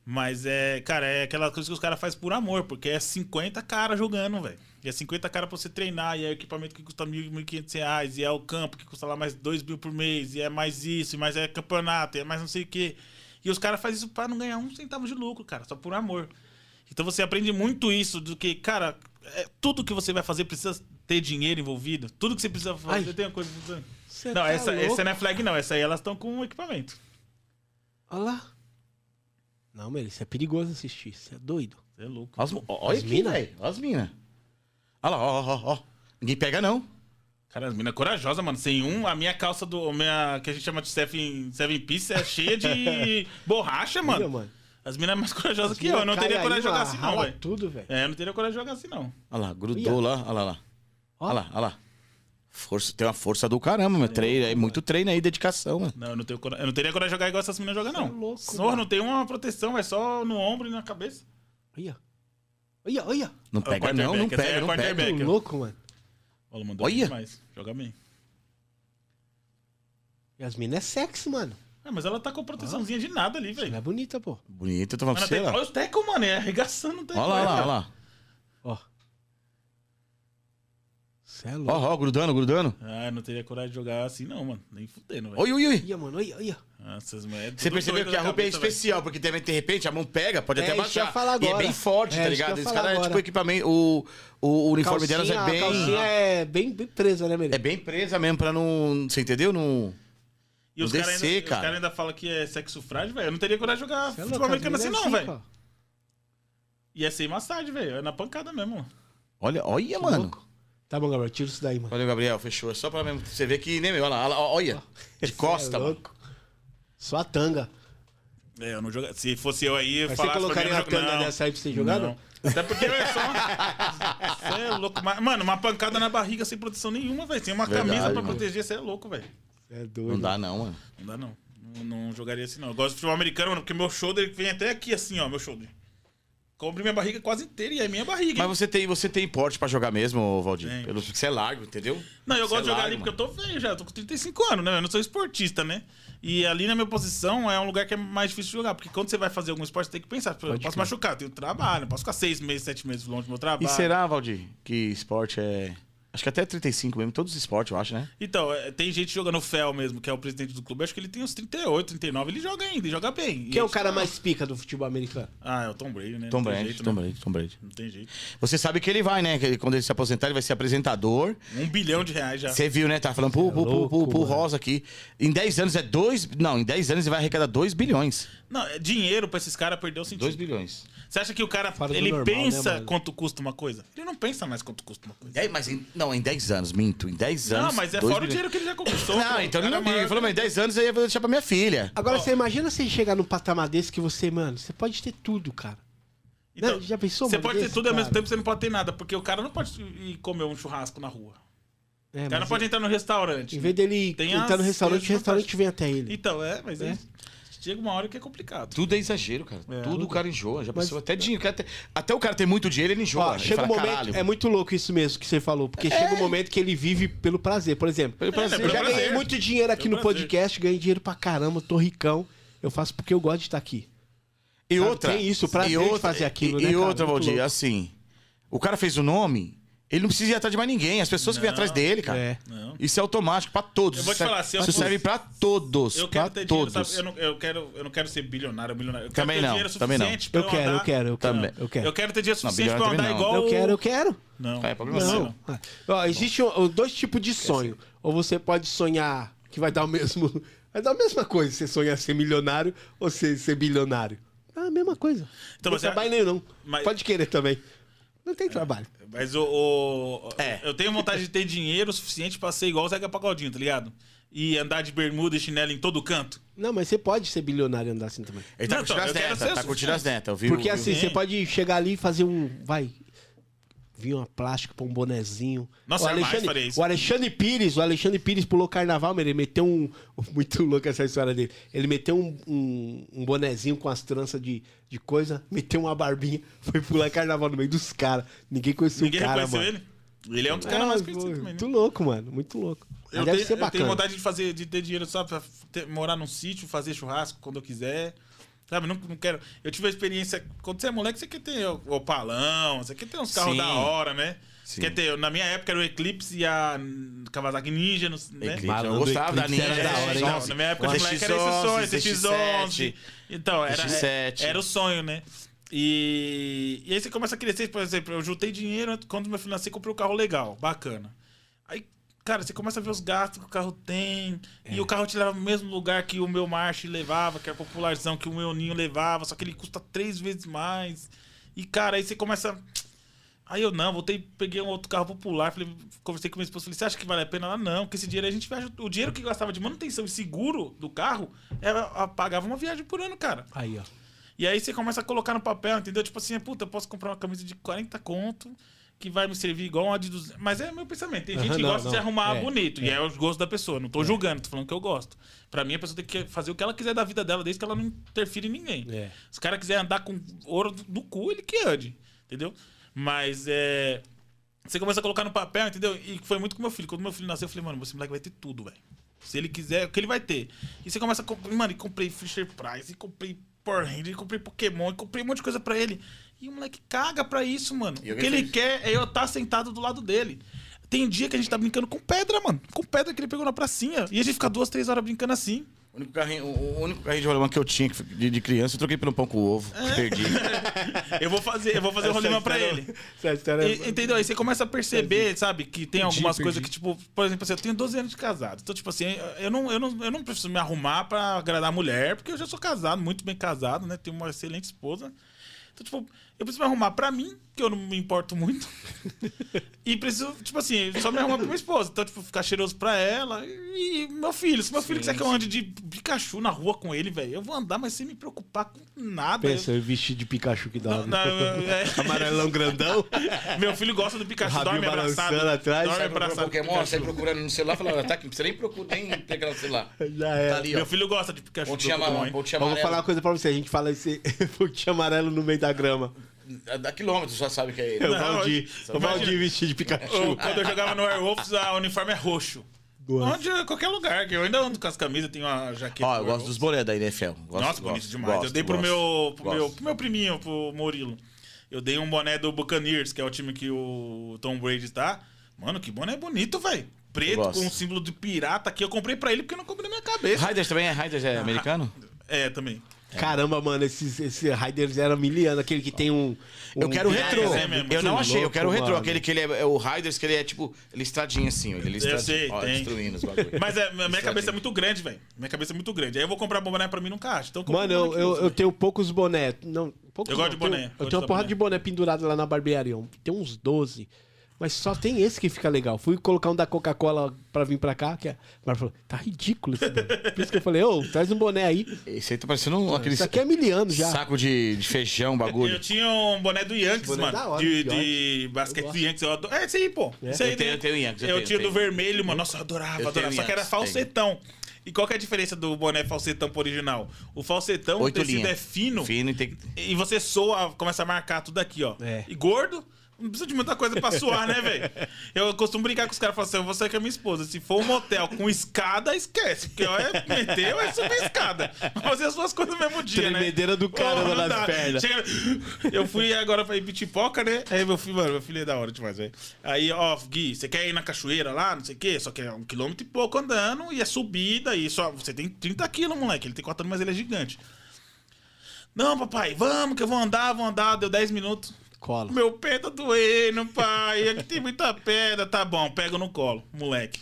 Mas é, cara, é aquela coisa que os caras fazem por amor, porque é 50 caras jogando, velho. E é 50 caras pra você treinar, e é o equipamento que custa mil, 1.500 reais, e é o campo que custa lá mais 2 mil por mês, e é mais isso, e mais é campeonato, e é mais não sei o quê. E os caras fazem isso pra não ganhar um centavo de lucro, cara, só por amor. Então você aprende muito isso do que, cara, é, tudo que você vai fazer precisa ter dinheiro envolvido. Tudo que você precisa fazer Ai. tem uma coisa. envolvida. Cê não, tá essa, louco. essa não é flag, não. Essa aí elas estão com equipamento. Olha lá. Não, meu, isso é perigoso assistir. Isso é doido. Cê É louco. Olha as, mo- ó- olha As aqui, mina? velho. Olha as minas. Olha lá, ó, ó, ó. Ninguém pega, não. Cara, as minas é corajosa, mano. Sem um, a minha calça do. a Minha, que a gente chama de Seven, seven Piece é cheia de borracha, Olha, mano. As minas é mais corajosas que eu. Eu não Cai teria aí, coragem de jogar lá, assim, não, rala velho. tudo, velho. É, eu não teria coragem de jogar assim, não. Olha lá, grudou lá, olha lá, olha lá. Ó. Olha lá, olha lá. Força, tem uma força do caramba, meu. Treino, é muito treino aí, dedicação, mano. Não, eu não, tenho cora- eu não teria coragem de jogar igual essas minas jogam, não. é louco, Só, mano. não tem uma proteção, é só no ombro e na cabeça. Olha. Olha, olha. Não É o pega, não, não quarterback, essa é pega, não o pega. quarterback. Tô Becker. louco, mano. Olha, mandou Olha. demais. Joga bem. E as minas é sexy, mano. Ah, mas ela tá com proteçãozinha de nada ali, Ela velho. é bonita, pô. Bonito, eu tô falando pra Mano, você, tem- lá. Olha o Teco, mano, é arregaçando o Teco. Olha lá, olha lá, olha cara. lá. Ó. Cê é louco. Ó, ó, grudando, grudando. Ah, eu não teria coragem de jogar assim, não, mano. Nem fudendo, velho. Oi, oi, oi. Olha, mano, olha, olha. Ah, essas mulheres tudo Você percebeu doido que a da roupa é cabeça, velho. especial, porque também, de repente, a mão pega, pode É, até isso que eu ia baixar. falar E é agora. bem forte, tá É, isso que eu ligado? ia Esse falar cara, é agora. tipo, o equipamento, o, o uniforme delas é Calcinha- A calcinha bem... é bem, bem presa, né, É menino? bem presa mesmo, pra não... Você entendeu? Não... E os No caras DC, ainda, os cara. cara ainda falam que é sexo frágil, velho. Eu não teria coragem de jogar Cê futebol louco, as americano assim, minas é não, velho. ó. E é sem massagem, velho. É na pancada mesmo. Olha, olha, Que mano. louco. Tá bom, Gabriel, tira isso daí, mano. Valeu, Gabriel. Fechou. É Só pra mesmo você ver que nem meu. Olha lá, olha lá, olha. De costa, Cê é mano. louco. Só a tanga. É, eu não joga... Se fosse eu aí, eu Mas você falasse pra mim, colocaria né? eu uma não jogo- tanga não. dessa aí pra você jogar, não? Até porque é só. Você é louco. Mas, Mano, uma pancada na barriga sem proteção nenhuma, velho. Sem uma Verdade, camisa pra mano. proteger, você é louco, velho. É doido. Não dá, não, mano. Não dá, não. não. Não jogaria assim, não. Eu gosto de futebol americano, mano, porque meu shoulder vem até aqui, assim, ó, meu shoulder. Cobre minha barriga quase inteira e é minha barriga. Mas hein? você tem, você tem porte pra jogar mesmo, ô, Valdir? Tem. Pelo que você é largo, entendeu? Não, eu Você gosto de é jogar largo, ali porque eu tô velho já, eu tô com 35 anos, né? Eu não sou esportista, né? E ali na minha posição é um lugar que é mais difícil de jogar, porque quando você vai fazer algum esporte, você tem que pensar, pô, eu Pode posso crer. machucar, eu tenho trabalho, eu posso ficar seis meses, sete meses longe do meu E trabalho. será, Valdir, que esporte é. Acho que até 35 mesmo, todos os esportes, eu acho, né? Então, é, tem gente jogando o Fel mesmo, que é o presidente do clube, acho que ele tem uns 38, 39, ele joga ainda, e joga bem. Quem é E o cara ele- mais pica do futebol americano? Ah, é o Tom Brady, né? Tom não tem Brady, jeito, Tom né? Brady, Tom Brady. Não tem jeito. Você sabe que ele vai, né? Que ele- quando ele se aposentar, ele vai ser apresentador. Um bilhão de reais já. Você viu, né? Tá falando pro, pro, pro, pro, louco, pro mano. Rosa aqui. Em 10 anos é 2. Não, em 10 anos ele vai arrecadar 2 bilhões. Não, é dinheiro pra esses caras perder o sentido. 2 bilhões. Você acha que o cara, Fora do ele normal, né, pensa mano? quanto custa uma coisa? Ele não pensa mais quanto custa uma coisa. Dez- mas em- não, em 10 anos, minto. Em 10 anos. Não, mas é dois fora o bilhões. dinheiro que ele já conquistou. Não, então ele não liga. Ele falou, mas mas... em 10 anos aí eu vou deixar pra minha filha. Agora, Ó. você imagina você chegar num patamar desse que você, mano, você pode ter tudo, cara. Então, Não, já pensou, Você mano, pode ter desse, tudo e ao mesmo cara? tempo você não pode ter nada, porque o cara não pode ir comer um churrasco na rua. É, o cara não mas pode entrar no restaurante. Em vez dele Tem entrar as- no restaurante, as o restaurante vem até ele. Então, é, mas É. é. chega uma hora que é complicado. Tudo é exagero, cara. É, tudo tudo. o cara enjoa. Já Mas- pensou até dinheiro. o cara tem- Até o cara ter muito dinheiro, ele enjoa. né? Ó, Ele chega um fala, momento. "Caralho, É muito louco isso mesmo que você falou, porque chega um momento que ele vive pelo prazer. Por exemplo, pelo prazer." eu já É. prazer. ganhei muito dinheiro aqui Pelo no prazer. podcast, ganhei dinheiro pra caramba, tô ricão. Eu faço porque eu gosto de estar aqui. E Sabe, outra. tem isso, o prazer e de outra, fazer aquilo, e, né, E cara? outra, Muito Valdir, louco. assim. O cara fez o nome, ele não precisa ir atrás de mais ninguém. As pessoas que vêm Não. atrás dele, cara. É. Não. Isso é automático pra todos. Eu vou te Isso serve- falar, se eu Isso fosse- serve pra todos. Eu pra quero ter dinheiro, todos. sabe? Eu não, eu quero, eu não quero ser bilionário, milionário. Eu quero Também ter não, dinheiro também não. suficiente pra Eu quero, andar- eu quero, eu Também. quero. Eu Eu quero, quero ter dinheiro suficiente bilionário pra andar também não. igual. eu quero, eu quero. Não. É, problema não. seu. Não. Ah, Ó, existe um- um- dois tipos de sonho. Ou você pode sonhar que vai dar o mesmo. Vai dar a mesma coisa. Você sonhar ser milionário ou ser, ser bilionário. É a mesma coisa. Então, não tem você- trabalho nenhum, não. Mas- Pode querer também. Não tem trabalho. Mas o. o- É. Eu tenho vontade de ter dinheiro suficiente pra ser igual o Zeca Pagodinho, tá ligado? E andar de bermuda e chinelo em todo canto. Não, mas você pode ser bilionário e andar assim também. Ele tá Não, curtindo então, as eu quero netas, ser tá curtindo as netas, viu? Porque viu? assim, viu? você pode chegar ali e fazer um. Vai. Vir uma plástica, pôr um bonezinho. Nossa, o jamais Alexandre, faria isso. O Alexandre Pires, o Alexandre Pires pulou carnaval, mas ele meteu um. Muito louco essa história dele. Ele meteu um, um, um bonezinho com as tranças de, de coisa, meteu uma barbinha, foi pular carnaval no meio dos caras. Ninguém conheceu Ninguém o cara, reconheceu mano. ele. Ele é um dos caras mais É, conhecidos também, né? Muito louco, mano. Muito louco. Mas Eu deve tenho, ser eu tenho bacana. vontade de fazer, de ter dinheiro só pra ter- morar num sítio, fazer churrasco quando eu quiser. Sabe, não, não quero. Eu tive a experiência. Quando você é moleque, você quer ter o opalão, você quer ter uns carros Sim. da hora, né? Sim. Quer ter, na minha época era o Eclipse e a hum, Kawasaki Ninja, no- né? Eclipse, Malandro, eu gostava da Eclipse Ninja. era da hora, hein? Então, Nossa, na é minha época, os moleques era esse sonho, esse X11. Então, era, X7. era o sonho, né? E, e aí você começa a crescer, por exemplo, eu juntei dinheiro quando meu filho nasceu, comprei um carro legal, bacana. Aí, cara, você começa a ver os gastos que o carro tem, É. e o carro te leva no mesmo lugar que o meu March levava, que é a popularzão que o meu Ninho levava, só que ele custa três vezes mais. E, cara, aí você começa... Aí eu não, voltei, peguei um outro carro popular, falei, conversei com minha esposa, falei, você acha que vale a pena? Ela, não, porque esse dinheiro a gente viaja. O dinheiro que gastava de manutenção e seguro do carro, ela pagava uma viagem por ano, cara. Aí, ó. E aí você começa a colocar no papel, entendeu? Tipo assim, puta, eu posso comprar uma camisa de 40 conto que vai me servir igual uma de 200. Mas é meu pensamento. Tem gente Aham, que não, gosta de não. arrumar É, bonito. E é o gosto da pessoa. Não tô julgando, tô falando que eu gosto. Pra mim, a pessoa tem que fazer o que ela quiser da vida dela, desde que ela não interfira em ninguém. É. Se o cara quiser andar com ouro no cu, ele que ande. Entendeu? Mas é. Você começa a colocar no papel, entendeu? E foi muito com meu filho. Quando meu filho nasceu, eu falei, mano, esse moleque vai ter tudo, velho. Se ele quiser, o que ele vai ter? E você começa a comprar. Mano, e comprei Fisher Price, e comprei Power Ranger, e comprei Pokémon, e comprei um monte de coisa pra ele. E o moleque caga pra isso, mano. E O alguém que ele fez? quer é eu estar sentado do lado dele. Tem dia que a gente tá brincando com pedra, mano. Com pedra que ele pegou na pracinha. E a gente fica duas, três horas brincando assim. O único carrinho, o único carrinho de rolimã que eu tinha que- de, de criança, eu troquei pelo pão com ovo. É. Perdi. Eu vou fazer, eu tá vou fazer o Essa rolimã pra história- é ele. Essa história E- então, entendeu? Aí você começa a perceber, sabe, que tem algumas perdi. coisas que, tipo, por exemplo, assim, eu tenho 12 anos de casado. Então, tipo assim, eu não, eu não, eu não preciso me arrumar pra agradar a mulher, porque eu já sou casado, muito bem casado, né? Tenho uma excelente esposa. Então, tipo, eu preciso me arrumar pra mim, que eu não me importo muito. e preciso, tipo assim, só me arrumar pra minha esposa. Então, tipo, ficar cheiroso pra ela. E meu filho, se meu filho quiser que eu ande de Pikachu na rua com ele, velho, eu vou andar, mas sem me preocupar com nada. Pensa, eu vestido de Pikachu que dá. Eu- não, eu- é. Amarelão grandão. Meu filho gosta do Pikachu, O rabinho dorme abraçado. balançando atrás, dorme sai pra abraçado. Pokémon, sai procurando no celular, falando, tá aqui, você nem procura, nem pegar no celular. Já é. Tá ali, ó. Meu filho gosta de Pikachu. Ponte do Pokémon, amarelo, hein? ponte Mas vou falar uma amarelo. coisa pra você. A gente fala esse fute amarelo no meio da grama. A- Da quilômetro, já sabe que é É ele. o Não, Valdir. eu- O Valdir imagina. vestido de Pikachu. Eu- Quando eu jogava no Werewolves, o uniforme é roxo. Nossa. Onde, qualquer lugar, que eu ainda ando com as camisas, tenho uma jaqueta. Ó, do eu gosto dos Werewolves. boletos da NFL. Gosto, Nossa, bonito gosto, demais. eu gosto, dei pro, gosto, meu, pro, gosto. meu, pro meu priminho, pro Murilo. Eu dei um boné do Buccaneers, que é o time que o Tom Brady tá. Mano, que boné bonito, velho. Preto gosto. com o símbolo de pirata aqui. Eu comprei pra ele porque não comprei na minha cabeça. Raiders também é Raiders Ah. é americano? É, também. Caramba, mano, esses, esse Raiders era miliano, aquele que tem um. Eu um- quero o retrô. é, é mesmo. eu não Que achei, eu louco, quero o retrô. mano. Aquele que ele é, é o Raiders, que ele é tipo, ele estradinho assim, ó, ele Eu estra- sei, ó, tem. destruindo os bagulhos. Mas é, minha cabeça é muito grande, velho. Minha cabeça é muito grande. Aí eu vou comprar boné pra mim num caixa. Então, eu compro Mano, um boné eu, que eu, usa, eu tenho poucos boné. Não, poucos Eu gosto de não, boné, tenho- gosto Eu tenho de uma porrada boné. de boné pendurado lá na barbearia. um- Tem uns 12. Mas só tem esse que fica legal. Fui colocar um da Coca-Cola pra vir pra cá. Que a Mara falou, tá ridículo esse boné. Por isso que eu falei, ô, traz um boné aí. é- Esse aí tá parecendo um, aquele Isso aqui é miliano já. saco de, de feijão, bagulho. Eu tinha um boné do Yankees, boné é mano. da hora, de, do Yankees. de basquete Eu do Yankees. Eu adoro. É esse aí, pô. Esse aí Eu tenho- né? eu tenho Yankees, eu Eu, tenho, tinha tenho. do vermelho, mano. Nossa, eu adorava, Eu tenho adorava. Só que era Yankees, tenho. falsetão. E qual que é a diferença do boné falsetão pro original? O falsetão, Oito o tecido linhas. é fino, Fino e tem que. e você soa, começa a marcar tudo aqui, ó. É. E gordo, não precisa de muita coisa pra suar, né, velho? Eu costumo brincar com os caras e falar assim: eu vou sair com a minha esposa. Se for um motel com escada, esquece. Porque ó, é meter ou é subir a escada. Fazer as duas coisas no mesmo dia, né? Tremedeira do caramba não nas dá. pernas. Chega- Eu fui agora pra Ibitipoca, né? Aí meu filho, mano, meu filho é da hora demais, velho. Aí, ó, Gui, você quer ir na cachoeira lá, não sei o quê, só que é um quilômetro e pouco andando e é subida e só. Você tem 30 quilos, moleque. Ele tem 4 anos, mas ele é gigante. Não, papai, vamos que eu vou andar, vou andar. Deu 10 minutos. Cola. Meu pé tá doendo, pai. Aqui tem muita pedra. Tá bom, pega no colo, moleque.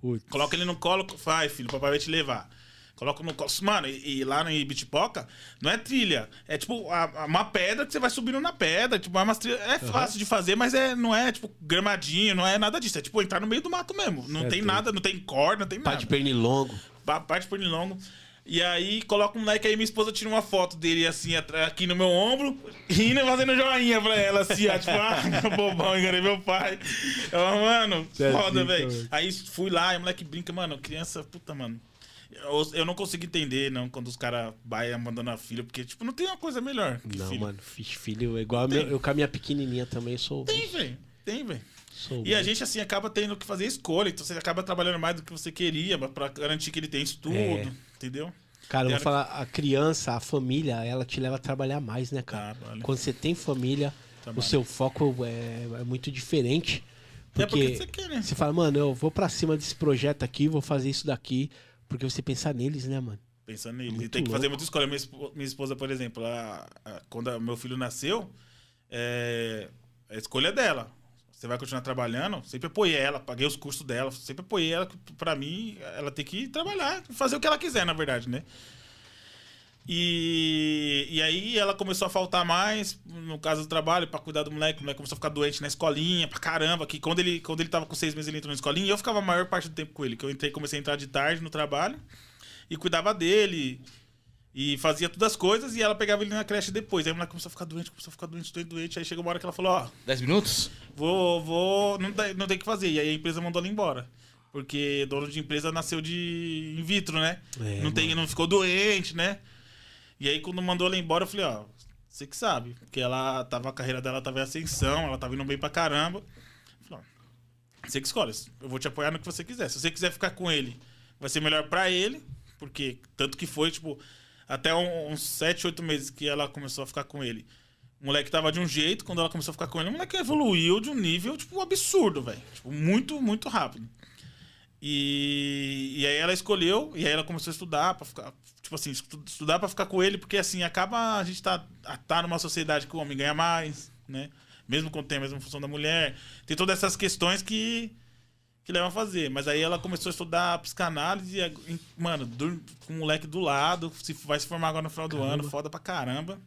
Putz. Coloca ele no colo, vai, filho, papai vai te levar. Coloca no colo. Mano, e, e lá no Ibitipoca, não é trilha. É tipo a- a- uma pedra que você vai subindo na pedra. Tipo, é, umas trilha- é fácil de fazer, mas é, não é tipo gramadinho, não é nada disso. É tipo entrar no meio do mato mesmo. Não tem nada, não tem corda, não tem Pá nada. Tá de pernilongo. Pa- parte pernilongo. E aí coloca um like aí, minha esposa tira uma foto dele assim, atra- aqui no meu ombro, rindo e fazendo joinha pra ela, assim, ó, tipo, ah, bobão, enganei meu pai. Eu, mano, Você é foda, zica, velho. velho. Aí fui lá, e o moleque brinca, mano, criança, puta, mano. Eu, eu não consigo entender, não, quando os caras vai mandando a filha, porque, tipo, não tem uma coisa melhor. que Não, filho. mano, fiz filho é igual a meu, eu com a minha pequenininha também sou. Tem, velho. Tem, velho. sou E a gente, assim, acaba tendo que fazer escolha, então você acaba trabalhando mais do que você queria, pra- pra garantir que ele tem estudo, É. entendeu? Cara, eu Tem vou hora falar, a criança, a família, ela te leva a trabalhar mais, né, cara? Trabalha. Quando você tem família, o Trabalha. seu foco é, é muito diferente. É porque Porque você quer, né? você fala, mano, eu vou pra cima desse projeto aqui, vou fazer isso daqui. Porque você pensar neles, né, mano? Pensando nele. Muito tem que fazer louco. muita escolha. Minha, espo- minha esposa, por exemplo, a- a- quando a- meu filho nasceu, é, a escolha é dela. Você vai continuar trabalhando? Sempre apoiei ela, paguei os custos dela, sempre apoiei ela. que Pra mim, ela tem que trabalhar, fazer o que ela quiser, na verdade, né? E, e aí ela começou a faltar mais, no caso do trabalho, pra cuidar do moleque. O moleque começou a ficar doente na escolinha, pra caramba. Que quando ele, quando ele tava com seis meses, ele entrou na escolinha. E eu ficava a maior parte do tempo com ele, que eu entrei, comecei a entrar de tarde no trabalho. E cuidava dele. E fazia todas as coisas. E ela pegava ele na creche depois. Aí o moleque começou a ficar doente, começou a ficar doente, doente, doente. Aí chegou uma hora que ela falou, ó, 10 minutos? vou, vou, não, tem- não tem o que fazer. E aí a empresa mandou ela embora. Porque dono de empresa nasceu de in vitro, né? É, não, tem, não ficou doente, né? E aí quando mandou ela embora, eu falei, ó, você que sabe. Porque ela tava, a carreira dela tava em ascensão, ela tava indo bem pra caramba. Eu falei, ó, você que escolhe, eu vou te apoiar no que você quiser. Se você quiser ficar com ele, vai ser melhor pra ele, porque tanto que foi, tipo, até um- uns 7, 8 meses que ela começou a ficar com ele. O moleque tava de um jeito, quando ela começou a ficar com ele, o moleque evoluiu de um nível, tipo, absurdo, velho. Tipo, muito, muito rápido. E, e aí ela escolheu, e aí ela começou a estudar pra ficar. Tipo assim, estu- estudar pra ficar com ele, porque assim, acaba a gente tá, a- tá numa sociedade que o homem ganha mais, né? Mesmo quando tem a mesma função da mulher. Tem todas essas questões que, que levam a fazer. Mas aí ela começou a estudar psicanálise, e, ag- e, mano, dur- com o moleque do lado, se, vai se formar agora no final do ano, foda pra caramba.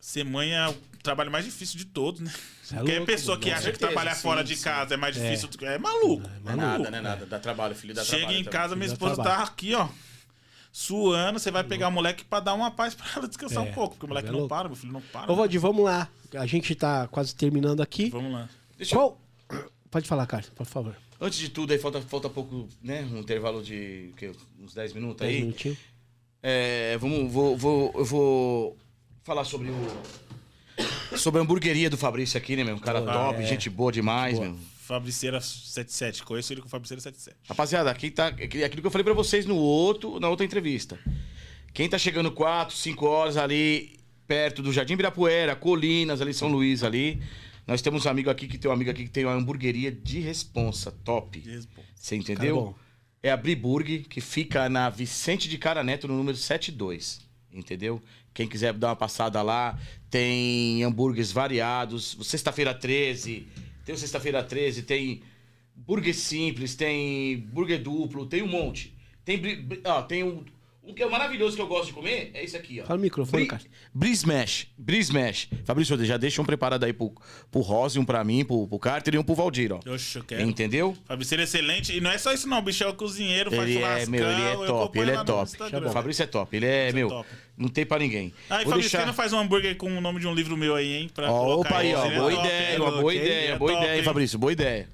Ser mãe é o trabalho mais difícil de todos, né? Você é Porque louco, pessoa mano. que Com acha que certeza, trabalhar sim, fora de sim. casa é mais difícil do que. É maluco. É, Não é maluco. nada, não é nada. Dá trabalho, filho, dá Chega trabalho. em também. casa, minha Dá esposa tá trabalho. aqui, ó. Suando, você Tá vai pegar o moleque pra dar uma paz pra ela descansar É, um pouco, porque o moleque é não louco. para, meu filho não para. Ô, Valdir, vamos lá. A gente tá quase terminando aqui. Vamos lá. Deixa eu- Qual... Pode falar, Carlos, por favor. Antes de tudo, aí falta, falta pouco, né? Um intervalo de o quê? uns 10 Tá minutos Dez aí. minutinhos. É, vamos, vou, vou- eu vou falar sobre o. Sobre a hamburgueria do Fabrício aqui, né, meu? Um cara top, gente boa demais, meu. Fabriceira 77, conheço ele com Fabriceira 77. Rapaziada, aqui tá. aqui- Aquilo que eu falei pra vocês no outro, na outra entrevista. Quem tá chegando 4, 5 horas ali, perto do Jardim Birapuera, Colinas, ali, São Luís ali. Nós temos um amigo aqui que tem um amigo aqui que tem uma hamburgueria de responsa, top. Diz, pô. Você Cara entendeu? bom. é a Briburg, que fica na Vicente de Cara Neto, no número 72. Entendeu? Quem quiser dar uma passada lá, tem hambúrgueres variados. Sexta-feira 13, tem o sexta-feira 13, tem burger simples, tem burger duplo, tem um monte. Tem, bri- bri- ó, tem um. O que é maravilhoso que eu gosto de comer é isso aqui, ó. Fala no microfone, Bri- cara. Brismash, Brismash. Fabrício, já deixa um preparado aí pro, pro Rose, um pra mim, pro, pro Carter e um pro Valdir, ó. Oxe, eu quero. Entendeu? Fabriceira é excelente. E não é só isso, não. O bicho é o cozinheiro, faz Ele é, churrascão. meu, ele é eu top, acompanho ele lá é no top. Instagram. O Fabrício é top, ele é, Fabrício é meu, top. não tem pra ninguém. Ah, e Vou Fabriceira deixar... faz um hambúrguer com o nome de um livro meu aí, hein? Pra Ó, colocar opa aí, ó, Ele é boa top, hein, ideia, uma louco, boa hein? Ele ideia, é boa top, ideia, hein, hein? Fabrício, boa ideia.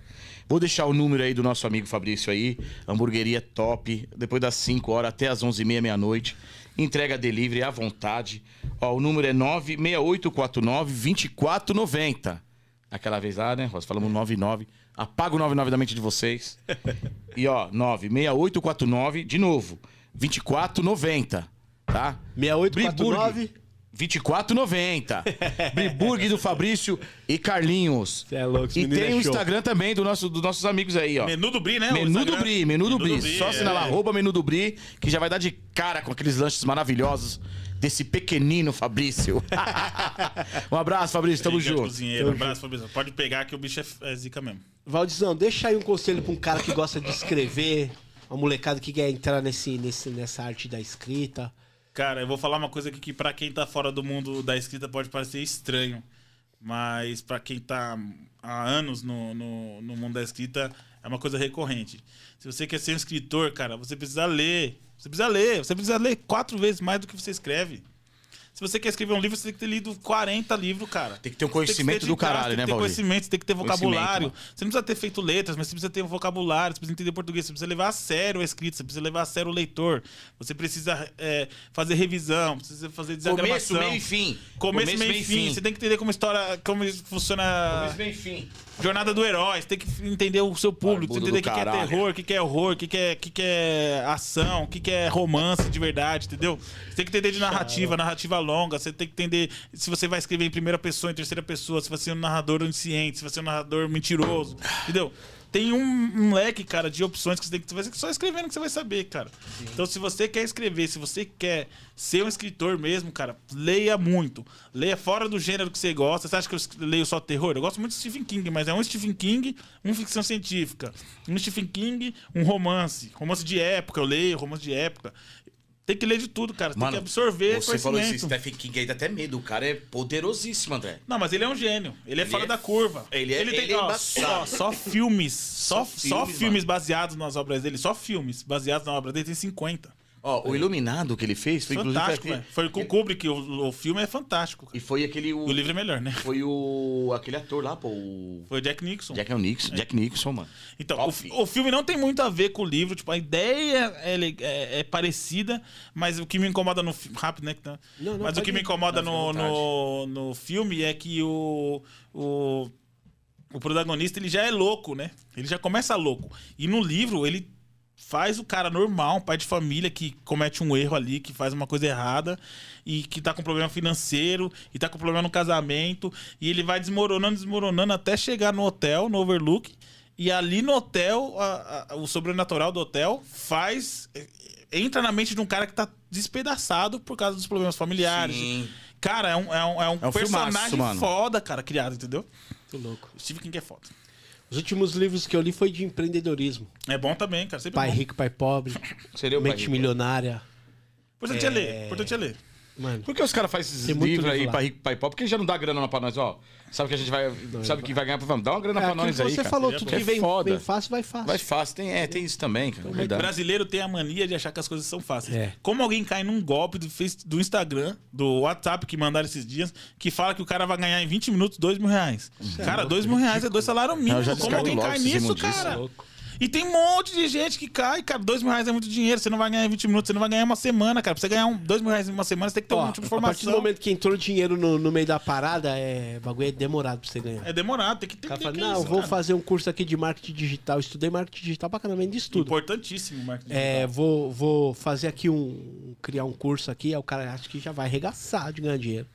Vou deixar o número aí do nosso amigo Fabrício aí, hamburgueria top, depois das 5 horas até as 11h30, meia-noite, entrega delivery à vontade. Ó, o número é 96849-2490. Aquela vez lá, né, Rosa? Falamos 99. Apaga o 99 da mente de vocês. E ó, 96849, de novo, 2490, tá? 6849. 2490. Briburg do Fabrício e Carlinhos. Você é louco, esse E menino tem é o show. Instagram também do nosso, dos nossos amigos aí, ó. Menu do Bri, né? o Menu do Instagram? Bri, menu do Bri. Só é. assinalar, arroba menu do Bri, que já vai dar de cara com aqueles lanches maravilhosos desse pequenino Fabrício. um abraço, Fabrício, tamo Gigante junto. Cozinheiro, abraço, Fabrício. Pode pegar que o bicho é, é zica mesmo. Valdizão, deixa aí um conselho pra um cara que gosta de escrever, uma molecada que quer entrar nesse, nesse, nessa arte da escrita. Cara, eu vou falar uma coisa aqui que pra quem tá fora do mundo da escrita pode parecer estranho. Mas pra quem tá há anos no, no, no mundo da escrita, é uma coisa recorrente. Se você quer ser um escritor, cara, você precisa ler. Você precisa ler. Você precisa ler quatro vezes mais do que você escreve. Se você quer escrever um livro, você tem que ter lido 40 livros, cara. Tem que ter um Você tem que conhecimento se do dedicar, caralho, né, Tem que ter um Valdir? conhecimento, você tem que ter vocabulário. Conhecimento, Você não precisa ter feito letras, mas você precisa ter um vocabulário, você precisa entender português, você precisa levar a sério a escrita, você precisa levar a sério o leitor. Você precisa é, fazer revisão, precisa fazer Começo, desagravação. meio e fim. Começo, meio e fim. Você tem que entender como história, como isso funciona Começo, meio e fim. jornada do herói, você tem que entender o seu público, você Barbudo do entender o que, que é caralho. terror, o que, que é horror, o que, que, é, o que, que é ação, o que, que é romance de verdade, entendeu? Você tem que entender de narrativa, narrativa longa, você tem que entender se você vai escrever em primeira pessoa, em terceira pessoa, se você é um narrador onisciente, se você é um narrador mentiroso, entendeu? Tem um, um leque, cara, de opções que você tem que. Você vai só escrevendo que você vai saber, cara. Então, se você quer escrever, se você quer ser um escritor mesmo, cara, leia muito. Leia fora do gênero que você gosta. Você acha que eu es- leio só terror? Eu gosto muito de Stephen King, mas é um Stephen King, um ficção científica. Um Stephen King, um romance. Romance de época, eu leio romance de época. Tem que ler de tudo, cara. Tem que absorver Você falou esse conhecimento. Stephen King aí, dá até medo. O cara é poderosíssimo, André. Não, mas ele é um gênio. Ele é Ele fora é- da curva. ele é- ele é ó, só, embaçado. só filmes. Só, só Só filmes, filmes, baseados nas obras dele. Só filmes baseados na obra dele tem 50. Ó, o Iluminado que ele fez foi É. fantástico, velho. inclusive. Foi com o Kubrick. O, o filme é fantástico. cara. E foi aquele. O, O livro é melhor, né? Foi o. aquele ator lá, pô. O. Foi o Jack Nixon. Jack Nixon, Jack Nixon, mano. Então, o, Top. fi- o filme não tem muito a ver com o livro, tipo, a ideia é, le- é- é parecida, mas o que me incomoda no filme. Rápido, né? que tá- Não, não, mas o pode que me ir. incomoda Não, no, fica à no, no filme é que o. o o protagonista ele já é louco, né? Ele já começa louco. E no livro ele faz o cara normal, um pai de família que comete um erro ali, que faz uma coisa errada e que tá com problema financeiro e tá com problema no casamento e ele vai desmoronando, desmoronando até chegar no hotel, no Overlook. E ali no hotel, a- a- o sobrenatural do hotel faz eh, entra na mente de um cara que tá despedaçado por causa dos problemas familiares. Sim. Cara, é um, é um, é um É um personagem filmaço, mano. foda, cara, criado, entendeu? Tô louco. O Stephen King é foda. Os últimos livros que eu li foi de empreendedorismo. É bom também, cara. Sempre Pai bom. rico, pai pobre, Seria o mente Pai- milionária. Importante é ler. Importante é ler. Mano, Por que os caras fazem esses Tem muito livros livro aí lá. pra rico, pra hipó? Porque já não dá grana pra nós, ó. Sabe que a gente vai. sabe que vai ganhar pra vamos. Dá uma grana é pra aquilo nós que aí. você cara. falou, Seria tudo bom. que vem, É foda. vem fácil, Então, vai fácil. Vai fácil. Tem, é, tem isso também, cara. O verdade. brasileiro tem a mania de achar que as coisas são fáceis. É. Como alguém cai num golpe do, Face- do Instagram, do WhatsApp que mandaram esses dias, que fala que o cara vai ganhar em 20 minutos dois mil reais. cara, dois né? mil reais é dois salários Não, eu mínimos. já Como descarto alguém logo cai esses nisso, imundícios. cara? Louco. E tem um monte de gente que cai, cara. Dois mil reais é muito dinheiro. Você não vai ganhar em 20 minutos, você não vai ganhar em uma semana, cara. Pra você ganhar um, dois mil reais em uma semana, você tem que ter Ó, um tipo de a partir do formação. momento que entrou dinheiro no, no meio da parada, é, o bagulho é demorado pra você ganhar. É demorado, tem que ter O cara que- fala, que não, isso, vou cara? fazer um curso aqui de marketing digital. Estudei marketing digital pra caramba, ainda estudo. Importantíssimo, marketing. É, digital. vou, vou fazer aqui um. criar um curso aqui, aí o cara acha que já vai arregaçar de ganhar dinheiro.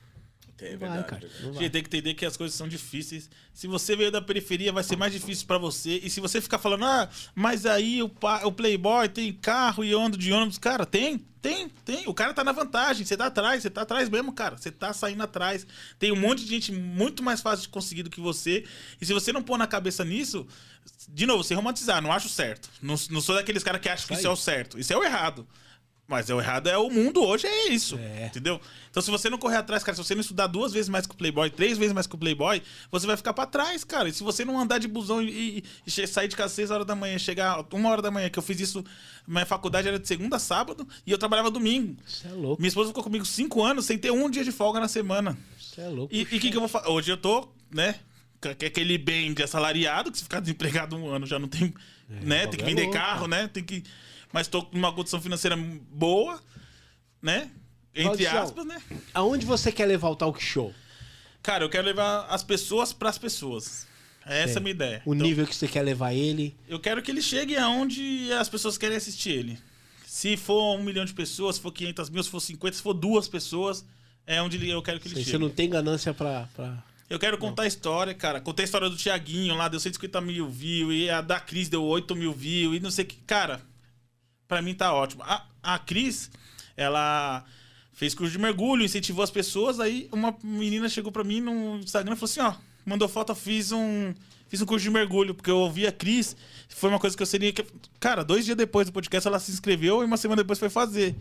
É Não verdade, vai, cara. verdade. Não vai. Gente, tem que entender que as coisas são difíceis. Se você veio da periferia, vai ser mais difícil pra você. E se você ficar falando, ah, mas aí o, pa- o Playboy tem carro e eu ando de ônibus. Cara, tem, tem, tem. O cara tá na vantagem. Você tá atrás, você tá atrás mesmo, cara. Você tá saindo atrás. Tem um monte de gente muito mais fácil de conseguir do que você. E se você não pôr na cabeça nisso, de novo, sem romantizar, não acho certo. Não, não sou daqueles caras que acham que isso é o certo. Isso é o errado. Mas é o errado é o mundo hoje, é isso. Entendeu? Então, se você não correr atrás, cara, se você não estudar duas vezes mais que o Playboy, três vezes mais que o Playboy, você vai ficar pra trás, cara. E se você não andar de busão e, e- e che- sair de casa às seis horas da manhã, chegar uma hora da manhã, que eu fiz isso, minha faculdade era de segunda a sábado e eu trabalhava domingo. Isso é louco, Minha esposa ficou comigo cinco anos sem ter um dia de folga na semana. isso é louco. E o que, que eu vou fazer? Hoje eu tô, né? Com aquele bem de assalariado, que se ficar desempregado um ano já não tem. né? Tem que bagulho é vender louco, carro, né? Tem que. Mas tô com uma condição financeira boa, né? Entre Claudião. aspas, né? Aonde você quer levar o talk show? Cara, eu quero levar as pessoas pras pessoas. Essa é a minha ideia. O Então, nível que você quer levar ele? Eu quero que ele chegue aonde as pessoas querem assistir ele. Se for um milhão de pessoas, se for 500 mil, se for 50, se for duas pessoas, é onde ele- eu quero que ele Você chegue. não tem ganância pra. pra... Eu quero contar a história, cara. Contei a história do Tiaguinho lá, deu 150 mil views, e a da Cris deu 8 mil views, e não sei o que. Cara, pra mim tá ótimo. A, a Cris, ela fez curso de mergulho, incentivou as pessoas, aí uma menina chegou pra mim no Instagram e falou assim, ó, mandou foto, eu fiz um. Fiz um curso de mergulho, porque eu ouvi a Cris, foi uma coisa que eu seria. que- Cara, dois dias depois do podcast ela se inscreveu e uma semana depois foi fazer.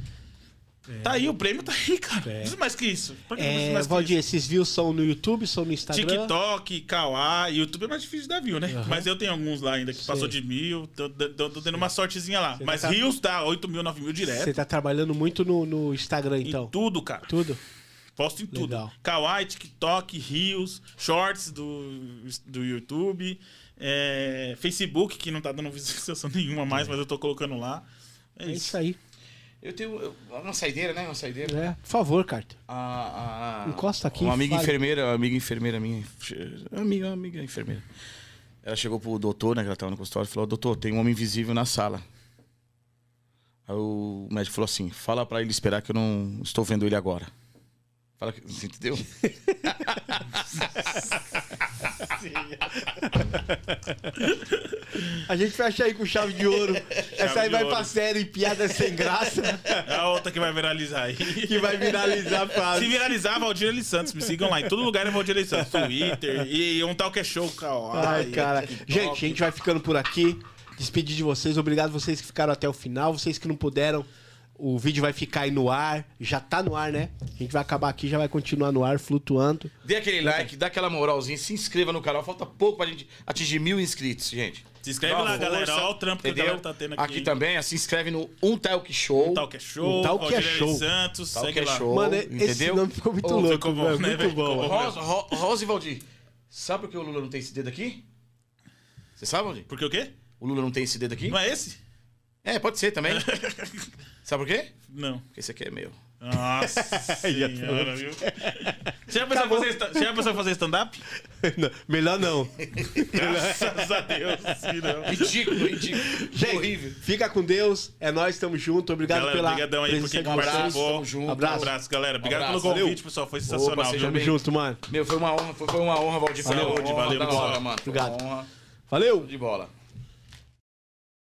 Tá aí, o prêmio tá aí, cara. Não precisa mais que isso. Pra que não precisa É, mais que isso? Valdir, esses views são no YouTube, são no Instagram? TikTok, Kawaii, YouTube é mais difícil da view, né? Mas eu tenho alguns lá ainda que passou de mil, tô, tô- tô- tô dando uma sortezinha lá. Mas tá- Rios tá 8 mil, 9 mil direto. Você tá trabalhando muito no, no Instagram, Em então? tudo, cara. Tudo? Posto em tudo. Legal. Kawaii, TikTok, Rios, Shorts do, do YouTube, é, Facebook, que não tá dando visualização nenhuma mais, mas eu tô colocando lá. É, É isso. isso aí. Eu tenho. eu- Uma saideira, né? Uma saideira. né? Por favor, Carter. A, a- Encosta aqui, Uma amiga fale. enfermeira, uma amiga enfermeira minha. Amiga, uma amiga enfermeira. Ela chegou pro doutor, né? Que ela tava no consultório e falou: Doutor, tem um homem invisível na sala. Aí o médico falou assim: Fala pra ele esperar que eu não estou vendo ele agora. Fala que. Você entendeu? A gente fecha aí com chave de ouro. Essa aí de vai ouro. pra série Piada Sem Graça, É a outra que vai viralizar aí. que vai viralizar a Se frase. viralizar, Valdir Eli Santos. Me sigam lá. Em todo lugar é Valdir Eli Santos. Twitter e um tal que é show. Kawaii, Ai, cara. TikTok. Gente, a gente vai ficando por aqui. Despedir de vocês. Obrigado vocês que ficaram até o final. Vocês que não puderam, o vídeo vai ficar aí no ar. Já tá no ar, né? A gente vai acabar aqui, já vai continuar no ar, flutuando. Dê aquele like, dá aquela moralzinha, se inscreva no canal. Falta pouco pra gente atingir mil inscritos, gente. Se inscreve Dá uma lá, galera. força, Olha o trampo que a entendeu? galera tá tendo aqui. Aqui também, se inscreve no Um Talk Show. Um tal que é show. Um tal que é Valdir Eli show. Santos. Tal segue que é lá. show. Mano, esse entendeu? nome ficou muito Ô, louco, ficou bom, velho, né, muito velho? bom. Ficou bom. Rosa, Ro- Rosa e Valdir, sabe por que o Lula não tem esse dedo aqui? Você sabe, Valdir? Porque o quê? O Lula não tem esse dedo aqui? Não é esse? É, pode ser também. sabe por quê? Não. Porque esse aqui é meu. Nossa senhora, viu? Você já pensou em fazer esta- você já pensou em fazer stand-up? Não, melhor não. Graças a Deus, se não. Ridículo, ridículo. Gente, Horrível. fica com Deus. É nós, tamo junto. Obrigado Galera, pela obrigadão aí por presença quem de vocês. abraço, participou. tamo junto. Um abraço, Abraço. galera. Obrigado Abraço, pelo convite, valeu. pessoal. Foi sensacional. seja viu? Tamo bem. junto, mano. Meu, foi uma honra, foi, foi uma honra, Valdir. Foi uma Saúde, honra valeu, da pessoal. hora, mano. Foi uma Obrigado. honra Valeu! de bola.